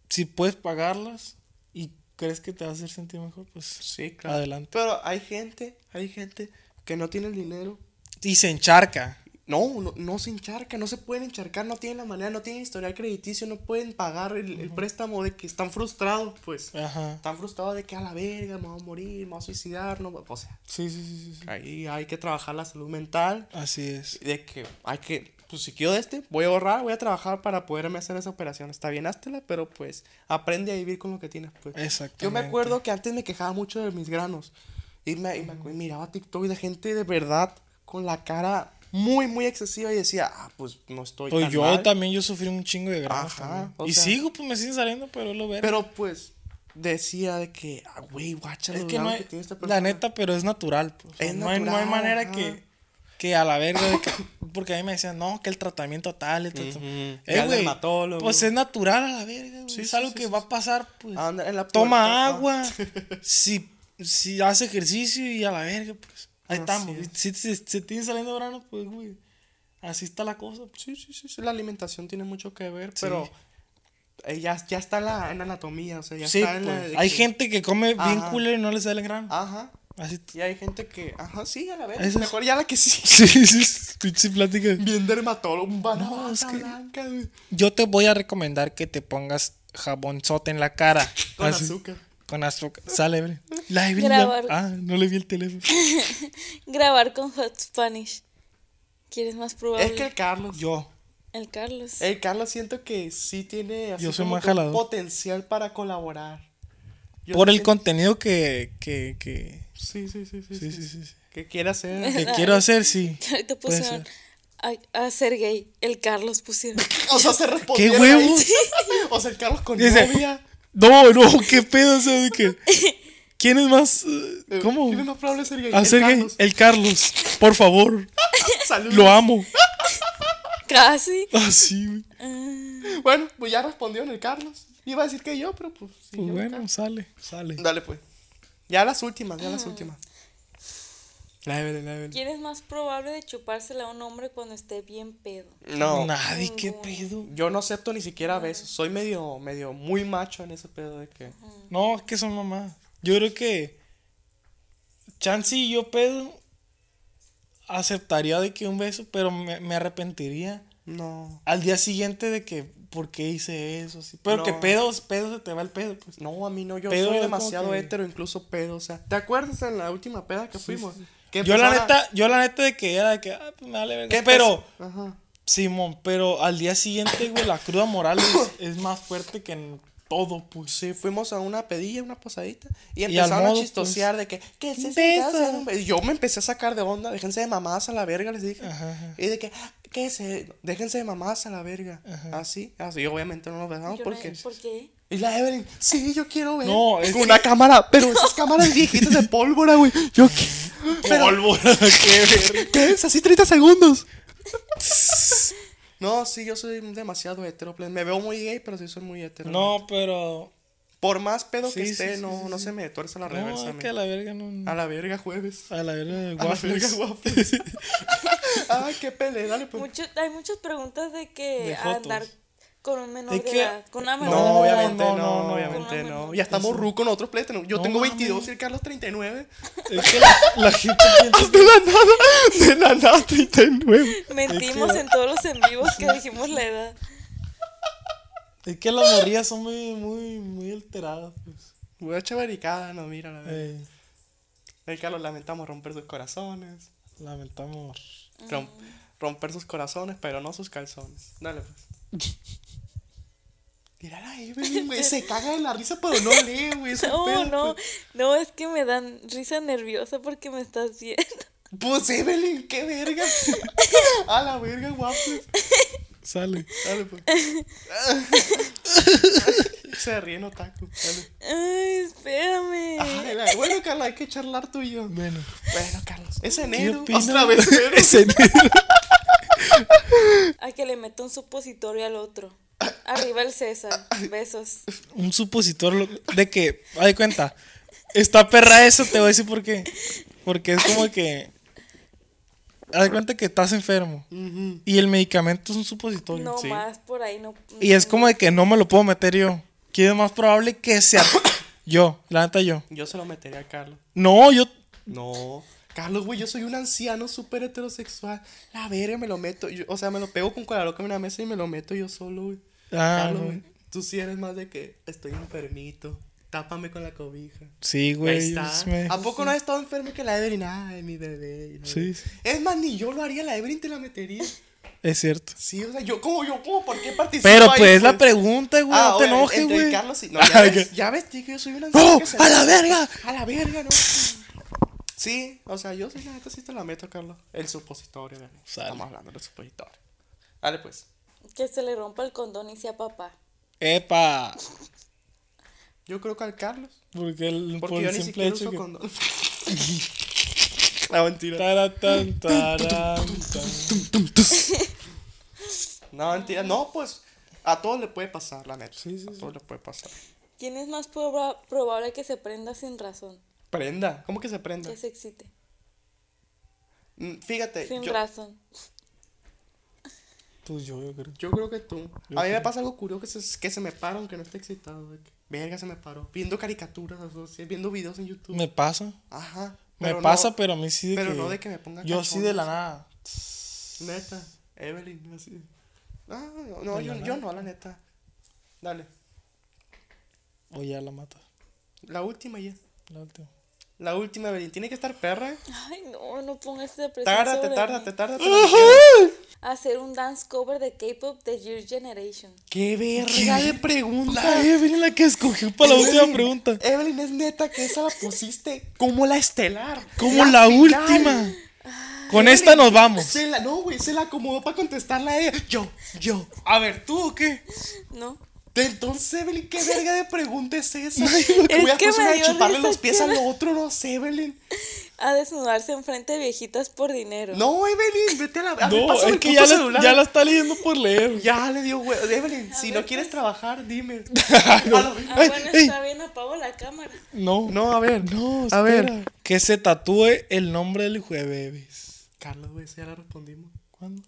si puedes pagarlas y crees que te va a hacer sentir mejor, pues Sí, claro. adelante. Pero hay gente, hay gente que no tiene el dinero. Y se encharca. No, no, no se encharca, no se pueden encharcar, no tienen la manera, no tienen historial crediticio, no pueden pagar el, el préstamo de que están frustrados, pues. Ajá. Están frustrados de que a la verga me voy a morir, me voy a suicidar, no, o sea, Sí, sí, sí, sí, sí. ahí hay que trabajar la salud mental, Así es. de que hay que, pues si quiero de este, voy a ahorrar, voy a trabajar para poderme hacer esa operación. Está bien, háztela, pero pues aprende a vivir con lo que tienes, pues. Exactamente. Yo me acuerdo que antes me quejaba mucho de mis granos. Y, me, y me acu- y miraba TikTok de gente de verdad con la cara muy, muy excesiva y decía, ah, pues no estoy Pues tan yo mal". también, yo sufrí un chingo de granos Ajá, también. o Y sea- sigo, pues me siguen saliendo, pero es lo ver. Pero pues decía de que, ah, güey, guacha es los que no granos hay, que tiene esta la persona". neta, pero es natural. pues. Es no, hay, no hay natural, manera ajá. que, que a la verga. de que- porque a mí me decían, no, que el tratamiento tal, el tratamiento. Ujú, Eh, ya el güey, dermatólogo. Pues es natural a la verga. güey, Sí, es sí, algo sí, que sí, va a pasar. Pues. Anda en la Toma puerta, agua. si, si hace ejercicio y a la verga, pues. Ahí Así estamos. es. Si se tiene saliendo granos, pues, güey. Así está la cosa. pues. Sí, sí, sí, sí, la alimentación tiene mucho que ver, pero eh, ya, ya está en la, en anatomía, o sea, ya Sí, está en la... pues, de Hay que- gente que come bien Ajá. culero y no le sale grano. Ajá, Así. t- y hay gente que, ajá, sí, a la vez, Eso es- mejor ya la que sí. Sí, sí, sí, pinche plática. Bien dermatólogo, un banda No, es que- blanca, güey. Yo te voy a recomendar que te pongas jabonzote en la cara. Con Así, azúcar. Con azúcar. Sale, Evelyn. La Evelyn Grabar. ya- Ah, no le vi el teléfono. Grabar con Hot Spanish. ¿Quién es más probable? Es que el Carlos. Yo. El Carlos. El Carlos siento que sí tiene así Yo soy como más que un jalador. potencial para colaborar. Yo Por el siento- contenido que, que, que, Sí, sí, sí, sí. sí, sí, sí, sí, sí. Que quiere hacer. que quiero hacer, sí. Ahorita Puede pusieron ser. a, a ser gay. El Carlos pusieron. o sea, se respondió. huevo? O sea, el Carlos con Dice, novia. No, no, qué pedo, o sea, de que- ¿Quién es más? eh, ¿Cómo? ¿Quién es más probable ser gay? El Hacer gay. Carlos. El Carlos. Por favor. Saludos. Lo amo. Casi. Así, güey. Bueno, pues ya respondió en el Carlos. Iba a decir que yo, pero pues. sí, Pues yo, bueno, sale, sale. Carlos. Dale, pues. Ya las últimas, ya las Ah. últimas. La Evelyn, la Evelyn. ¿Quién es más probable de chupársela a un hombre cuando esté bien pedo? No. Nadie, qué pedo. Yo no acepto ni siquiera besos. Soy medio, medio, muy macho en ese pedo de que. No, es que son mamás. Yo creo que Chance y yo pedo aceptaría de que un beso, pero me, me arrepentiría No. al día siguiente de que por qué hice eso, sí. Pero No. que pedos, pedos se te va el pedo, pues. No, a mí no, yo Pedo soy es demasiado como que- hétero, incluso pedo, o sea. ¿Te acuerdas en la última peda que fuimos? Que Yo la empezó a- neta, yo la neta de que era de que ah, pues me vale verga. que empezó- Pero Ajá. Simón, pero al día siguiente, güey, la cruda moral es, es más fuerte que en todo, pues. Sí, fuimos a una pedilla, una posadita, y al empezaron modo, a chistosear de que, ¿qué se Beso. hacer un beso? Y Yo me empecé a sacar de onda, déjense de mamadas a la verga, les dije. Ajá, ajá. Y de que, ¿qué se? Déjense de mamadas a la verga. Ajá. Así, así, obviamente no nos besamos Yo no- porque. ¿Por qué? Y la Evelyn, sí, yo quiero ver. No, es Con una cámara, pero esas cámaras viejitas de pólvora, güey. Yo qui- pero, Pólvora, qué verga. ¿Qué es? Así 30 segundos. no, sí, yo soy demasiado hetero. pues, Me veo muy gay, pero sí soy muy hetero. No, pero. Por más pedo que Sí, esté, sí, no, sí, sí, no sí. se me tuerce la reversa. No, a es mí. que a la verga no. A la verga, jueves. A la verga, A Ah, la verga, waffles. waffles. Ay, qué pele, dale, pues. Mucho- hay muchas preguntas de que De andar jotos. con un menor ¿De de, qué? edad, con una No, menor de No, edad. obviamente no, no, no, no. obviamente No, no. no, Ya estamos rucos nosotros, plátanos. Yo No tengo mames. 22 y el Carlos 39. Es que la, la gente piensa Pues, De la nada, de la nada, 39. Mentimos en todos los en vivos que dijimos la edad. es que las morrillas son muy, muy, muy alteradas. Pues. Güey, chavaricada, no, mira la verdad. Eh, El Carlos lamentamos romper sus corazones. lamentamos. Rom- romper sus corazones, pero no sus calzones. Dale, pues. Mírala ahí, güey, güey. Se caga de la risa, pero no lee, güey. es un No, pedo, Oh, no, Pues, no, es que me dan risa nerviosa porque me estás viendo. Pues, Evelyn, qué verga. A la verga, waffles. Sale. Dale, pues. Se ríen otaku. Dale. Ay, espérame. Ay, la- bueno, Carlos, hay que charlar tú y yo. Bueno. Bueno, Carlos. Es ¿Qué enero. opinas? Otra vez enero. Es enero. A que le meto un supositorio al otro. Arriba el César. Besos. Un supositor lo- de que, haz de cuenta, está perra eso, te voy a decir por qué. Porque es como que, haz de cuenta que estás enfermo. Ujú. Y el medicamento es un supositorio. No sí. más por ahí no. Y es como de que no me lo puedo meter yo. ¿Quién es más probable que sea yo? La neta, yo. Yo se lo metería a Carlos. No, yo. No. Carlos, güey, yo soy un anciano súper heterosexual. La verga, me lo meto. yo- o sea, me lo pego con cola loca en una mesa y me lo meto yo solo, güey. Ah, Carlos, güey. güey, tú sí eres más de que estoy enfermito. Tápame con la cobija. Sí, Ahí güey. está. Ah, es- me- ¿A poco no has estado enfermo que la Evelyn? Ay, mi bebé. y no- Sí, sí. Es más, ni yo lo haría, la Evelyn te la metería. Es cierto. Sí, o sea, yo como, yo como, ¿por qué participo Pero ahí, pues es la pues? pregunta, güey. Ah, no te obviamente, enojes, entre güey. Carlos y- no, Ah, ya, ves, que- ya ves, tío, que yo soy un anciano. ¡No! que se- ¡A la verga! A la verga, ¿no? Sí, o sea, yo soy la neta, sí te la meto, Carlos. El supositorio, güey. Sale. Estamos hablando del supositorio. Dale, pues. Que se le rompa el condón y sea papá. ¡Epa! Yo creo que al Carlos. Porque el, Porque por yo el ni simple siquiera hecho uso que. condón. La mentira. Taratán, tarán, tan. No, mentira. No, pues a todos le puede pasar, la neta. Sí, sí, a sí. todos le puede pasar. ¿Quién es más proba- probable que se prenda sin razón? Prenda. ¿Cómo que se prenda? Que se excite. Mm, Fíjate. Sin yo- razón. Pues yo, yo creo. Yo creo que tú. Yo a mí me creo. pasa algo curioso que se, que se me para aunque no esté excitado. de que, verga, se me paró. Viendo caricaturas, o sea, viendo videos en YouTube. Me pasa. Ajá. Me pero pasa, no, pero a mí sí de pero que. no de que me ponga Yo sí de la cachondas. nada. Neta. Evelyn, así. Ah, no, no, De yo, la yo nada. no, la neta. Dale. O ya la mata. La última ya. La última. La última, Evelyn. Tiene que estar perra. eh. Ay, no, no pongas esa presión. Tárdate, sobre tárdate, mí. tárdate. lo que quieras. Hacer un dance cover de K-pop de Your Generation. ¡Qué verga de pregunta! La Evelyn la que escogió para la última Evelyn, pregunta. Evelyn, es neta que esa la pusiste como la estelar. Como la final. última. Con esta nos vamos. Se la, no, güey, se la acomodó para contestarla a ella. Yo, yo. A ver, ¿tú o qué? ¿No? Entonces, Evelyn, ¿qué verga de pregunta es esa? Es Voy a que cosa me de dio chuparle risa los pies que al era- otro, no sé, Evelyn. A desnudarse enfrente de viejitas por dinero. No, Evelyn, vete a la. A ver, No, pásame es el que puto ya la, celular. ya la está leyendo por leer. Ya le dio, güey. Evelyn, si no ver, quieres pues. trabajar, dime. A la- Ah, Ay, bueno, ey. está bien, apago la cámara. No. No, a ver, No, A ver. espera. Que se tatúe el nombre del jueves. Carlos, güey, esa ya la respondimos. ¿Cuándo?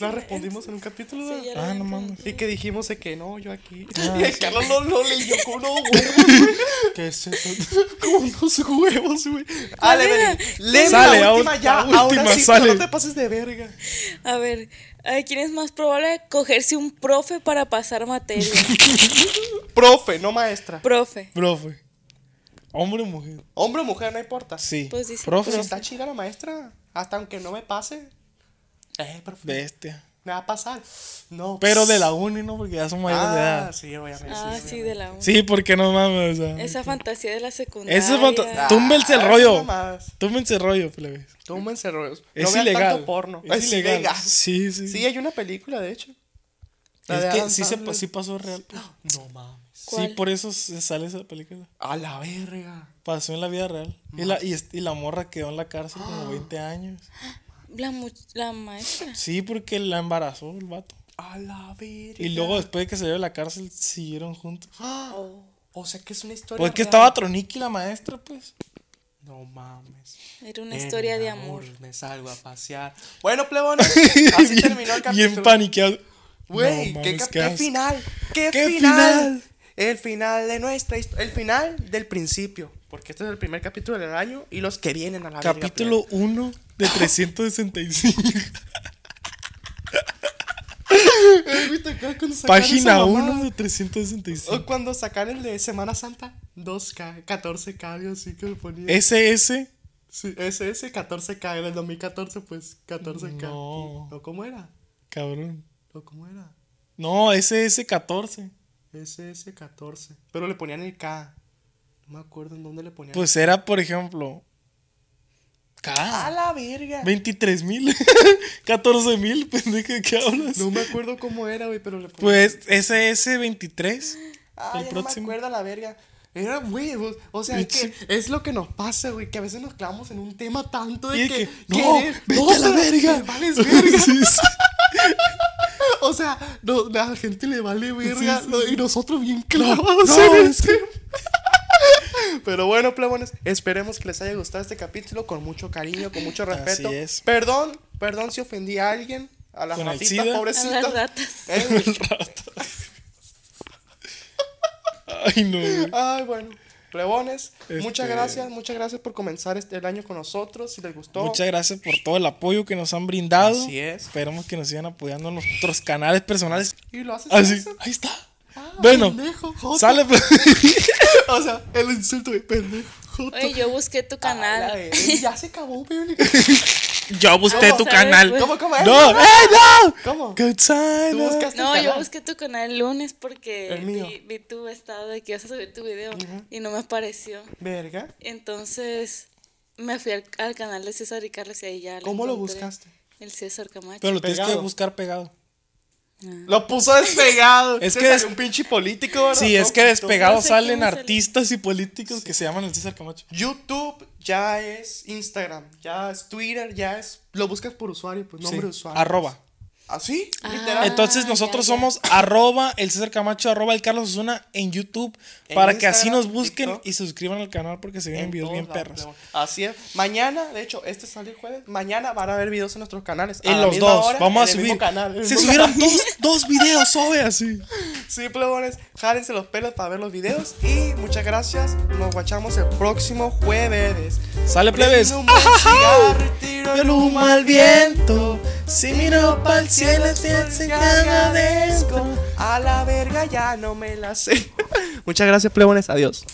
La respondimos en un capítulo, Sí, ¿verdad? ya Ah, la no vi mames. como- Y que dijimos de que no, yo aquí. Ah, y el sí. Carlos no lo leyó con unos huevos, Que se güey, con unos huevos, güey. ¿Cuál Ale, era? Evelyn, léeme Sale, la ahora- última ya. la ahora última, sí, sale. pero no te pases de verga. A ver, ay, ¿quién es más probable cogerse un profe para pasar materia? Profe, no maestra. profe. Profe. Hombre o mujer. Hombre o mujer, no importa. Sí. Pues dice- Profe. Pues está chida la maestra. Hasta aunque no me pase. Eh, profe. Bestia. Me va a pasar. No. Pero de la uni, ¿no? Porque ya son mayores de Ah, edad. sí, obviamente. Ah, sí, de la U. Sí, porque no mames. O sea. Esa fantasía de la secundaria. Ah. Eso es fanta- Túmbense el rollo. Más. Tómense rollo, plebes. Túmense rollos. Es no vean ilegal. tanto porno. Es, ilegal. Sí, sí. Sí, hay una película, de hecho. La de es que Adam sí, se, Sandler. sí pasó real. pues. No mames. ¿Cuál? Sí, por eso se sale esa película. A la verga. Pasó en la vida real. Y la, y, est- y la morra quedó en la cárcel Ah. como 20 años. La, mu- la maestra. Sí, porque la embarazó el vato. A la verga. Y luego después de que salió de la cárcel siguieron juntos. Ah, Oh, O sea que es una historia. Pues es que real. estaba Troniki la maestra, pues. No mames. era una En historia de amor. Me salgo a pasear. Bueno, plebones. Así terminó el capítulo. Bien paniqueado. Güey, No ¿qué, mames, cap- qué qué asco. final? ¿Qué, ¿Qué final? final? El final de nuestra historia. El final del principio. Porque este es el primer capítulo del año y los que vienen a la verga Capítulo 1 de 365. primero. Güey, ¿te acuerdas cuando sacaron Página esa mamada? 1 de O 365. cuando sacaron el de Semana Santa, 2K, 14K, yo sí que le ponía. SS. Sí, SS, 14K, era el 2014, pues 14K. No. ¿O cómo era? Cabrón. ¿O cómo era? No, SS14. SS, 14. Pero le ponían el K. No me acuerdo en dónde le ponían. Pues era, por ejemplo. ¡A K. la verga! 23 mil. 14 mil, pendejo, ¿de qué hablas? No me acuerdo cómo era, güey, pero le ponían. Pues SS23. Ah, ya no el me próximo. acuerdo a la verga. Era, güey, o- o sea, es que es lo que nos pasa, güey, que a veces nos clavamos en un tema tanto de Y que, que, no, vete a la te- verga. te vales verga. Sí, sí. O sea, no, a la gente le vale verga sí, lo- y nosotros bien clavados no, en es el tema. Pero bueno, plebones, esperemos que les haya gustado este capítulo con mucho cariño, con mucho respeto. Así es. Perdón, perdón si ofendí a alguien, a las Con el ratitas, SIDA. pobrecitas. A las ratas. Eh, güey. Ay, no. güey. Ay, bueno. Plebones, muchas Este- gracias, muchas gracias por comenzar este, el año con nosotros. Si les gustó, Muchas gracias por todo el apoyo que nos han brindado. Así es. Esperemos que nos sigan apoyando en nuestros canales personales. y lo haces Así, eso. ahí está. Ah, Ah, bueno, pendejo, joto. Sale. pues. O sea, el insulto de pendejo. joto. Oye, yo busqué tu A la canal. vez, ya se acabó, güey. Yo busqué tu ¿Cómo sabes, canal. güey? ¿Cómo, cómo es? No, ¡eh, no! ¿Cómo? Good sign Pues, Tú up. buscaste No, el yo canal. busqué tu canal el lunes porque El mío. vi, vi tu estado de que ibas a subir tu video y no me apareció. Verga. Entonces me fui al, al canal de César y Carlos y ahí ya. ¿Cómo lo encontré. buscaste? El César Camacho. Ah. Pero lo tienes que Pegado. buscar pegado. Lo puso despegado. Es Se que salió des- un pinche político, ¿verdad? Sí, es que despegado no sé salen quién es el- artistas y políticos que se llaman el César Camacho. YouTube ya es Instagram, ya es Twitter, ya es. Lo buscas por usuario, pues nombre Sí, de usuario. Arroba. ¿Así? Ah, Literal. Entonces nosotros ya, ya. somos arroba el César Camacho, arroba el Carlos Osuna en YouTube En para que así Instagram, nos busquen TikTok. y se suscriban al canal porque se vienen En videos todos bien lados, perros. plebón. Así es. Mañana, de hecho, este sale el jueves. Mañana van a haber videos en nuestros canales. a En la los misma dos, hora, vamos en a el mismo subir. canal, en el se mismo subieron dos, dos videos, sobe así. canal. Sí, plebones. Jálense los pelos para ver los videos. Y muchas gracias. Nos guachamos el próximo jueves. Sale plebes. Prendo un buen cigarro y tiro el humo al viento. Si miro pa'l cielo, pienso en que agradezco. A la verga ya no me la sé. Muchas gracias, plebones. Adiós.